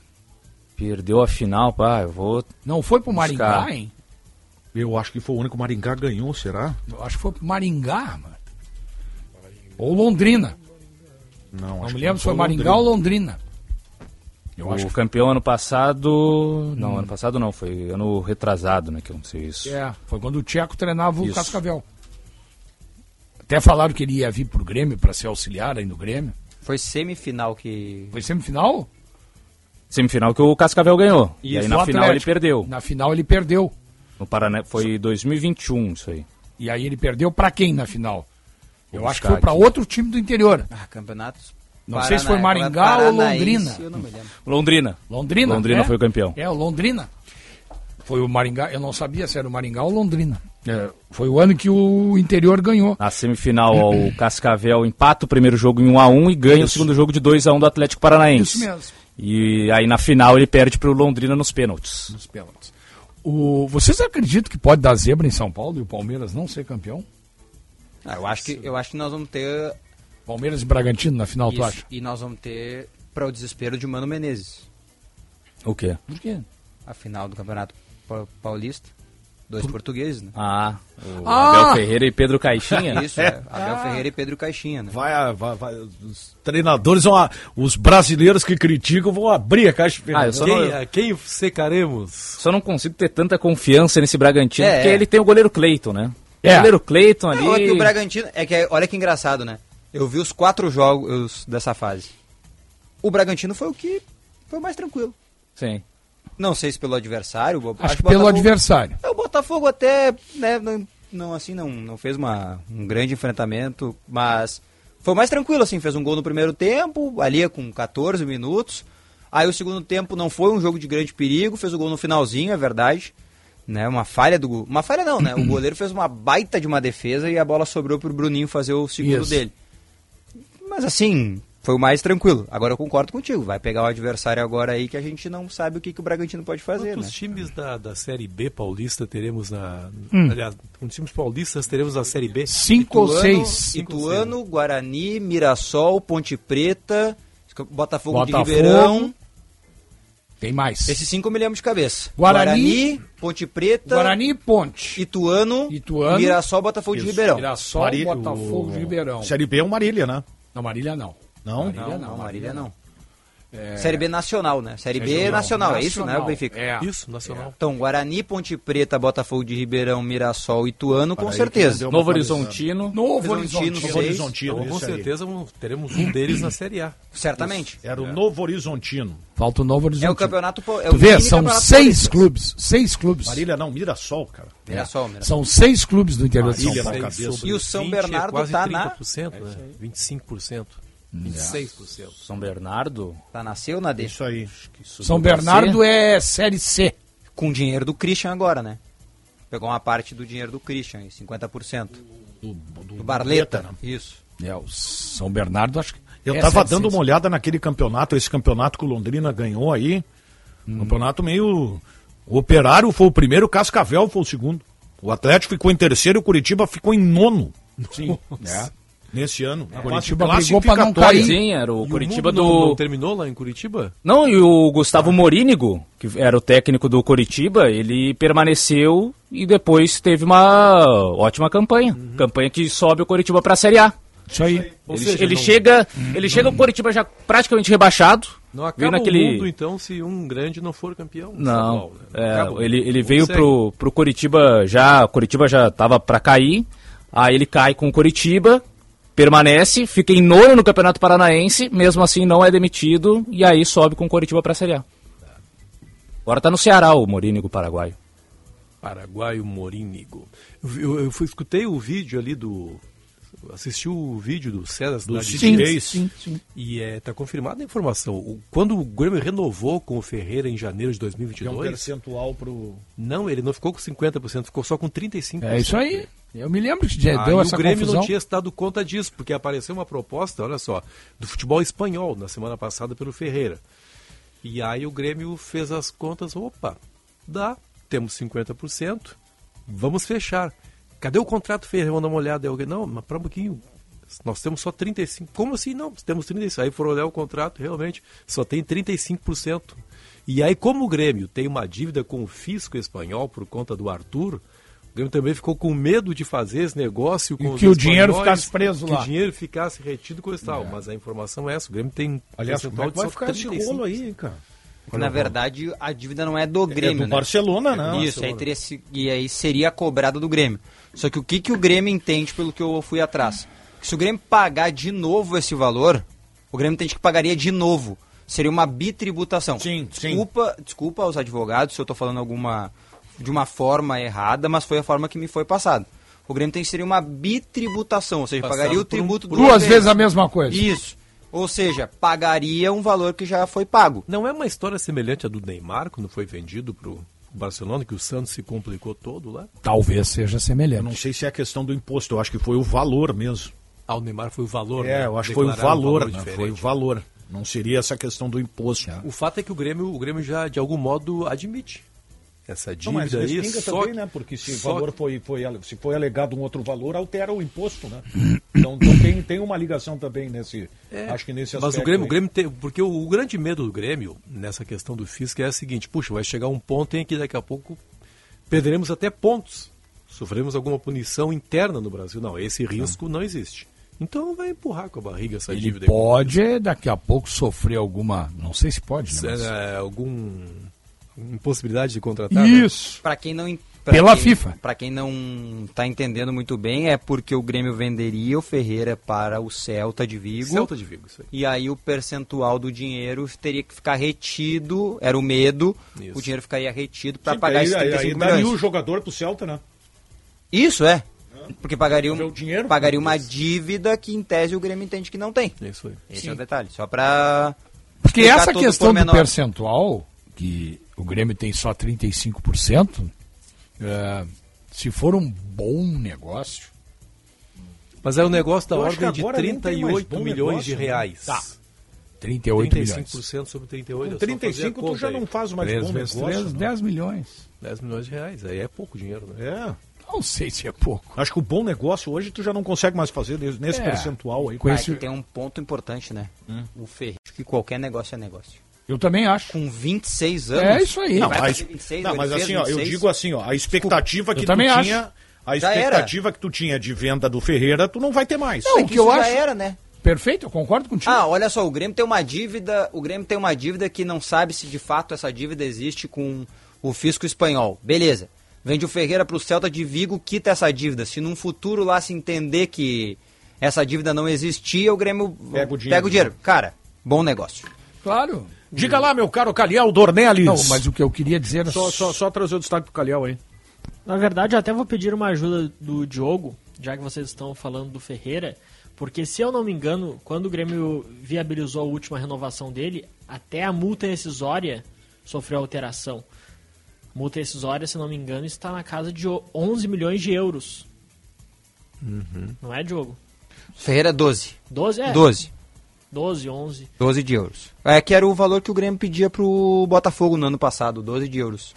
S6: Perdeu a final, pá, eu vou.
S4: Não foi pro
S6: buscar.
S4: Maringá, hein?
S2: Eu acho que foi o único Maringá ganhou, será?
S4: Eu acho que foi pro Maringá, mano. Ou Londrina.
S2: Não,
S4: Não
S2: acho
S4: me
S2: que
S4: lembro se foi
S2: Londrina.
S4: Maringá ou Londrina.
S6: o campeão ano
S4: Hum.
S6: passado. Não, ano passado não, foi ano retrasado, né? Que eu não sei isso.
S4: É, foi quando o Tcheco treinava o
S6: Isso.
S4: Cascavel. Até falaram que ele ia vir pro Grêmio para ser auxiliar aí no Grêmio.
S5: Foi semifinal que.
S4: Foi semifinal?
S6: Semifinal que o Cascavel ganhou. e aí
S4: Isso,
S6: na
S4: o
S6: final ele
S4: Atlético.
S6: perdeu.
S4: Na final ele perdeu.
S6: No Paraná foi 2021 isso aí.
S4: E aí ele perdeu para quem na final? Eu
S6: Vou
S4: acho que
S6: buscar
S4: foi para
S6: aqui.
S4: outro time do interior.
S5: Ah, campeonatos.
S4: Não sei se foi
S5: Paraná-
S4: Maringá ou
S5: Paranaense,
S4: Londrina.
S5: eu não me lembro.
S6: Londrina.
S4: Londrina?
S6: Londrina
S4: é?
S6: foi o campeão.
S4: É, o Londrina. Foi o Maringá, eu não sabia se era o Maringá ou Londrina. É, Foi o ano que o interior ganhou.
S6: Na semifinal, ó, o Cascavel empata o primeiro jogo em 1x1 e ganha o segundo jogo de 2x1 do Atlético Paranaense.
S4: Isso mesmo.
S6: E aí na final ele perde pro Londrina nos pênaltis.
S4: Nos pênaltis. O... Vocês acreditam que pode dar zebra em São Paulo e o Palmeiras não ser campeão?
S5: Ah, eu, acho que, eu acho que nós vamos ter.
S4: Palmeiras e Bragantino na final, tu
S5: Isso,
S4: acha?
S5: E nós vamos ter para o desespero de Mano Menezes.
S6: O quê?
S4: Por quê?
S5: a final do Campeonato Pa- Paulista. Dois portugueses, né?
S6: Ah, o
S5: Ah!
S6: Abel Ferreira e Pedro Caixinha?
S4: [laughs]
S5: [laughs] Isso, é. Abel
S4: Ah.
S5: Ferreira e Pedro Caixinha, né?
S2: Vai, vai, vai. Os treinadores, vão a- os brasileiros que criticam vão abrir a caixa de é,
S6: Ah, eu só não-
S7: quem secaremos?
S6: Só não consigo ter tanta confiança nesse Bragantino,
S5: É,
S6: porque
S5: é.
S6: ele tem o goleiro Cleiton, né? O goleiro Cleiton Então ali.
S5: Não, é que o Bragantino. É que, olha que engraçado, né? Eu vi os quatro jogos dessa fase. O Bragantino foi o que foi o mais tranquilo.
S6: Sim.
S5: Não sei se pelo adversário. bo-
S4: Acho que
S5: o
S4: pelo
S5: Botafogo-
S4: adversário.
S5: É, O Botafogo até, né, não, não, assim, não, não fez uma, um grande enfrentamento, mas foi mais tranquilo, assim, fez um gol no primeiro tempo, ali é com 14 minutos. Aí o segundo tempo não foi um jogo de grande perigo, fez o gol no finalzinho, é verdade. Né, uma falha do go- Uma falha não, né? O goleiro fez uma baita de uma defesa e a bola sobrou pro Bruninho fazer o segundo
S4: Isso.
S5: dele. Mas assim, foi o mais tranquilo. Agora eu concordo contigo. Vai pegar o adversário agora aí que a gente não sabe o que, que o Bragantino pode fazer,
S7: Quantos
S5: né?
S7: times da, da Série B paulista teremos na...
S5: Hum.
S7: Aliás, quantos times paulistas teremos na Série B?
S5: Ituano, Ituano, Guarani, Mirassol, Ponte Preta, Botafogo,
S4: Botafogo.
S5: de Ribeirão.
S4: Tem mais.
S5: Esses cinco eu me lembro de cabeça.
S4: Guarani,
S5: Ponte Preta,
S4: Guarani e Ponte.
S5: Então, Ituano,
S4: Ituano
S5: Mirassol, Botafogo de Ribeirão.
S4: Mirassol,
S5: Mari-
S4: Botafogo de Ribeirão.
S2: Série B é o Marília, né?
S4: Não, Marília não.
S2: Não?
S4: Marília não.
S5: não, Marília não.
S4: É.
S5: Série B nacional, né? Série B
S4: Série B
S5: nacional, é
S4: nacional.
S5: isso, né, o Benfica?
S4: É.
S7: Isso, nacional.
S5: Então, Guarani, Ponte Preta, Botafogo de Ribeirão, Mirassol, Ituano, com
S7: Para aí que já
S5: certeza.
S7: deu uma Novo atualizada. Horizontino.
S5: Novo Horizontino,
S7: Novo
S5: seis.
S7: Horizontino, Então, com isso aí. certeza, um- teremos um deles na Série A. É.
S5: Certamente.
S2: Era o Novo Horizontino.
S4: Falta o Novo Horizonte.
S5: É o campeonato. po- É
S4: tu
S5: o
S4: vê,
S5: mini
S4: são
S5: campeonato
S4: seis clubes. Seis clubes.
S2: Marília não, Mirassol, cara.
S5: Mirassol, Mirassol.
S4: São seis clubes do interior de
S7: Marília
S4: São Paulo.
S7: seis sobre
S5: E o São
S7: 20
S5: Bernardo
S7: é quase
S5: tá
S7: 30%, né? 25%. 26%.
S6: São Bernardo?
S5: Tá, nasceu na D. Isso
S2: aí.
S4: São Bernardo é Série C.
S5: Com dinheiro do Christian agora, né? Pegou uma parte do dinheiro do Christian, aí, 50%.
S2: Do,
S5: Barleta.
S2: Barleta,
S5: Isso.
S4: É, o São Bernardo, acho que.
S2: Eu
S4: é
S2: tava
S4: Série
S2: dando
S4: C.
S2: uma olhada naquele campeonato, esse campeonato que o Londrina ganhou aí. Um
S4: Hum.
S2: Campeonato meio. O Operário foi o primeiro, o Cascavel foi o segundo. O Atlético ficou em terceiro e o Curitiba ficou em nono. [laughs] É, Sim. Nesse ano.
S6: É.
S2: Quase
S6: Curitiba brigou pra não
S2: classificatório.
S6: cair. Sim, era o
S7: E
S6: Curitiba
S7: Mundo
S6: do-
S7: Não, não terminou lá em Curitiba?
S6: Não, e o Gustavo Morínigo, que era o técnico do Coritiba, ele permaneceu e depois teve uma ótima campanha.
S7: Uhum.
S6: Campanha que sobe o Coritiba para a Série A.
S4: Isso aí.
S6: Ele,
S7: seja,
S6: ele
S7: não- Uhum.
S6: chega, ele chega o Coritiba já praticamente rebaixado.
S7: Não
S6: veio
S7: acaba o mundo, então, se um grande não for campeão.
S6: Não,
S7: estadual, né?
S6: é,
S7: Acaba o
S6: ele,
S7: mundo.
S6: ele veio
S7: Segue.
S6: pro, pro Coritiba já, o Coritiba já tava pra cair, aí ele cai com o Coritiba, permanece, fica em nono no Campeonato Paranaense, mesmo assim não é demitido, e aí sobe com o Coritiba pra Série A. Agora tá no Ceará o Morínigo Paraguaio.
S7: Paraguaio Morínigo. Eu, eu, eu fui- escutei o vídeo ali do. Assisti o vídeo do César Cidade
S2: Sim,
S7: de Reis.
S2: sim, sim.
S7: E é, tá confirmada a informação. O- quando o Grêmio renovou com o Ferreira em janeiro de
S2: É um
S7: 2022.
S2: percentual pro.
S7: Não, ele não ficou com 50%, ficou só com 35%.
S4: É isso aí. Eu me lembro que já é
S7: Ah,
S4: deu
S7: e
S4: essa
S7: o Grêmio
S4: confusão.
S7: não tinha se dado conta disso, porque apareceu uma proposta, olha só, do futebol espanhol na semana passada pelo Ferreira. E aí o Grêmio fez as contas, opa, dá, temos 50%, vamos fechar. Cadê o contrato Ferreira? Vamos dar uma olhada. Aí alguém, não, mas para um pouquinho, nós temos só 35%. Como assim? Não, temos 35%. Aí foram olhar o contrato, realmente, só tem 35%. E aí, como o Grêmio tem uma dívida com o fisco espanhol por conta do Arthur, o Grêmio também ficou com medo de fazer esse negócio com
S4: E
S7: os
S4: que o dinheiro
S7: espanhóis,
S4: ficasse preso
S7: que
S4: lá.
S7: o dinheiro ficasse retido com esse tal. Mas a informação é essa, o Grêmio tem
S2: Aliás, como é que vai ficar esse rolo aí, hein, cara?
S5: Que, na verdade, a dívida não é do Grêmio.
S2: do
S5: né?
S2: Barcelona, né?
S5: Isso, aí
S2: Barcelona.
S5: teria se- e aí seria a cobrada do Grêmio. Só que o que, que o Grêmio entende pelo que eu fui atrás? Que se o Grêmio pagar de novo esse valor, o Grêmio entende que pagaria de novo. Seria uma bitributação. Sim, desculpa, Desculpa aos advogados se eu estou falando alguma de uma forma errada, mas foi a forma que me foi passada. O Grêmio tem que seria uma bitributação, ou seja,
S4: Passado
S5: pagaria o
S4: por um-
S5: tributo
S4: duas vezes a mesma coisa.
S5: Isso. Ou seja, pagaria um valor que já foi pago.
S7: Não é uma história semelhante à do Neymar, quando foi vendido pro Barcelona, que o Santos se complicou todo lá?
S4: Talvez seja
S2: Eu
S4: semelhante.
S2: não sei se é a questão do imposto, eu acho que foi o valor mesmo.
S7: Ah, o Neymar foi o valor,
S2: É,
S7: né?
S2: eu acho que foi o
S7: Declararam um
S2: valor,
S7: valor
S2: né?
S7: diferente.
S2: Foi o valor. Não seria essa questão do imposto.
S7: O fato é que o Grêmio, o Grêmio já, de algum modo, admite. Essa
S2: Não, mas
S7: dívida aí
S2: respinga
S7: só,
S2: também, né? Porque se o
S7: só-
S2: valor foi, foi, se foi alegado um outro valor, altera o imposto, né? Então, então tem, tem uma ligação também nesse.
S7: É,
S2: acho que nesse
S7: Mas o
S2: aspecto
S7: Grêmio,
S2: aí.
S7: o Grêmio tem, porque o, o grande medo do Grêmio nessa questão do fisco é o seguinte: puxa, vai chegar um ponto em que daqui a pouco perderemos até pontos, sofreremos alguma punição interna no Brasil. Não, esse risco não existe. Então vai empurrar com a barriga essa
S4: Ele
S7: dívida. aí.
S4: pode é, daqui a pouco sofrer alguma. Não sei se pode, né? mas-
S7: É, algum impossibilidade de contratar?
S4: Isso.
S5: Para quem não en- pra
S4: Pela
S5: quem-
S4: FIFA.
S5: Para quem não tá entendendo muito bem, é porque o Grêmio venderia o Ferreira para o Celta de Vigo.
S7: Celta de Vigo, isso aí.
S5: E aí o percentual do dinheiro teria que ficar retido, era o medo,
S2: Isso.
S5: o dinheiro ficaria retido para
S2: Sim,
S5: pagar
S2: aí-
S5: esses
S2: aí- aí
S5: 35
S2: daria
S5: milhões.
S2: o jogador pro Celta, né?
S5: Isso é. Porque pagaria,
S2: Porque
S5: um,
S2: o dinheiro-
S5: pagaria uma dívida que, em tese, o Grêmio entende que não tem.
S7: Isso aí.
S5: Esse é o detalhe. Só para.
S4: Porque essa questão do percentual, que o Grêmio tem só 35%, é, se for um bom negócio.
S7: Mas é um negócio da
S4: Eu acho que
S7: ordem de
S4: agora nem tem mais
S7: 38
S4: bom
S7: milhões
S4: negócio,
S7: de
S4: né?
S7: reais.
S4: Tá. 38 milhões.
S7: 35% sobre 38. é
S2: Com
S7: só fazer a
S2: 35 tu
S7: conta
S2: já
S7: aí.
S2: não faz mais
S7: Três
S2: bom
S7: vezes
S2: negócio, né?
S7: três,
S2: não.
S4: 10 milhões.
S7: 10 milhões de reais. Aí é pouco dinheiro, né?
S4: É. Não sei se é pouco.
S2: Acho que o bom negócio hoje tu já não consegue mais fazer nesse nesse
S5: É,
S2: percentual aí. Hum.
S5: Com esse... Tem um ponto importante, né? O Ferreira. Acho que qualquer negócio é negócio.
S4: Eu também acho.
S5: Com 26 anos.
S2: É isso aí. Não,
S5: Vai
S2: mas,
S5: fazer 26,
S2: não,
S5: ou
S2: mas
S5: ele fez
S2: assim, ó, eu
S5: 26.
S2: digo assim, ó, a expectativa
S5: Eu
S2: que tu
S5: também acho.
S2: tinha, a
S5: Já era.
S2: expectativa que tu tinha de venda do Ferreira, tu não vai ter mais.
S5: Não, que eu acho. era, né?
S4: Perfeito, eu concordo contigo.
S5: Ah, olha só, o Grêmio tem uma dívida, o Grêmio tem uma dívida que não sabe se de fato essa dívida existe com o fisco espanhol. Beleza. Vende o Ferreira pro Celta de Vigo, quita essa dívida. Se num futuro lá se entender que essa dívida não existia, o Grêmio
S2: Pega o dinheiro.
S5: Pega o dinheiro. Cara, bom negócio.
S4: Claro.
S2: Diga lá, meu caro Caliel Dornelis.
S4: Não, mas o que eu queria dizer era
S2: Só, só, só trazer o destaque pro Caliel aí.
S3: Na verdade, eu até vou pedir uma ajuda do Diogo, já que vocês estão falando do Ferreira, porque se eu não me engano, quando o Grêmio viabilizou a última renovação dele, até a multa rescisória sofreu alteração. A multa rescisória, se eu não me engano, está na casa de o- 11 milhões de euros. Não é, Diogo?
S5: Ferreira 12.
S3: 12 é?
S5: 12.
S3: 12, 11.
S5: 12 de euros. É que era o valor que o Grêmio pedia pro Botafogo no ano passado, 12 de euros.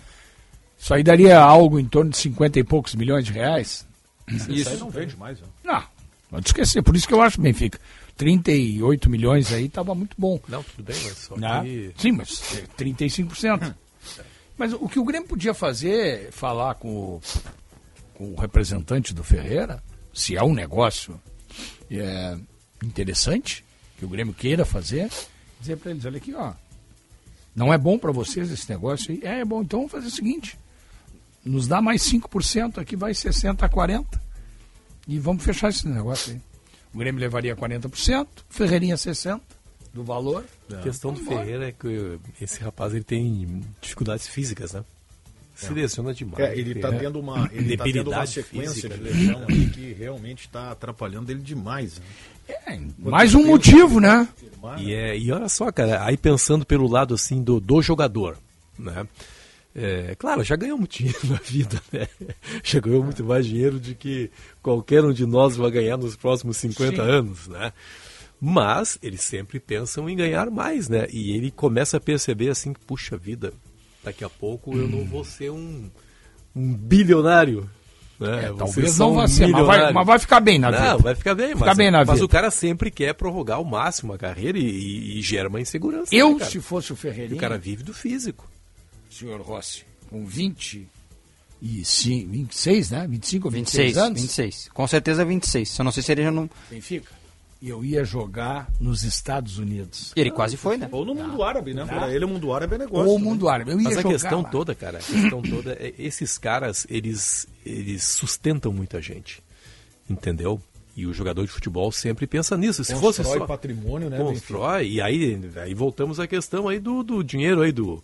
S4: Isso Então, aí daria algo em torno de 50 e poucos milhões de reais.
S2: Isso aí não vende mais. ó.
S4: Não, pode esquecer. Por isso que eu acho, Benfica, 38 milhões aí estava muito bom.
S7: Não, tudo bem, mas só
S4: Né?
S7: que-
S4: Sim, mas é 35%. mas o que o Grêmio podia fazer, falar com o, com o representante do Ferreira, se é um negócio é, interessante, que o Grêmio queira fazer, dizer para eles, olha aqui, ó, não é bom para vocês esse negócio aí? É, é bom, então vamos fazer o seguinte, nos dá mais 5%, aqui vai 60 a 40, e vamos fechar esse negócio aí. O Grêmio levaria 40%, Ferreirinha 60% do valor.
S7: A questão do
S4: Vambora.
S7: Ferreira é que esse rapaz ele tem dificuldades físicas, né? Se lesiona demais.
S2: É, ele tá
S7: Ferreira.
S2: tendo uma, ele tá tendo uma
S7: Debilidade
S2: sequência
S7: física,
S2: de
S7: né?
S2: lesão aí que realmente está atrapalhando ele demais. né?
S4: É, Mais um motivo, né?
S7: E, é, e olha só, cara, aí pensando pelo lado assim do, do jogador, né? É, claro, já ganhou muito dinheiro na vida, né? [laughs] Já ganhou muito mais dinheiro de que qualquer um de nós vai ganhar nos próximos 50
S4: Sim.
S7: anos, né? Mas eles sempre pensam em ganhar mais, né? E ele começa a perceber assim, que, puxa vida, daqui a pouco eu não vou ser um, um bilionário. Né?
S4: É,
S7: Vou
S4: talvez
S7: só
S4: não
S7: um
S4: vá ser, mas vai-
S7: milionário.
S4: mas vai ficar bem na
S7: Não,
S4: vida.
S7: vai ficar bem,
S4: Fica
S7: mas,
S4: bem na
S7: mas
S4: vida.
S7: o cara sempre quer prorrogar ao máximo a carreira e, e- e gera uma insegurança.
S4: Eu,
S7: né, cara?
S4: se fosse o
S7: E
S4: Ferreirinha,
S7: o cara vive do físico.
S4: senhor Rossi, com 20 e cin- 26, né? 25 ou 26,
S5: 26,
S4: anos,
S5: 26. Com certeza 26. Só não sei se ele já não.
S4: Benfica, e eu ia jogar nos Estados Unidos.
S5: E ele quase foi, né?
S2: Ou no mundo árabe, né? Pra ele, o mundo árabe é negócio.
S4: Ou o
S2: né?
S4: mundo árabe. Eu ia
S7: Mas a
S4: jogar
S7: questão
S4: lá.
S7: toda, cara, a questão toda é esses caras, eles, eles sustentam muita gente. Entendeu? E o jogador de futebol sempre pensa nisso. Se
S2: Constrói
S7: fosse só
S2: patrimônio, né?
S7: constrói, e aí, aí voltamos à questão aí do, do dinheiro aí do,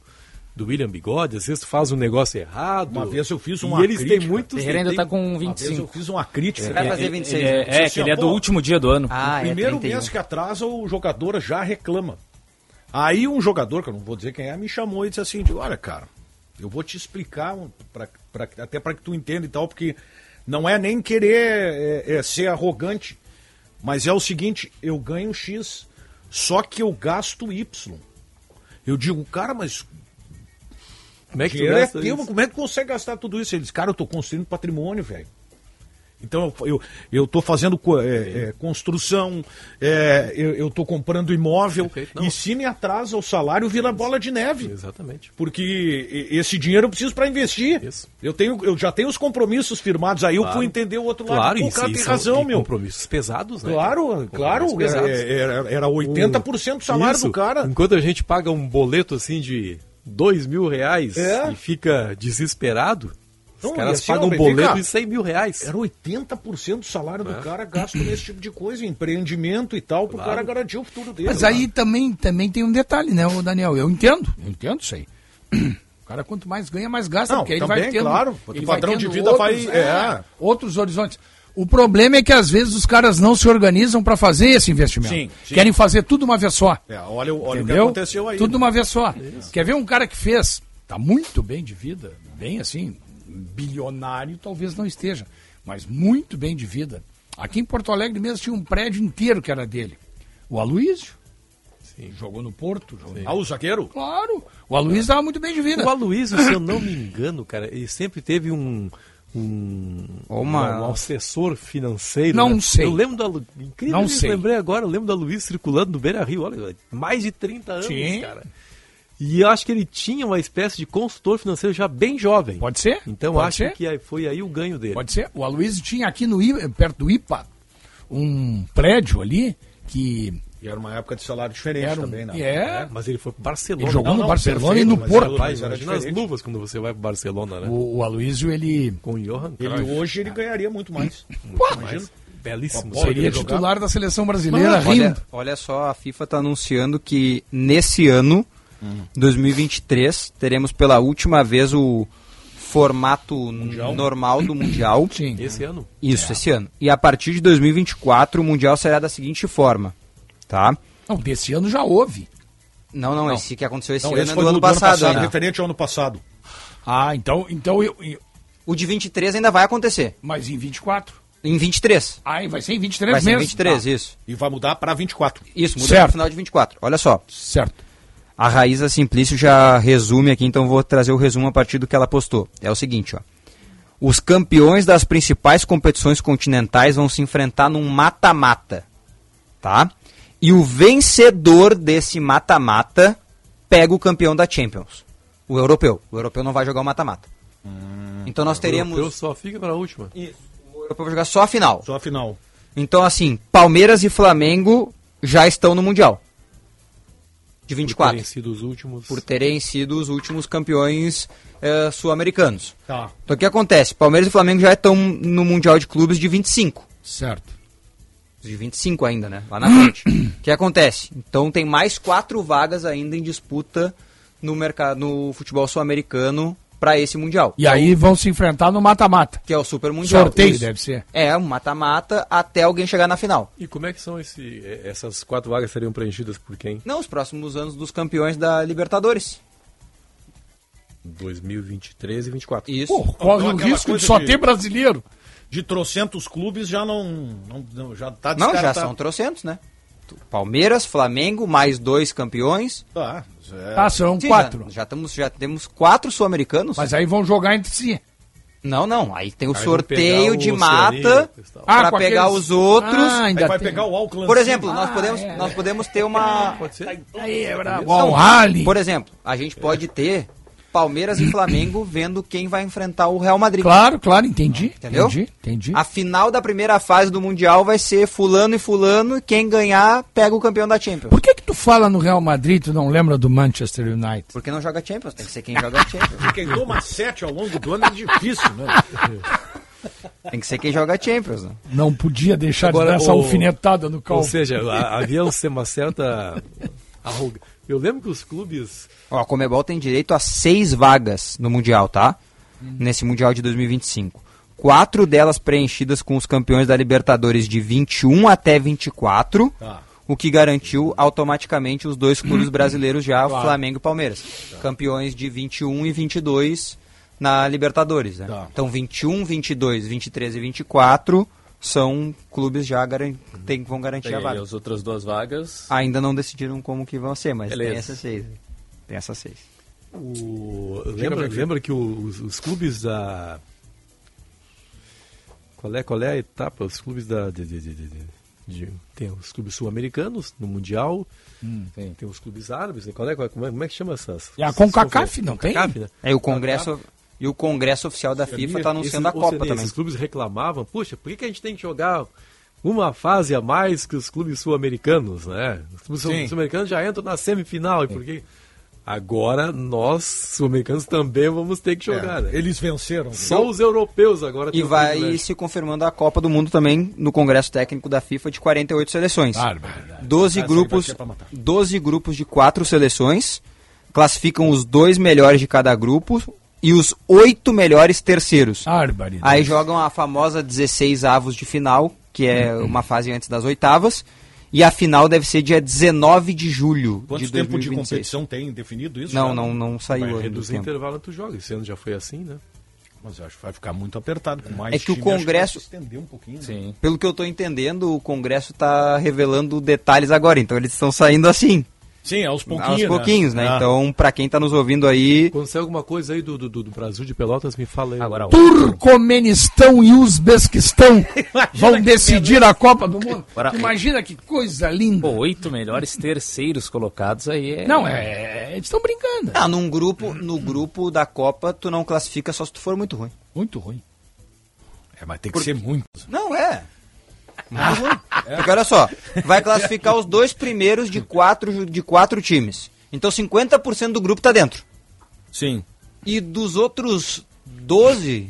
S7: do William Bigode, às vezes tu faz um negócio errado.
S2: Uma vez eu fiz
S7: E
S2: uma
S7: eles
S2: crítica.
S7: têm muitos.
S6: Ferreira ainda
S7: tem-
S6: tá com
S2: Uma vez
S6: 25.
S2: eu fiz uma crítica.
S5: Vai fazer
S6: Ele-
S5: 26,
S6: ele
S5: né?
S6: é, é, que ele é do
S2: Pô,
S6: último dia do ano.
S5: Ah, é
S2: Primeiro
S5: 31.
S2: mês que atrasa, o jogador já reclama. Aí um jogador, que eu não vou dizer quem é, me chamou e disse assim: de, Olha, cara, eu vou te explicar, um, pra- pra- até para que tu entenda e tal, porque não é nem querer é, é, ser arrogante, mas é o seguinte: eu ganho X, só que eu gasto Y. Eu digo, cara, mas
S7: Como é que tu
S2: dinheiro é
S7: gasta
S2: teu,
S7: isso?
S2: como é que tu consegue gastar tudo isso? Eles, cara, eu tô construindo patrimônio, velho. Então eu, eu, eu tô fazendo co- é, é, construção, é, eu, eu tô comprando imóvel, e se me atrasa o salário, vira bola de neve.
S7: Exatamente.
S2: Porque e- esse dinheiro eu preciso para investir. Eu, tenho, eu já tenho os compromissos firmados, aí eu
S7: Claro.
S2: fui entender o outro lado.
S7: Claro, é
S2: Pô,
S7: e
S2: o cara
S7: e
S2: tem
S7: são-
S2: razão,
S7: e
S2: meu.
S7: Compromissos pesados, né?
S2: Claro, claro,
S7: Compromissos
S2: era,
S7: pesados.
S2: era, era 80% do salário
S7: Isso.
S2: do cara.
S7: Enquanto a gente paga um boleto assim de dois mil reais
S2: É.
S7: e fica desesperado,
S2: Não,
S7: os
S2: e
S7: caras
S2: assim,
S7: pagam
S2: ó,
S7: um boleto
S2: fica-
S7: de 100 mil reais.
S2: Era 80% do salário do
S7: É.
S2: cara gasto nesse tipo de coisa, empreendimento e tal, pro
S4: Claro.
S2: cara garantir o futuro dele. né?
S4: Mas aí também, também tem um detalhe, né, ô Daniel? Eu entendo, eu entendo isso aí. [clears throat] O cara, quanto mais ganha, mais gasta,
S2: Não,
S4: porque ele
S2: também,
S4: vai tendo.
S2: claro, porque
S4: ele
S2: o padrão
S4: vai
S2: de
S4: tendo
S2: vida vai- é.
S4: Outros horizontes. O problema é que às vezes os caras não se organizam para fazer esse investimento.
S2: Sim, sim.
S4: Querem fazer tudo uma vez só.
S2: É, olha, o- olha o que
S4: Entendeu?
S2: aconteceu aí.
S4: Tudo
S2: né?
S4: de uma vez só. Quer ver um cara que fez, tá muito bem de vida, bem assim, bilionário talvez não esteja, mas muito bem de vida. Aqui em Porto Alegre mesmo tinha um prédio inteiro que era dele. O Aloysio. Jogou no Porto. Jogou
S2: Ah, o zagueiro?
S4: Claro. O Aloysio estava muito bem de vida.
S7: O Aloysio, se eu não me engano, cara, ele sempre teve um. Um,
S4: Uma-
S7: um assessor financeiro.
S4: Não
S7: né?
S4: sei.
S7: Eu lembro da. Lu- Incrível,
S4: Não
S7: isso,
S4: sei.
S7: lembrei agora, eu lembro da Luiz circulando no Beira Rio. Olha, mais de 30 anos,
S4: Sim.
S7: cara. E eu acho que ele tinha uma espécie de consultor financeiro já bem jovem.
S4: Pode ser?
S7: Então
S4: Pode
S7: acho
S4: ser?
S2: é
S7: que aí foi aí o ganho dele.
S4: Pode ser. O Aloysio tinha aqui no I- perto do IPA um prédio ali que
S2: E era uma época de salário diferente
S4: Era um-
S2: também, né?
S4: é.
S7: Mas ele foi pro Barcelona.
S4: Ele jogou
S7: Não,
S4: no
S7: não,
S4: Barcelona e
S7: perfeito,
S4: no
S7: mas
S4: Porto.
S7: rapaz,
S4: Era
S7: imagina as
S4: diferente.
S7: luvas quando você vai pro Barcelona, né?
S4: o, o Aloysio ele
S7: Com o Johan.
S2: Ele hoje ele ganharia
S4: [laughs]
S2: muito mais. Imagina.
S7: Belíssimo.
S2: Bola que
S4: seria
S2: ele jogava.
S4: titular da seleção brasileira rindo.
S5: olha, olha só, a FIFA está anunciando que nesse ano, 2023, teremos pela última vez o formato normal do Mundial.
S4: Sim. É.
S7: Esse ano.
S5: Isso, esse ano. E a partir de 2024, o Mundial será da seguinte forma, tá?
S4: Não, desse ano já houve.
S5: Não, não, esse que aconteceu esse
S2: Não,
S5: ano
S2: esse
S5: é
S2: foi
S5: do ano passado. ainda.
S2: referente ao ano passado.
S4: Ah, então, então eu, eu-
S5: O de 23 ainda vai acontecer.
S4: mas em 24.
S5: Em 23.
S4: Ah, e vai ser em 23
S5: Vai ser em
S4: mesmo.
S5: 23,
S4: Tá.
S5: isso.
S2: E vai mudar para 24.
S5: Isso, muda
S4: Certo.
S5: no final de 24. Olha só,
S4: Certo.
S5: A Raíza Simplício já resume aqui, então vou trazer o resumo a partir do que ela postou. É o seguinte, ó. Os campeões das principais competições continentais vão se enfrentar num mata-mata, tá? E o vencedor desse mata-mata pega o campeão da Champions, o europeu. O europeu não vai jogar o mata-mata. então
S7: é,
S5: nós teremos...
S7: Eu só fica pra última.
S5: O europeu vai jogar só a final.
S2: Só a final.
S5: Então, assim, Palmeiras e Flamengo já estão no Mundial. De
S7: Por terem
S5: 24
S7: sido os últimos.
S5: por terem sido os últimos campeões eh, sul-americanos.
S2: Tá.
S5: Então o que acontece? Palmeiras e Flamengo já estão no Mundial de Clubes de 25.
S4: Certo.
S5: Os De 25 ainda, né? Lá na frente. O que acontece? Então tem mais quatro vagas ainda em disputa no mercado no futebol sul-americano para esse Mundial.
S4: E aí vão se enfrentar no mata-mata.
S5: Que é o Super Mundial.
S4: Sorteio
S5: Isso.
S4: deve ser.
S5: É, um mata-mata até alguém chegar na final.
S7: E como é que são esse, eh, essas quatro vagas seriam preenchidas por quem?
S5: Não, os próximos anos dos campeões da Libertadores.
S7: 2023 e Então, 24.
S5: Isso.
S4: Pô, corre o
S2: aquela
S4: risco de
S2: coisa
S4: só
S2: de-
S4: ter brasileiro.
S2: De trocentos clubes já não, não, não- já tá
S5: Não, já
S2: descartado.
S5: são trocentos, né? Palmeiras, Flamengo, mais dois campeões.
S2: Tá, mas é-
S4: Ah, são
S5: Sim,
S4: quatro.
S5: Já, já, estamos, já temos quatro sul-americanos.
S4: Mas aí vão jogar entre si.
S5: Não, não. Aí tem o
S7: Aí vão
S5: sorteio
S7: pegar o
S5: de
S7: Oceania,
S5: mata
S7: pessoal.
S5: para
S4: Ah, com
S5: pegar
S4: aqueles-
S5: os outros.
S4: Ah, ainda
S2: tá. Aí vai
S4: tem.
S2: pegar o Auckland.
S5: por exemplo, nós,
S4: Ah,
S5: podemos,
S4: é.
S5: nós podemos ter uma.
S7: Pode ser?
S4: Aí, é brabo.
S5: Não,
S4: o Rally.
S5: Por exemplo, a gente pode ter Palmeiras e
S4: [clears throat]
S5: Flamengo vendo quem vai enfrentar o Real Madrid.
S4: Claro, claro, entendi.
S5: Entendeu?
S4: Entendi, entendi.
S5: A final da primeira fase do Mundial vai ser fulano e fulano, e quem ganhar pega o campeão da Champions.
S4: Por que que tu fala no Real Madrid tu não lembra do Manchester United?
S5: Porque não joga Champions, tem que ser quem joga Champions.
S2: Quem toma sete ao longo do ano é difícil, né?
S5: [laughs] Tem que ser quem joga Champions, né?
S4: Não podia deixar de
S7: Agora,
S4: dar essa
S7: o-
S4: alfinetada no
S7: Ou
S4: Calvo.
S7: seja,
S4: [laughs]
S7: a- havia um- uma certa arrogância. Eu lembro que os clubes.
S5: Ó, a Comebol tem direito a seis vagas no Mundial, tá? Nesse Mundial de 2025. Quatro delas preenchidas com os campeões da Libertadores de 21 até 24,
S7: Tá.
S5: o que garantiu automaticamente os dois clubes brasileiros já, o Flamengo e Palmeiras. Campeões de 21 e 22 na Libertadores, né? Então 21, 22, 23 e 24 são clubes já garan tem, vão garantir
S6: E
S5: a
S6: aí,
S5: vaga.
S6: as outras duas vagas.
S5: Ainda não decidiram como que vão ser, mas tem
S6: Beleza.
S5: essas seis. Tem essas seis.
S7: O-
S2: Diga,
S7: lembra,
S2: Brasil.
S7: lembra que o- os, os clubes da. Qual é, qual é a etapa? Os clubes da. de- de- de- de- de- de- tem os clubes sul-americanos no Mundial. tem. os clubes árabes. né? Qual é, qual é- como, é, como é que chama essas?
S4: Hum, É a
S7: essas
S4: CONCACAF,
S7: conferências?
S4: não tem?
S7: CONCACAF, né?
S5: É, e o Congresso, e o Congresso Oficial da
S7: Sabia?
S5: FIFA está anunciando a
S7: Esses- ou
S5: Copa
S7: seja,
S5: também.
S7: Esses clubes reclamavam, puxa, por que, que a gente tem que jogar uma fase a mais que os clubes sul-americanos, né? Os clubes
S2: Sim.
S7: sul-americanos já entram na semifinal, e por que... Agora nós, sul-americanos, também vamos ter
S2: É.
S7: que jogar, né?
S2: Eles venceram.
S7: Só os europeus agora
S5: É. E
S7: o
S5: vai
S7: privilégio.
S5: se confirmando a Copa do Mundo também no Congresso Técnico da FIFA de 48 seleções.
S4: Barbaridade. Essa
S5: 12
S4: aí vai
S5: grupos,
S4: ser pra matar.
S5: 12 grupos de quatro seleções, classificam os dois melhores de cada grupo e os oito melhores terceiros.
S4: Barbaridade.
S5: Aí jogam a famosa 16 avos de final, que é uma fase antes das oitavas, e a final deve ser dia 19 de julho
S2: Quanto
S5: de
S2: tempo
S5: 2026.
S2: de competição tem definido isso?
S5: Não,
S2: já?
S5: não, não saiu
S2: Vai
S5: ainda
S2: reduzir.
S7: Reduzir o intervalo entre os jogos. Esse ano já foi assim, né?
S2: Mas eu acho que vai ficar muito apertado com mais
S5: É que o
S2: time, acho vai
S5: Congresso-
S2: se estender um pouquinho.
S6: Sim.
S5: Pelo que eu tô entendendo, o Congresso tá revelando detalhes agora, então eles estão saindo assim.
S2: Sim, aos
S5: aos
S2: pouquinhos.
S5: pouquinhos, né?
S2: Ah.
S5: Então, pra quem tá nos ouvindo aí,
S7: Aconteceu alguma coisa aí do, do, do Brasil de Pelotas, me fala aí. Agora,
S4: Turcomenistão e
S5: [laughs]
S4: Uzbequistão vão decidir a Copa do Mundo.
S6: Agora-
S4: Imagina que coisa linda.
S6: Pô, oito melhores terceiros colocados aí é.
S4: Não, é. Eles estão brincando.
S5: ah, num grupo, no grupo da Copa, tu não classifica só se tu for muito ruim.
S4: Muito ruim.
S2: É, mas tem que ser muito.
S5: Não é. Muito ruim. É. Porque olha só, vai classificar os dois primeiros de quatro, ju- de quatro times. Então 50% do grupo tá dentro.
S2: Sim.
S5: E dos outros 12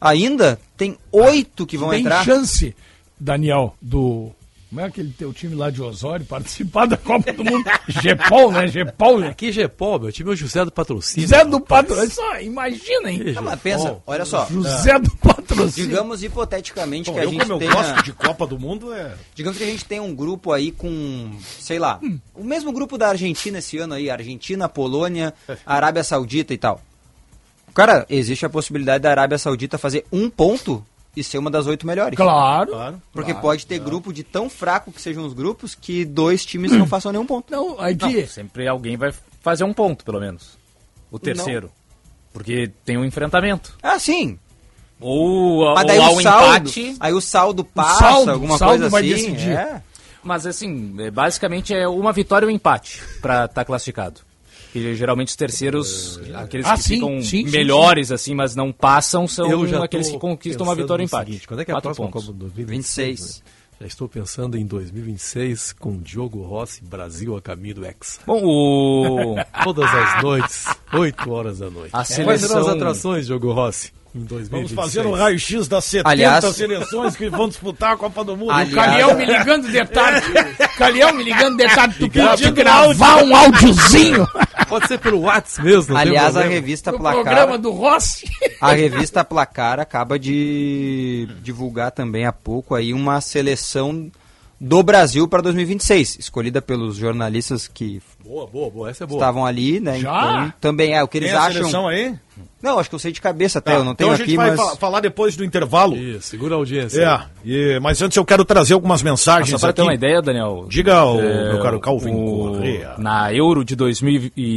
S5: ainda tem oito que vão
S4: Tem
S5: entrar.
S4: chance, Daniel, do. Como é aquele teu time lá de Osório participar da Copa do
S2: [laughs]
S4: Mundo? Gepol, né? Gepol, né?
S7: Aqui, Gepó, meu time é o José do Patrocínio.
S4: Zé do Patrocínio. Só Imagina, hein?
S5: Não, Tá, mas pensa, olha só. Ah,
S4: José do Patrocínio.
S5: Digamos hipoteticamente
S2: Bom,
S5: que a
S2: eu,
S5: gente
S2: como eu
S5: tenha...
S2: gosto de Copa do Mundo, é.
S5: Digamos que a gente tem um grupo aí com, sei lá,
S4: Hum.
S5: o mesmo grupo da Argentina esse ano aí,
S2: [laughs]
S5: Argentina, Polônia, Arábia Saudita e tal. Cara, existe a possibilidade da Arábia Saudita fazer um ponto e ser uma das oito melhores.
S4: Claro.
S2: Claro.
S5: Porque pode ter grupo de tão fraco que sejam os grupos que dois
S4: [clears throat]
S5: times não façam nenhum ponto.
S4: Não,
S6: Não,
S4: aqui.
S6: sempre alguém vai fazer um ponto, pelo menos. O terceiro. Porque tem um enfrentamento.
S5: Ah, sim.
S6: Ou, ou
S5: Mas daí
S6: há
S5: o
S6: um
S5: saldo,
S6: empate.
S5: aí o saldo passa,
S4: saldo-
S5: alguma
S4: o saldo
S5: coisa
S4: vai
S5: assim.
S4: decidir.
S5: é.
S6: Mas assim, é, basicamente é uma vitória e um empate pra estar classificado. E geralmente os terceiros, aqueles
S4: Ah,
S6: que
S4: sim,
S6: ficam
S4: sim, sim,
S6: melhores, assim, mas não passam, são
S7: Eu já
S6: aqueles
S7: tô
S6: que conquistam uma
S7: pensando
S6: vitória e um
S7: no
S6: empate.
S7: seguinte, quando é que é a
S6: Quatro
S7: próxima
S6: pontos.
S7: Copa do
S5: 26.
S7: 2026? né? Já estou pensando em 2026 com Diogo Rossi, Brasil a caminho do Hexa.
S6: Bom, o...
S7: Todas as noites, 8 horas da noite.
S6: A
S7: Quais serão as
S6: seleção-
S7: atrações, Diogo Rossi, em
S2: Vamos
S7: 2026?
S2: fazer o raio-x das 70
S5: Aliás- [laughs]
S2: seleções que vão disputar a Copa do Mundo.
S5: Aliás-
S4: Calião me ligando de tarde. Calião me ligando de tarde. Tu pode
S2: pedindo
S4: gravar um áudiozinho?
S7: [laughs] Pode ser pelo WhatsApp mesmo, não tem
S5: Aliás, a
S7: problema.
S5: revista
S4: No
S5: Placar
S4: programa do Rossi.
S5: A revista Placar acaba de divulgar também há pouco aí uma seleção do Brasil para 2026, escolhida pelos jornalistas que
S7: Boa, boa, boa, essa é boa.
S5: estavam ali, né?
S4: Já?
S5: Então também é o que eles
S2: Tem a seleção
S5: acham.
S2: aí?
S5: Não, acho que eu sei de cabeça até,
S2: Tá.
S5: eu não
S2: então
S5: tenho
S2: a gente
S5: aqui,
S2: vai
S5: mas
S2: fa- falar depois do intervalo.
S7: Isso, segura a audiência.
S2: É, e- mas antes eu quero trazer algumas mensagens
S6: Só para
S2: aqui.
S6: ter uma ideia, Daniel.
S2: Diga, o
S6: é,
S2: meu caro Calvin
S6: o-
S2: Correa.
S6: Na Euro de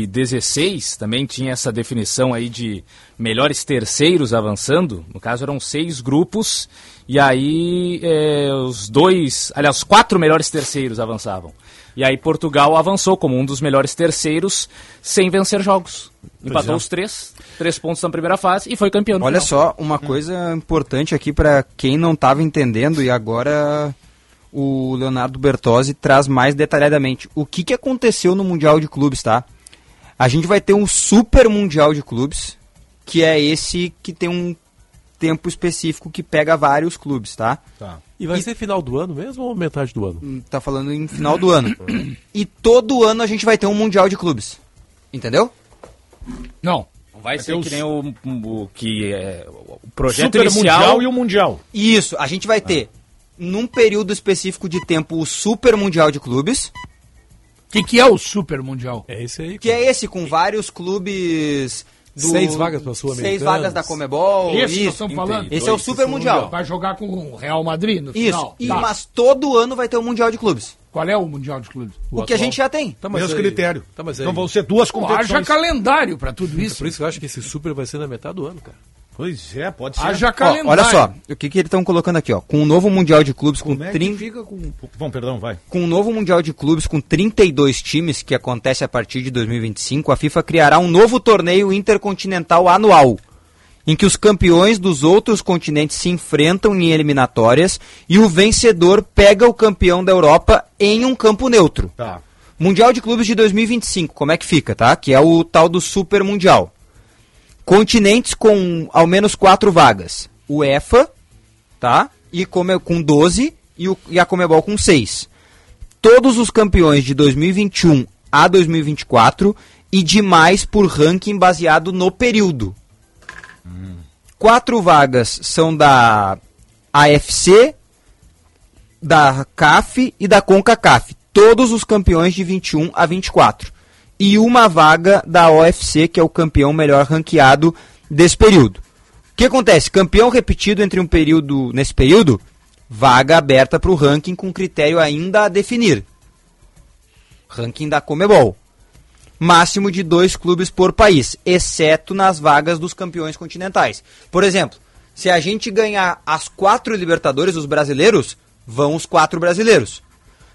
S6: 2016 também tinha essa definição aí de melhores terceiros avançando. No caso eram seis grupos e aí é, os dois, aliás, os quatro melhores terceiros avançavam. E aí Portugal avançou como um dos melhores terceiros sem vencer jogos.
S2: é.
S6: Empatou os três, três pontos na primeira fase e foi campeão. no
S5: Olha só,
S6: final.
S5: uma
S7: Hum.
S5: coisa importante aqui para quem não estava entendendo e agora o Leonardo Bertozzi traz mais detalhadamente o que, que aconteceu no Mundial de Clubes, tá? A gente vai ter um Super Mundial de Clubes, que é esse que tem um tempo específico que pega vários clubes, tá?
S7: E vai ser final do ano mesmo ou metade do ano?
S5: Hum, Tá falando em final
S7: [coughs]
S5: do ano. E todo ano a gente vai ter um Mundial de Clubes. Entendeu?
S4: Não.
S6: Não vai ser
S2: ter
S6: que
S2: os-
S6: nem o, o que é o projeto
S2: Super
S6: inicial
S2: Mundial e o Mundial.
S5: Isso, a gente vai ter, num período específico de tempo, o Super Mundial de Clubes.
S4: O que, que é o Super Mundial?
S7: É esse aí.
S5: Que é esse, com vários clubes.
S7: Seis vagas pra
S5: [laughs] Seis
S7: Sul-Americanos.
S5: vagas da Comebol.
S4: Esse que nós estamos
S5: Entendi.
S4: falando.
S5: Esse é o
S4: Dois,
S5: Super Mundial.
S4: Vai jogar com o Real Madrid no
S5: Isso.
S4: final.
S5: E-
S4: Tá.
S5: Mas todo ano vai ter o Mundial de Clubes.
S4: Qual é o Mundial de Clubes?
S5: O que a gente já tem.
S7: Tá, mas
S2: Meus
S7: aí-
S2: critérios.
S7: Tá, mas aí-
S2: então vão ser duas
S4: Pô, haja
S2: competições.
S4: calendário para tudo
S7: É
S4: isso.
S7: por isso que eu acho que esse super vai ser na metade do ano, cara.
S2: Pois é, pode ser.
S4: Haja
S5: Ó,
S4: calendário.
S5: olha só, o que, que eles estão colocando aqui, ó. Com o novo Mundial de Clubes, com,
S2: Como é que
S5: 30,
S2: fica com... Bom, perdão, vai.
S5: com o novo Mundial de Clubes com 32 times, que acontece a partir de 2025, a FIFA criará um novo torneio intercontinental anual, em que os campeões dos outros continentes se enfrentam em eliminatórias e o vencedor pega o campeão da Europa em um campo neutro.
S2: Tá.
S5: Mundial de Clubes de 2025, como é que fica, tá? Que é o tal do Super Mundial. Continentes com ao menos quatro vagas. UEFA, tá? E Come- com 12 e, o- e a Comebol com 6. Todos os campeões de 2021 a 2024 e demais por ranking baseado no período. Quatro vagas são da AFC, da CAF e da CONCACAF. Todos os campeões de 21 a 24. E uma vaga da OFC, que é o campeão melhor ranqueado desse período. O que acontece? Campeão repetido entre um período nesse período, vaga aberta para o ranking com critério ainda a definir. Ranking da Comebol. Máximo de dois clubes por país, exceto nas vagas dos campeões continentais. Por exemplo, se a gente ganhar as quatro Libertadores, os brasileiros, vão os quatro brasileiros.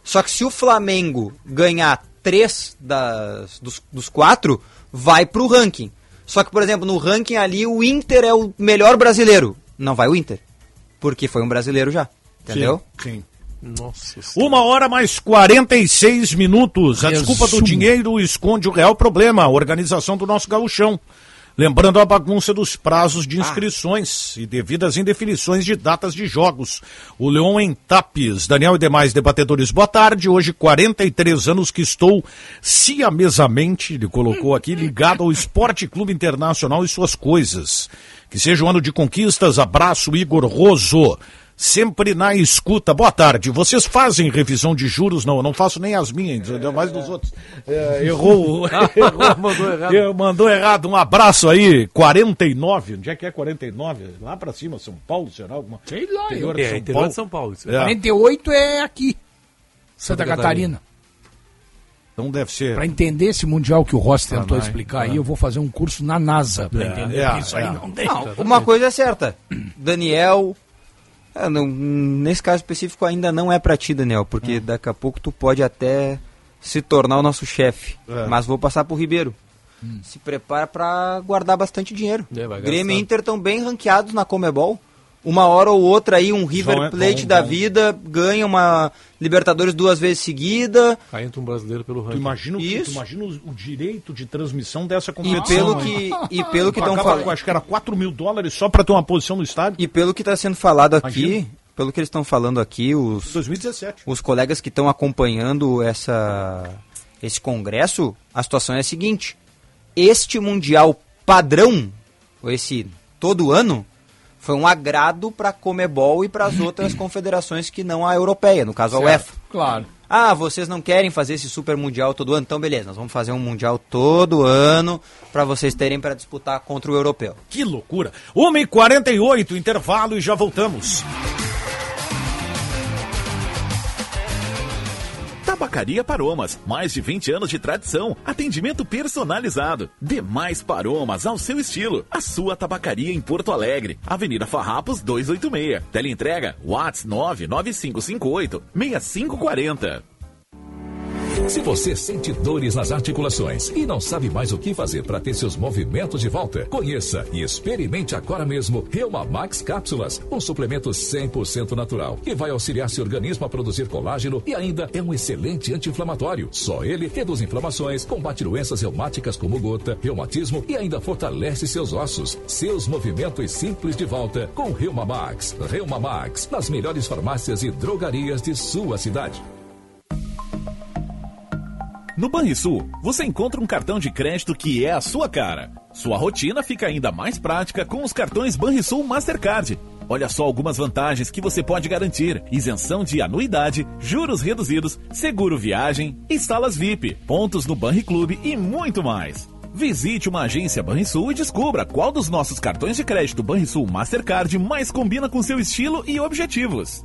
S5: Só que se o Flamengo ganhar três das, dos, dos quatro, vai pro ranking. Só que, por exemplo, no ranking ali, o Inter é o melhor brasileiro. Não vai o Inter. Porque foi um brasileiro já. Entendeu?
S2: Sim.
S7: Nossa
S2: Uma hora mais 46 minutos. A desculpa do dinheiro esconde o real problema, a organização do nosso gauchão. Lembrando a bagunça dos prazos de inscrições e devidas indefinições de datas de jogos. O Leon em Tapes, Daniel e demais debatedores, boa tarde. Hoje, 43 anos que estou siamesamente, ele colocou aqui, ligado ao Esporte Clube Internacional e suas coisas. Que seja um ano de conquistas. Abraço, Igor Roso sempre na escuta. Boa tarde. Vocês fazem revisão de juros? Não, eu não faço nem as minhas, ainda mais dos outros. É, [laughs]
S11: [laughs]
S2: errou. errou mandou, errado. mandou errado. Um abraço aí. 49. Onde é que é 49? Lá pra cima, São Paulo, será? Alguma...
S4: Sei lá, eu-
S2: Interior de
S7: É,
S2: São
S7: interior
S2: Paulo.
S7: de São Paulo. isso.
S2: É.
S4: 48 é aqui. Santa Catarina.
S2: Então deve ser.
S4: Para entender esse mundial que o Ross tentou
S2: Panai,
S4: explicar aí, eu vou fazer um curso na NASA para entender
S2: é,
S4: que isso aí
S2: é.
S4: não tem.
S5: Não, uma coisa é certa. Daniel. é, não- nesse caso específico ainda não é pra ti, Daniel,
S2: Hum.
S5: porque daqui a pouco tu pode até se tornar o nosso chefe.
S2: É.
S5: Mas vou passar pro Ribeiro.
S4: Hum.
S5: Se prepara pra guardar bastante dinheiro.
S7: É, vai
S5: Grêmio e
S7: gastar.
S5: Inter estão bem ranqueados na Comebol. Uma hora ou outra aí, um
S2: Vão-
S5: River Plate
S2: vão-
S5: da
S2: vão-
S5: vida ganha uma Libertadores duas vezes seguida.
S7: Aí entra um brasileiro pelo
S2: Tu
S7: ranking.
S2: imagina, o que- tu
S5: Isso.
S2: imagina o o direito de transmissão dessa
S5: E
S2: competição.
S5: pelo
S2: aí.
S5: que e pelo que estão
S2: Pagava,
S5: falando.
S2: Acho que era 4 mil dólares só pra ter uma posição no estádio.
S5: E pelo que está sendo falado aqui,
S2: Imagina.
S5: pelo que eles estão falando aqui, os,
S2: 2017.
S5: os colegas que estão acompanhando essa, esse congresso, a situação é a seguinte: este mundial padrão, ou esse todo ano, foi um agrado para a Comebol e para
S2: [clears throat]
S5: as outras confederações que não a europeia, no caso a UEFA.
S4: Claro.
S5: Ah, vocês não querem fazer esse super mundial todo ano? Então beleza, nós vamos fazer um mundial todo ano para vocês terem para disputar contra o europeu.
S2: Que loucura. 1h48, intervalo e um, já voltamos.
S11: Tabacaria Paromas, mais de 20 anos de tradição, atendimento personalizado. Demais Paromas ao seu estilo. A sua tabacaria em Porto Alegre, Avenida Farrapos 286. Teleentrega Whats 99558 6540.
S14: Se você sente dores nas articulações e não sabe mais o que fazer para ter seus movimentos de volta, conheça e experimente agora mesmo Reuma Max Cápsulas, um suplemento 100% natural que vai auxiliar seu organismo a produzir colágeno e ainda é um excelente anti-inflamatório. Só ele reduz inflamações, combate doenças reumáticas como gota, reumatismo e ainda fortalece seus ossos. Seus movimentos simples de volta com Reuma Max. Reuma Max, nas melhores farmácias e drogarias de sua cidade.
S11: No Banrisul, você encontra um cartão de crédito que é a sua cara. Sua rotina fica ainda mais prática com os cartões Banrisul Mastercard. Olha só algumas vantagens que você pode garantir: isenção de anuidade, juros reduzidos, seguro viagem, e salas VIP, pontos no Banriclube e muito mais. Visite uma agência Banrisul e descubra qual dos nossos cartões de crédito Banrisul Mastercard mais combina com seu estilo e objetivos.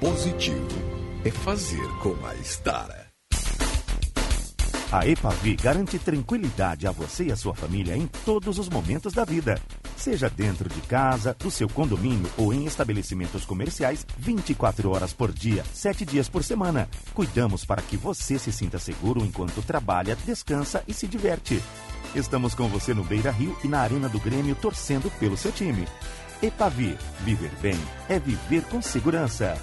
S15: positivo é fazer com a Estara.
S16: A EPAVI garante tranquilidade a você e a sua família em todos os momentos da vida. Seja dentro de casa, do seu condomínio ou em estabelecimentos comerciais, 24 horas por dia, 7 dias por semana. Cuidamos para que você se sinta seguro enquanto trabalha, descansa e se diverte. Estamos com você no Beira Rio e na Arena do Grêmio torcendo pelo seu time. EPAVI, viver bem é viver com segurança.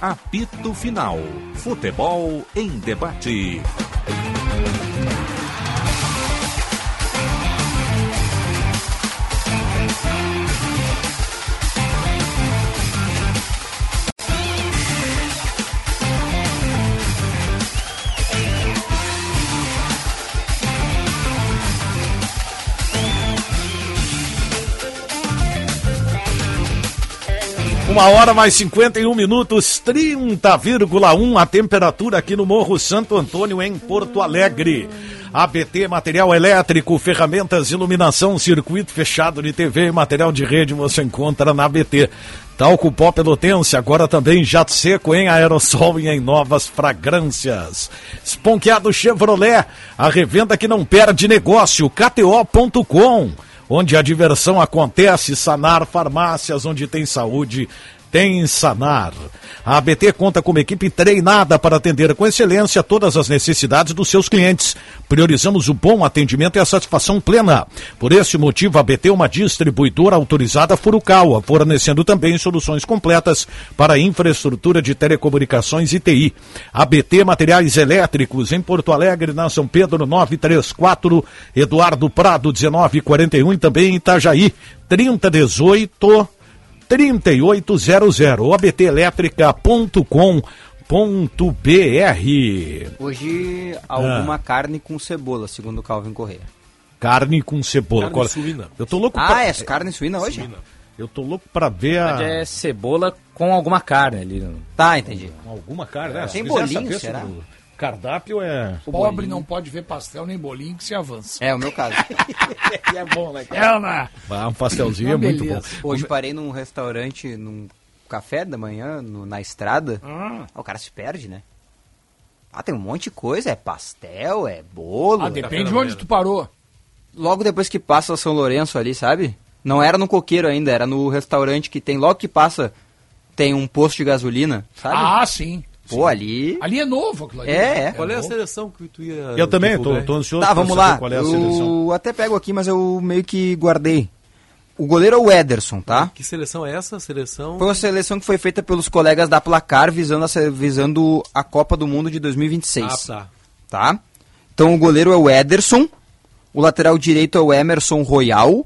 S11: Apito Final. Futebol em debate.
S2: Uma hora mais 51 minutos, 30,1 a temperatura aqui no Morro Santo Antônio, em Porto Alegre. ABT Material Elétrico, ferramentas, iluminação, circuito fechado de TV e material de rede você encontra na ABT. Talco pó pelotense, agora também jato seco em aerossol e em novas fragrâncias. Esponqueado Chevrolet, a revenda que não perde negócio, kto.com onde a diversão acontece, Sanar Farmácias, onde tem saúde, tem Sanar. A ABT conta com uma equipe treinada para atender com excelência todas as necessidades dos seus clientes. Priorizamos o bom atendimento e a satisfação plena. Por esse motivo, a ABT é uma distribuidora autorizada Furukawa, fornecendo também soluções completas para a infraestrutura de telecomunicações e TI. ABT Materiais Elétricos, em Porto Alegre, na São Pedro 934, Eduardo Prado 1941 e também em Itajaí 3018 3800 obtelétrica.com.br
S5: Hoje,
S2: Ah.
S5: alguma carne com cebola, segundo o Calvin Correia.
S2: Carne com cebola.
S5: Carne
S2: Agora,
S5: suína.
S2: Eu tô louco
S5: Ah,
S2: pra...
S5: é carne suína hoje?
S2: Eu tô louco pra ver a...
S6: É cebola com alguma carne ali. né?
S5: Tá, entendi.
S2: Alguma carne, né?
S4: Tem
S2: Se quiser
S4: bolinho,
S2: saber
S4: será?
S2: sobre o Cardápio é...
S4: Pobre não pode ver pastel nem bolinho que se
S5: [laughs]
S4: avança.
S5: É, o
S2: [laughs]
S5: meu caso.
S4: é bom, né? É, né?
S2: Ah, um pastelzinho é muito bom.
S5: Hoje parei num restaurante, num café da manhã, no- na estrada. Ah, o cara se perde, né? Ah, tem um monte de coisa. É pastel, é bolo.
S4: Ah, depende de onde tu parou.
S5: Logo depois que passa São Lourenço ali, sabe? Não era no coqueiro ainda, era no restaurante que tem. Logo que passa, tem um posto de gasolina, sabe?
S4: Ah, sim.
S5: Pô, ali.
S4: Ali é novo aquilo ali.
S5: É, é.
S7: Qual é a seleção que tu ia...
S2: Eu também, tô, tô ansioso
S5: Tá,
S2: pra
S5: vamos
S2: saber
S5: lá.
S2: qual é a seleção.
S5: eu até pego aqui, mas eu meio que guardei. O goleiro é o Ederson, tá?
S7: Que seleção é essa? Seleção...
S5: Foi uma seleção que foi feita pelos colegas da Placar visando a, se- visando a Copa do Mundo de 2026.
S7: Ah,
S5: tá. Tá? Então o goleiro é o Ederson, o lateral direito é o Emerson Royal,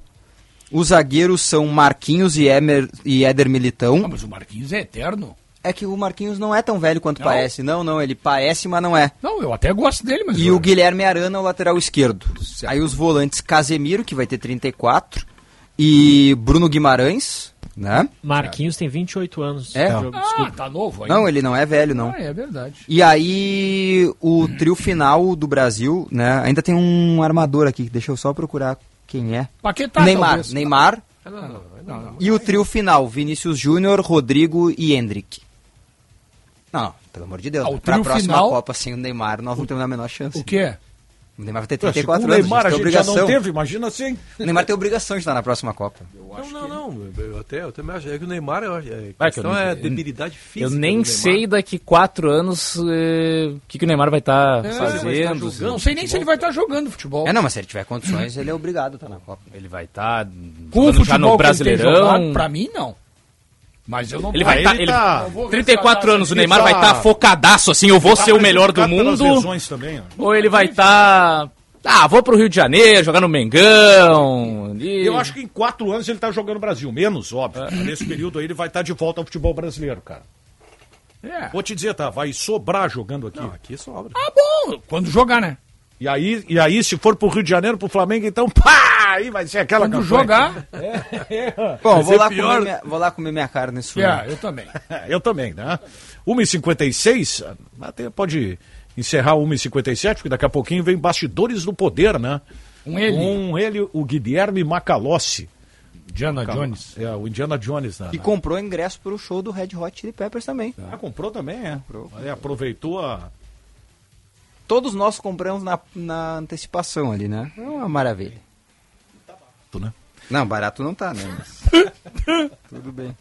S5: os zagueiros são Marquinhos e, Emer, e Éder Militão.
S4: mas o Marquinhos é eterno.
S5: É que o Marquinhos não é tão velho quanto parece. Não, não, ele parece, mas não é.
S4: Não, eu até gosto dele, mas...
S5: E o Guilherme Arana, o lateral esquerdo. Aí os volantes Casemiro, que vai ter 34, e Bruno Guimarães, né?
S3: Marquinhos tem 28 anos.
S5: É?
S3: Diogo,
S4: Ah,
S3: desculpa.
S4: tá novo ainda.
S5: Não, ele não é velho, não.
S4: Ah, é verdade.
S5: E aí, o trio final do Brasil, né? Ainda tem um armador aqui, deixa eu só procurar quem é.
S4: Paquetá,
S5: Neymar,
S4: talvez.
S5: Neymar.
S4: Ah, Não, não, não, não, não.
S5: E o trio final, Vinícius Júnior, Rodrigo e Hendrick. Não, não, pelo amor de Deus.
S4: Ah,
S5: né?
S4: o
S5: pra
S4: trio
S5: próxima
S4: final-
S5: Copa, sem o Neymar, nós não temos a menor chance.
S4: O quê?
S5: O Neymar vai ter
S2: Ué, se
S5: 34
S2: com o
S5: anos.
S2: Neymar a
S5: tem
S2: gente já
S5: obrigação.
S2: não teve, imagina assim.
S5: O Neymar tem obrigação de estar na próxima Copa.
S7: Não, não, não. Eu até, eu também acho. É que o Neymar, eu acho, é,
S6: Vai,
S7: questão
S6: que eu-
S7: é debilidade física.
S6: Eu
S7: do
S6: nem
S7: Neymar.
S6: sei daqui quatro anos eh, o que, que o Neymar vai estar
S4: É, vai
S6: fazendo.
S4: estar jogando, não sei nem se ele vai estar jogando futebol.
S5: ele tiver
S4: [clears throat]
S5: condições, ele é obrigado a estar na Copa. tá
S6: Ele vai estar
S4: Com o futebol
S6: já no
S4: que ele tem
S6: Brasileirão.
S4: jogado, pra mim, não. Mas eu não
S6: Ele vai
S4: Ah,
S6: estar. ele-
S2: tá-
S6: 34 anos, o Neymar vai estar focadaço assim, eu vou
S4: Tá
S6: ser o melhor do
S2: prejudicado pelas
S6: mundo.
S2: lesões também, ó.
S6: Ou ele vai estar. Ah, vou pro Rio de Janeiro, jogar no Mengão. e-
S2: Eu acho que em quatro anos ele tá jogando no Brasil, menos, óbvio.
S4: É.
S2: Nesse período aí ele vai estar de volta ao futebol brasileiro, cara.
S4: É.
S2: Vou te dizer, tá? Vai sobrar jogando aqui.
S7: aqui sobra.
S4: Ah, bom, quando jogar, né?
S2: E aí, e aí, se for pro Rio de Janeiro, pro Flamengo, então, [laughs] pá! Aí vai ser aquela
S4: Quando
S2: campanha.
S4: jogar.
S5: Bom,
S2: É, Vai
S5: vou
S2: ser
S5: lá,
S2: pior.
S5: comer minha, vou lá comer minha carne sua.
S2: É,
S4: eu também.
S2: [laughs] eu também, né? 1h56, ah, até pode encerrar o 1h57, porque daqui a pouquinho vem Bastidores do Poder, né?
S4: Um ele.
S2: Um ele, o Guilherme Macalossi.
S4: Indiana
S5: Jones.
S2: É, o Indiana Jones, né?
S5: E comprou ingresso pro show do Red Hot Chili Peppers também.
S2: Ah, comprou também, é. Ele aproveitou a...
S5: Todos nós compramos na, na antecipação ali, né? É uma maravilha.
S2: Barato, né?
S5: Não, barato não tá, né? Mas...
S2: [laughs]
S5: Tudo bem.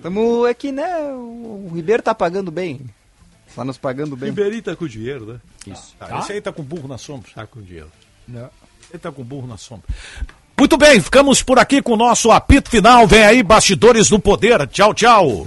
S5: Tamo, é que, né, o, o Ribeiro tá pagando bem. Tá nos pagando bem.
S7: Ribeirinho tá com dinheiro, né?
S5: Isso.
S2: Tá, Esse aí tá com burro na sombra.
S7: Tá com dinheiro.
S2: Ele tá com burro na sombra. Muito bem, ficamos por aqui com o nosso apito final. Vem aí, Bastidores do Poder. Tchau, tchau.